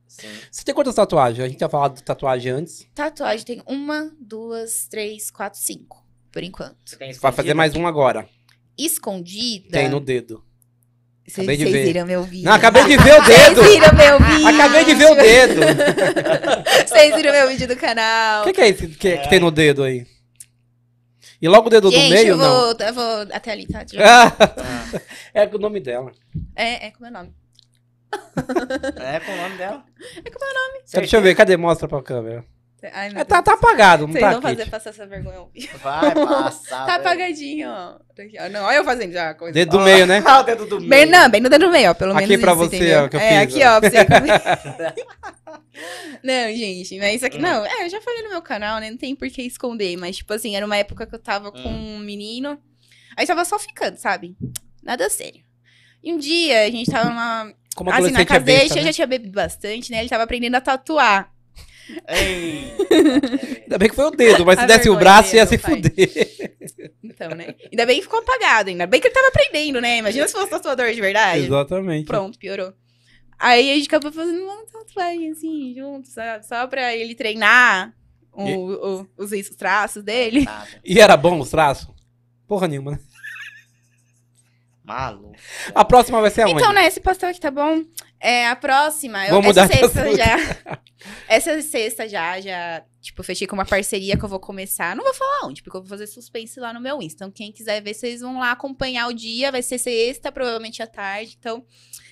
Sim.
Você tem quantas tatuagens? A gente tinha falado de tatuagem antes.
Tatuagem tem uma, duas, três, quatro, cinco, por enquanto.
Você tem
Vai fazer
escondido?
mais uma agora.
Escondida.
Tem no dedo.
Cês-
acabei de
vocês
ver.
viram meu vídeo.
Não, acabei de
<laughs>
ver o
Vocês
dedo!
viram meu vídeo.
Acabei de ver o
<laughs>
dedo!
Vocês viram meu vídeo do
O
canal.
que, que é isso que, que tem no dedo aí? E logo o dedo
Gente,
é do meio,
eu,
não?
<laughs> vou, eu vou até ali, tá?
Ah,
Ah,
é o nome dela.
É, é como é o nome.
é com o nome dela.
É com
o meu nome.
Deixa eu ver, cadê? Mostra pra câmera.
Ai, meu
É, tá,
Deus.
tá apagado, não
Hum. Vocês
tá
vão
aqui.
fazer passar essa vergonha ao vivo.
Vai passar.
Tá
velho.
apagadinho, ó. Tá Aqui, ó. Não, olha eu fazendo já a coisa.
Dedo do meio, né?
Ah, o dedo do meio.
Bem, não, bem no dedo no meio, ó, pelo
Aqui
menos
pra
isso,
você,
entendeu?
ó, que eu
É,
fiz,
aqui,
ó.
ó, pra você.
<laughs>
não, gente, mas isso aqui...
Hum.
Não, é, eu já falei no meu canal, né? Não tem por que esconder, mas, tipo assim, era uma época que eu tava com
Hum.
um menino, aí tava só ficando, sabe? Nada sério. E um dia, a gente tava numa...
Como
assim, na
adolescente é
casa dele,
besta,
eu
né?
já tinha bebido bastante, né? Ele tava aprendendo a tatuar.
Ei.
<laughs>
Ainda bem que foi o dedo, mas se
A
desse o
vergonha
braço ia
dele,
se
pai.
fuder.
Então, né? Ainda bem que ficou apagado, ainda bem que ele tava aprendendo, né? Imagina se fosse tatuador de verdade.
Exatamente.
Pronto, piorou. Aí a gente acabou fazendo uma tatuagem assim, junto, sabe? Só pra ele treinar o,
E-
o- os, os traços dele.
Nada.
E era bom os traços? Porra nenhuma, né?
Maluco.
é A próxima vai ser aonde?
Então, né, esse pastel aqui tá bom. É, a próxima, eu,
Vamos
essa
mudar de
sexta
assunto. <laughs>
já. Essa sexta já, já, tipo, fechei com uma parceria que eu vou começar. Não vou falar onde, porque eu vou fazer suspense lá no meu Insta. Então, quem quiser ver, vocês vão lá acompanhar o dia. Vai ser sexta, provavelmente à tarde. Então,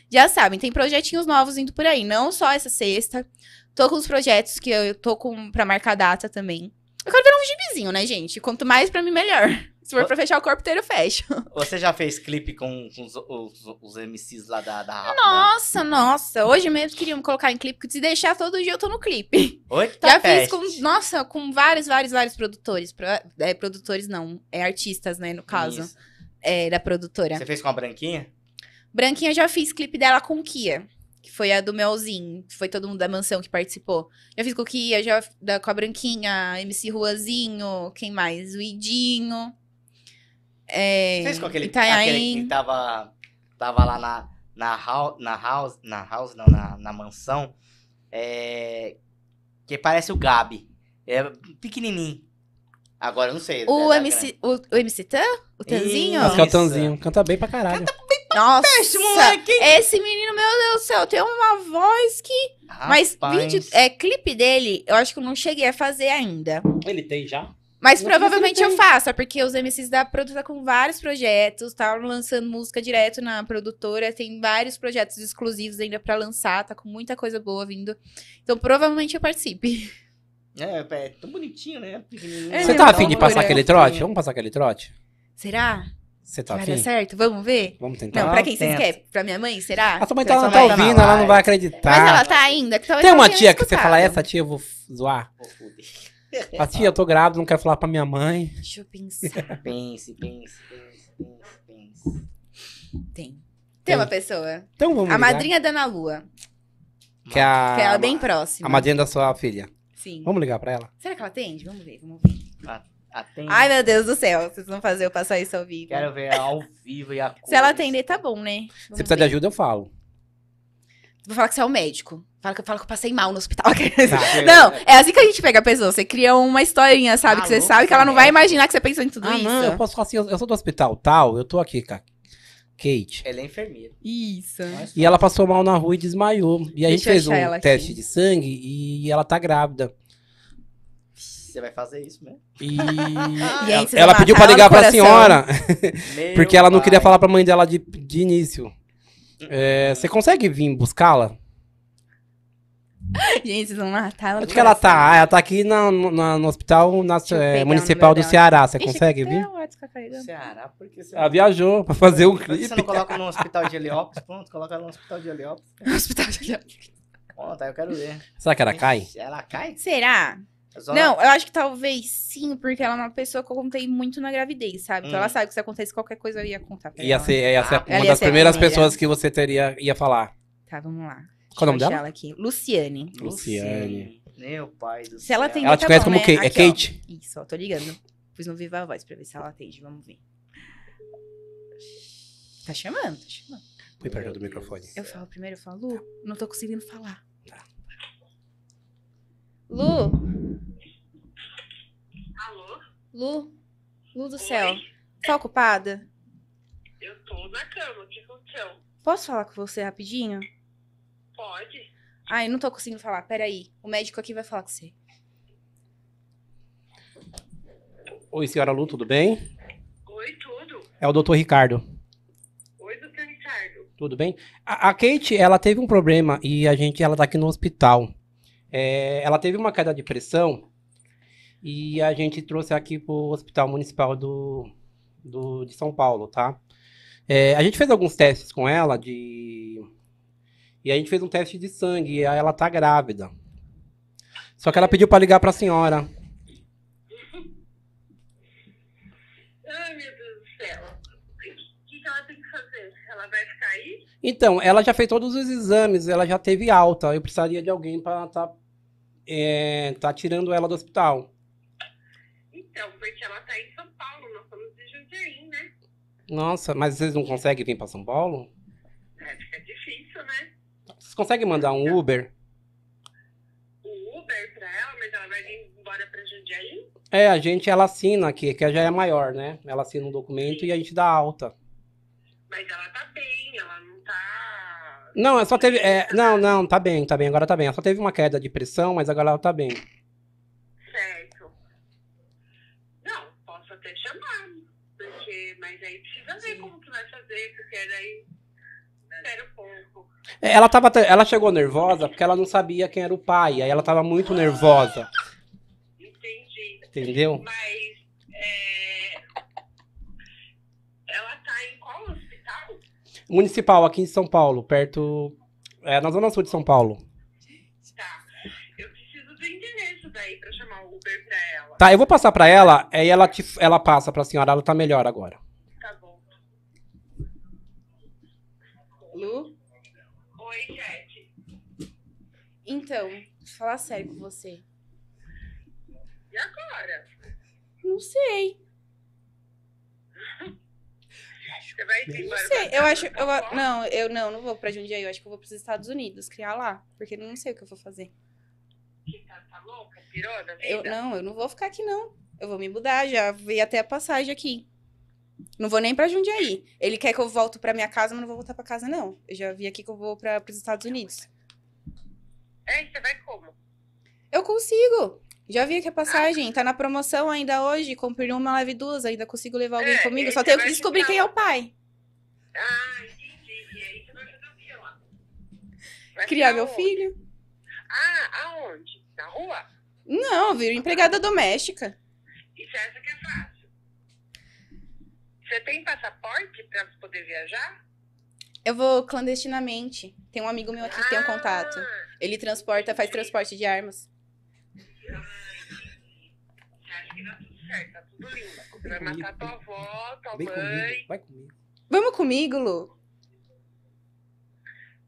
já sabem, tem projetinhos novos indo por aí. Não só essa sexta. Tô com os projetos que eu eu tô com pra marcar data também. Eu quero virar um gibizinho, né, gente? Quanto mais pra mim, melhor. Se for pra fechar o corpo inteiro, eu fecho.
Você já fez clipe com, com os, os- os MCs lá da, da Rápida?
Nossa, nossa. Hoje mesmo queriam me colocar em clipe, porque se deixar todo dia eu tô no
<laughs>
clipe.
Oi?
Já
peste.
fiz com, nossa, com vários, vários, vários produtores. pro- é, produtores não, é artistas, né, no caso.
Isso.
É, da produtora.
Você fez com a Branquinha?
Branquinha já fiz clipe dela com Kia, que foi a do Melzinho, que foi todo mundo da mansão que participou. Já fiz com o Kia, já f- da, com a Branquinha, MC Ruazinho, quem mais? O Idinho. É,
fez com aquele,
Itanhaém.
aquele que tava, tava lá na, na, hou- na house, na house, não, na, na mansão, é, que parece o Gabi. É pequenininho. Agora eu não sei. é
O
da grande.
MC, o, o MC Tan? O Tanzinho?
Isso.
Acho que é o Tanzinho. Canta bem pra caralho.
Nossa,
Peste, moleque!
esse menino, meu Deus do céu, tem uma voz que... Mas
Rapaz.
vídeo, é, clipe dele, eu acho que eu não cheguei a fazer ainda.
Ele tem já?
Mas
Não sei se
provavelmente
ele
eu faça, porque os MCs da produtora com vários projetos, tá lançando música direto na produtora, tem vários projetos exclusivos ainda pra lançar, tá com muita coisa boa vindo. Então provavelmente eu participe. <laughs>
É, é tão bonitinho, né? Pequenininho.
É,
Você
ele
tá
é
afim
uma
de passar
loucura.
aquele trote? Vamos passar aquele trote?
Será?
Você tá
vai dar
afim?
certo? Vamos ver?
Vamos tentar?
Não, pra quem vocês
tenta.
querem? Pra minha mãe, será?
A sua mãe tá,
Sua mãe
não tá
tá na
ouvindo, ela
live.
não vai
Mas ela
acreditar.
tá ainda? que talvez
Tem
ela
uma
tenha
tia que você fala,
escutado. É.
essa tia eu vou f- zoar.
Vou foder.
A tia, eu tô grávida, não quero falar pra minha mãe.
Deixa eu pensar.
Pense, pense, pense, pense, pense.
Tem.
Tem.
Tem uma pessoa.
Então vamos
A
ligar.
madrinha da Ana Lua.
Que é a,
que ela é bem próxima.
a madrinha da sua filha.
Sim.
Vamos ligar pra ela?
Será que ela atende? Vamos ver, vamos ver.
Atende.
Ai, meu Deus do céu, vocês vão fazer eu passar isso ao vivo.
Quero ver ela ao vivo e a cor.
Se ela atender, tá bom, né?
Se
Vamos
precisar de
ver.
ajuda, eu
<laughs>
falo.
Vou falar que você é o médico. Fala que, fala que eu passei mal no hospital.
Tá.
Porque-
<laughs> Não, é assim que a gente pega a pessoa. Você cria uma historinha, sabe? que você
Maluco,
sabe que ela não vai
médico.
imaginar que você pensou em tudo
ah,
isso.
não, eu posso falar assim, eu, eu sou do hospital tal, eu tô aqui, cara. Kate.
Ela é enfermeira.
Isso.
Mas-
E ela passou mal na rua e desmaiou. E a gente
Deixa eu
fez
achar ela
um
aqui.
teste de sangue e ela tá grávida.
Você vai fazer isso mesmo?
<laughs>
E
E é aí, vocês
ela
vão
pediu pra
matar
ligar
o
pra
coração.
senhora,
Meu
<laughs> porque ela não
pai.
queria falar pra mãe dela de, de início. É, você consegue vir buscá-la?
<laughs> Gente, vocês vão matar ela.
Onde que ela tá? Ah, ela tá aqui na, na- no hospital na-
Deixa eu
eh,
pegar o
municipal
número
do
dela.
Ceará. Você consegue
É,
vir?
tá <laughs>
Ceará, porque você.
Ela viajou pra fazer o
Por que
clipe.
Você não coloca no hospital de Heliópolis? Pronto, coloca ela no hospital de Heliópolis.
Hospital de-
Pronto, aí eu quero ver.
Será que ela cai?
Ela cai?
Será?
Zona-
Não, eu acho que talvez sim, porque ela é uma pessoa que eu contei muito na gravidez, sabe? Então
Hum.
ela sabe que se acontecesse qualquer coisa, eu ia contar pra
Ia
ela. tá-
ser, ia ser
Ah,
uma
ela ia
das
ser a
primeiras
primeira.
pessoas que você teria, ia falar.
Tá, vamos lá.
Qual é o nome
Deixa eu achar ela
dela?
aqui. Luciane.
Luciane.
Meu pai do
Se ela
céu.
tem-
Ela te
tá
conhece
bom,
como
né?
Kate? É
Aqui, ó.
Kate?
Isso, ó, tô ligando. Pus no Viva a Voz pra ver se ela atende. Vamos ver. Tá chamando, tá chamando.
Põe pra perto do
Meu Deus
microfone.
do
Eu
céu.
falo primeiro, eu falo, Lu, não tô conseguindo falar. Lu,
Alô?
Lu, Lu do céu. Tá ocupada?
Eu tô na cama, o que aconteceu?
Posso falar com você rapidinho?
Pode?
Ai, não tô conseguindo falar. Peraí. O médico aqui vai falar com você.
Oi, senhora Lu, tudo bem?
Oi, tudo?
É o doutor Ricardo.
Oi, doutor Ricardo.
Tudo bem? A, a Kate, ela teve um problema e a gente, ela tá aqui no hospital. É, ela teve uma queda de pressão e a gente trouxe aqui pro Hospital Municipal do, do- de São Paulo, tá? É, a gente fez alguns testes com ela de... E a gente fez um teste de sangue e aí ela tá grávida. Só que ela pediu pra ligar pra senhora.
Ai, meu Deus do céu. O que, que ela tem que fazer? Ela vai ficar aí?
Então, ela já fez todos os exames, ela já teve alta. Eu precisaria de alguém pra tá, é, tá tirando ela do hospital.
Então, porque ela tá em São Paulo, nós somos de Jundiaí, né?
Nossa, mas vocês não conseguem vir para São Paulo?
Vai ficar É, difícil, né?
Vocês conseguem mandar um Uber?
O Uber pra ela, mas ela vai vir embora pra Jundiaí?
É, a gente ela assina aqui, que já é maior, né? Ela assina um documento e a gente dá alta.
Mas ela tá bem, ela não tá...
Não, é só teve. é, não, não, tá bem, tá bem, agora tá bem. Ela só teve uma queda de pressão, mas agora ela tá bem.
Certo. Não, posso até chamar, porque, mas aí precisa ver como que vai fazer, porque daí espera um pouco.
É, Ela tava. até- Ela chegou nervosa porque ela não sabia quem era o pai. Aí ela tava muito nervosa.
Entendi.
Entendeu?
Mas é, ela tá em qual hospital?
Municipal aqui em São Paulo, perto. É, na Zona Sul de São Paulo.
Tá. Eu preciso do endereço daí pra chamar o Uber pra ela.
Tá, eu vou passar pra ela, aí ela, te, ela passa pra senhora, ela tá melhor agora.
Tá bom.
Lu?
Oi, Jet.
Então, deixa eu falar sério com você.
E agora?
Não sei.
Você vai vir
Não
embora?
sei.
pra
Eu
casa
acho.
da
Eu, a-
vovó?
não, eu não, não vou pra Jundiaí. Eu acho que eu vou pros Estados Unidos criar lá. Porque eu não sei o que eu vou fazer.
Que Tá, tá louca? Pirou da vida?
Eu, não, eu não vou ficar aqui, não. Eu vou me mudar, já vi até a passagem aqui. Não vou nem pra Jundiaí. Ele quer que eu volte pra minha casa, mas não vou voltar pra casa, não. Eu já vi aqui que eu vou pra, pros Estados Unidos.
É, você vai como?
Eu consigo! Já vi aqui
Ah,
a passagem. Tá na promoção ainda hoje. Comprei uma, leve duas. Ainda consigo levar alguém
É,
comigo.
e
Só
você
tenho que
vai um
descobrir
ficar
quem é
lá.
o pai.
Ah, entendi. E aí você vai fazer o que lá? Vai um
Criar
ficar
meu
onde?
filho.
Ah, aonde? Na rua?
Não, viro
um
empregada doméstica.
E você acha que é fácil? Você tem passaporte pra poder viajar?
Eu vou clandestinamente. Tem um amigo meu aqui que tem um contato.
Ah,
Ele transporta, faz transporte de armas.
Você acha que dá tudo certo, tá tudo lindo. Você vai
Comigo.
matar tua avó,
Tá
tua
Vem
mãe.
comigo, vai comigo.
Vamos comigo, Lu?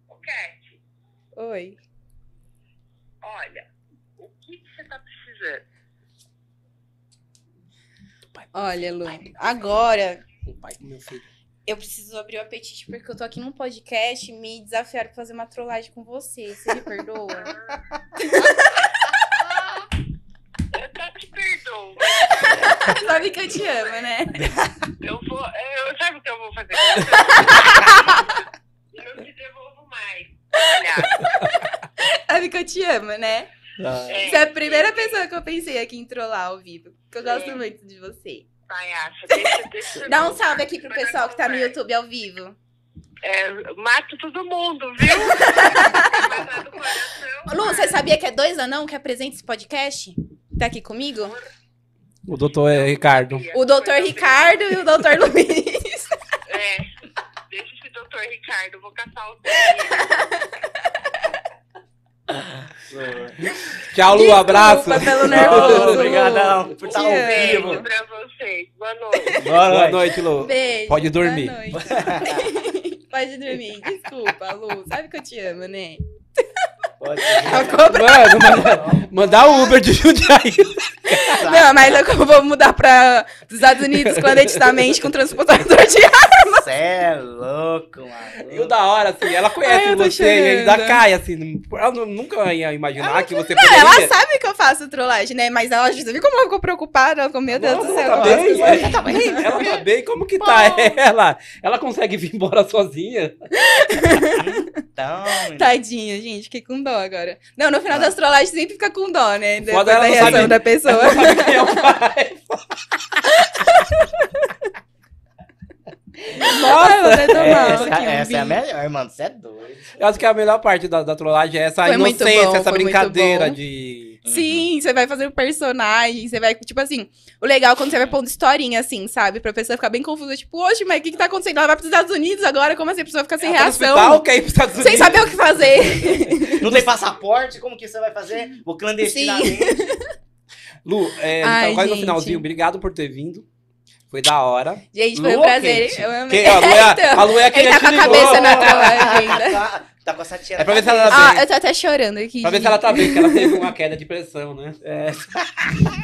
O é? Cat,
Oi.
olha, o que que você tá precisando?
pai,
Olha, Lu, agora
um pai pro meu filho.
eu preciso abrir o apetite porque eu tô aqui num podcast e me desafiaram pra fazer uma trollagem com você. Você me perdoa?
Eu até te perdoo.
<laughs> Sabe que eu te amo, né?
Eu vou. é, Eu, sabe o que eu vou fazer? Eu não te devolvo mais. Olha,
Sabe que eu te amo, né?
Ah,
Você é a primeira pessoa que eu pensei aqui em trollar ao vivo. Porque eu gosto
Sim.
muito de você.
palhaça, deixa, deixa
Dá um salve aqui pro pessoal que tá no YouTube ao vivo.
É, mato todo mundo,
<laughs>
viu? Matar do coração,
Lu, você sabia que é dois anão que apresenta esse podcast? Tá aqui comigo?
o doutor é Ricardo.
O doutor Ricardo e o doutor Luiz.
É. Deixa esse doutor Ricardo, vou caçar o dele.
Tchau, Lu,
Desculpa
um abraço.
pelo
<laughs>
nervoso.
Nossa, Obrigadão por estar
Te
ao
amo.
vivo.
Beijo pra vocês. Boa noite.
<laughs> Boa
Boa noite.
noite, Lu.
Beijo.
Pode dormir.
boa noite. <laughs> Pode dormir. Desculpa, Lu. Sabe que eu te amo, né? <laughs>
Pode
Eu
ser.
compro-
Mano, manda- mandar o Uber de Jundiaí.
Tá.
Não, mas eu vou mudar para os Estados Unidos clandestinamente tá com transportador de ar.
Cê é louco, mano.
E o da hora, assim, ela conhece
Ai, eu tô
você e ainda
chorando.
cai, assim. Ela nu- nunca ia imaginar que você
Não, ela
poderia.
sabe que eu faço trollagem, né? Mas ela, você viu como ela ficou preocupada? Ela ficou, meu Deus
Não,
do céu.
tá
eu gosto
bem,
é."
disso.
ela tá bem, ela tá bem, como que tá ela? Ela consegue vir embora sozinha?
Então,
<laughs> Tadinha, gente, fiquei com dó agora. Não, no final das trollagens sempre fica com dó, né? Depois
Foda
da
ela não
reação
sabe-
da pessoa.
<laughs> Ela sabe quem é o pai.
Ai, vou até
é,
tomar
essa,
aqui
essa
um
é a
vinho.
melhor, mano. Você é doido.
Eu acho que a melhor parte da, da trollagem é essa
Foi muito
inocência,
bom,
essa
foi muito
brincadeira
bom.
de. Uhum.
Sim, você vai fazer um personagem, você vai, tipo assim, o legal é quando você vai pondo historinha, assim, sabe? Pra pessoa ficar bem confusa, tipo, oxe, mas o que que tá acontecendo? Ela vai pros Estados Unidos agora, como assim? A pessoa fica sem
Ela tá no
reação,
hospital, quer ir pros Estados
sem
Unidos.
saber o que fazer. <laughs>
Não tem passaporte? Como que você vai fazer? Vou clandestinamente.
Lu, é, a gente
Ai,
tá quase no
gente.
finalzinho. Obrigado por ter vindo. Foi
<laughs>
da hora.
Gente, foi um
Louco,
prazer,
gente.
eu amei.
Quem- a Lu é, a-
Então,
a Lu é a que
ele tá
já
com a
te ligou.
cabeça na trollagem ainda.
tá, tá com essa tia.
É pra ver se ela tá
Ah,
bem.
eu tô até chorando aqui,
Pra ver se ela tá bem, porque ela teve uma queda de
<laughs>
pressão, né? tá-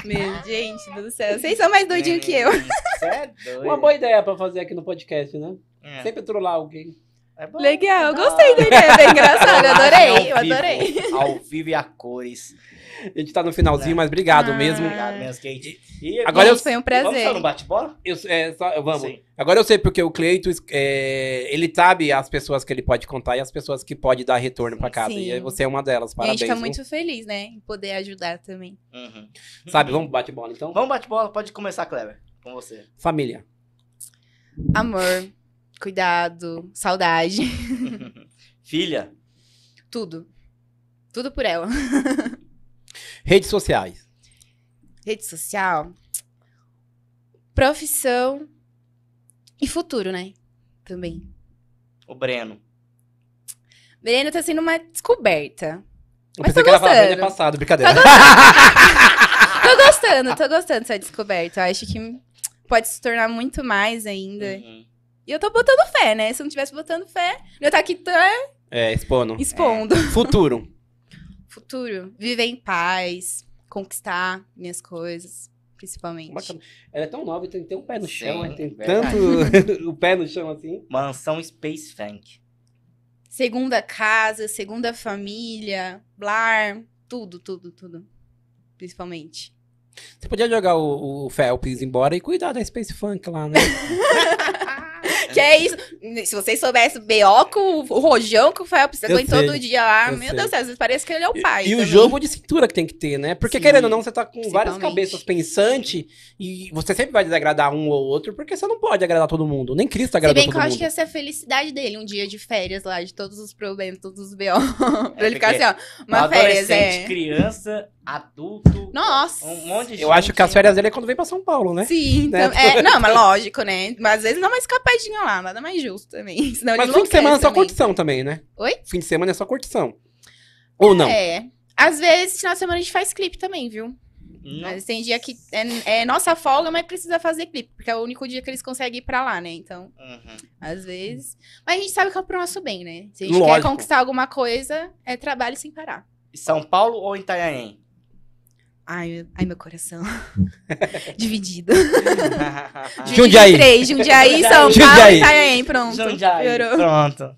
gente. Meu, gente do céu, vocês são mais doidinhos que eu.
Você é doido.
Uma boa ideia pra fazer aqui no podcast, né?
É,
Sempre trollar alguém.
é bom.
Legal, gostei da ideia, bem engraçado, eu adorei, eu adorei.
Ao vivo e a cores.
A gente tá no
É.
finalzinho, mas obrigado
Ah.
mesmo.
Obrigado, meus Kate. E
Agora eu-
Gente, foi um
Vamos
prazer.
só no bate-bola?
Eu, é, só- vamos.
Sim.
Agora eu sei porque o Cleito, é, ele sabe as pessoas que ele pode contar e as pessoas que pode dar retorno pra casa.
Sim.
E aí você é uma delas,
A
parabéns. um
gente fica
viu?
muito feliz, né, em poder ajudar também.
Uhum.
Sabe, vamos bate bola então?
Vamos bate-bola, pode começar, Kleber. Com você.
Família.
Amor, cuidado, saudade,
<laughs> Filha,
tudo. Tudo por ela. <laughs>
Redes sociais.
Rede social, profissão e futuro, né? Também.
o Breno.
Breno tá sendo uma descoberta.
Eu
Mas tô
pensei que ela falava
gostando.
é passado, brincadeira.
Tô gostando, tô gostando dessa descoberta. Eu acho que pode se tornar muito mais ainda.
Uhum.
E eu tô botando fé, né? Se eu não tivesse botando fé, eu tá aqui tá,
<laughs> é, expono.
expondo.
É. Futuro.
Futuro, viver em paz, conquistar minhas coisas, principalmente.
Bacana. Ela é tão nova e tem, tem um pé no
Sim,
chão, né? tem
verdade.
tanto <laughs> o pé no chão assim.
Mansão Space Funk.
Segunda casa, segunda família, lar, tudo, tudo, tudo. Principalmente.
Você podia jogar o, o Phelps embora e cuidar da Space Funk lá, né?
Que é isso? Se vocês soubessem, B.O. com o Rojão, que o Felps
Eu
aguentou
sei,
todo dia lá.
eu
Meu
sei.
Deus do céu, às vezes parece que ele é o pai.
E o
também.
jogo de cintura que tem que ter, né? Porque
Sim,
querendo ou não, você tá com várias
principalmente.
cabeças pensantes e você sempre vai desagradar um ou outro, porque você não pode agradar todo mundo. Nem Cristo
Se
agradou
bem que eu
todo
acho
mundo.
que
É...
essa é a felicidade dele, um dia de férias lá, de todos os problemas, todos os
<laughs>
B.O.
É,
pra ele ficar assim, ó. Uma
um
férias,
Um Adolescente,
é.
criança, adulto.
Nossa.
Um monte de gente.
Eu acho que as férias dele é quando vem pra São Paulo, né? <laughs>
Sim,
Né?
então, é, não, mas lógico, né? Mas às vezes dá uma escapadinha lá, nada mais justo também. <laughs> Senão
Mas
ele
fim de semana é
enlouquece
só
também.
curtição também, né?
Oi?
Fim de semana é só curtição. Ou não?
É. Às vezes, final de semana a gente faz clipe também, viu?
Não,
Mas tem dia que é, é nossa folga, mas precisa fazer clipe, porque é o único dia que eles conseguem ir pra lá, né? Então,
uhum.
às vezes. Mas a gente sabe que é pro nosso bem, né? Se a gente quer
Lógico.
conquistar alguma coisa, é trabalho sem parar.
São Paulo ou Itanhaém?
Ai, ai
<laughs>
meu coração. Dividido.
Jundiaí.
Dividido em Três, <laughs> Jundiaí, São Paulo
Jundiaí.
e Itanhaém. Pronto.
Jundiaí,
Piorou.
Pronto.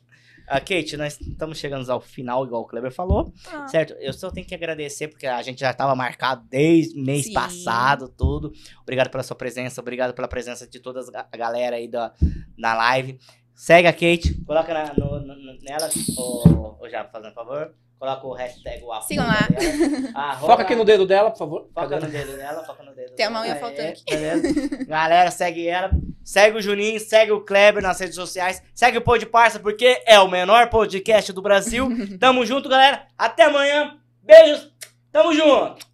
A Kate, nós estamos chegando ao final, igual o Kleber falou,
Ah.
certo? Eu só tenho que agradecer, porque a gente já estava marcado desde mês
Sim.
passado, tudo. Obrigado pela sua presença, obrigado pela presença de toda a galera aí da, na live. Segue a Kate, coloca na- no- no- nela, ô, ô Japa, fazendo favor. Coloca o hashtag o arroba
Sigam lá. <laughs>
dela. Arroba-
Foca aqui no dedo dela, por favor.
Foca
Cadê?
no dedo dela, foca no dedo
Tem
dela.
uma unha
Aê,
faltando aqui.
É, beleza? Galera, segue ela. Segue o Juninho, segue o Kleber nas redes sociais. Segue o Pod Parça, porque é o menor
<laughs>
podcast do Brasil. Tamo junto, galera. Até amanhã. Beijos. Tamo junto.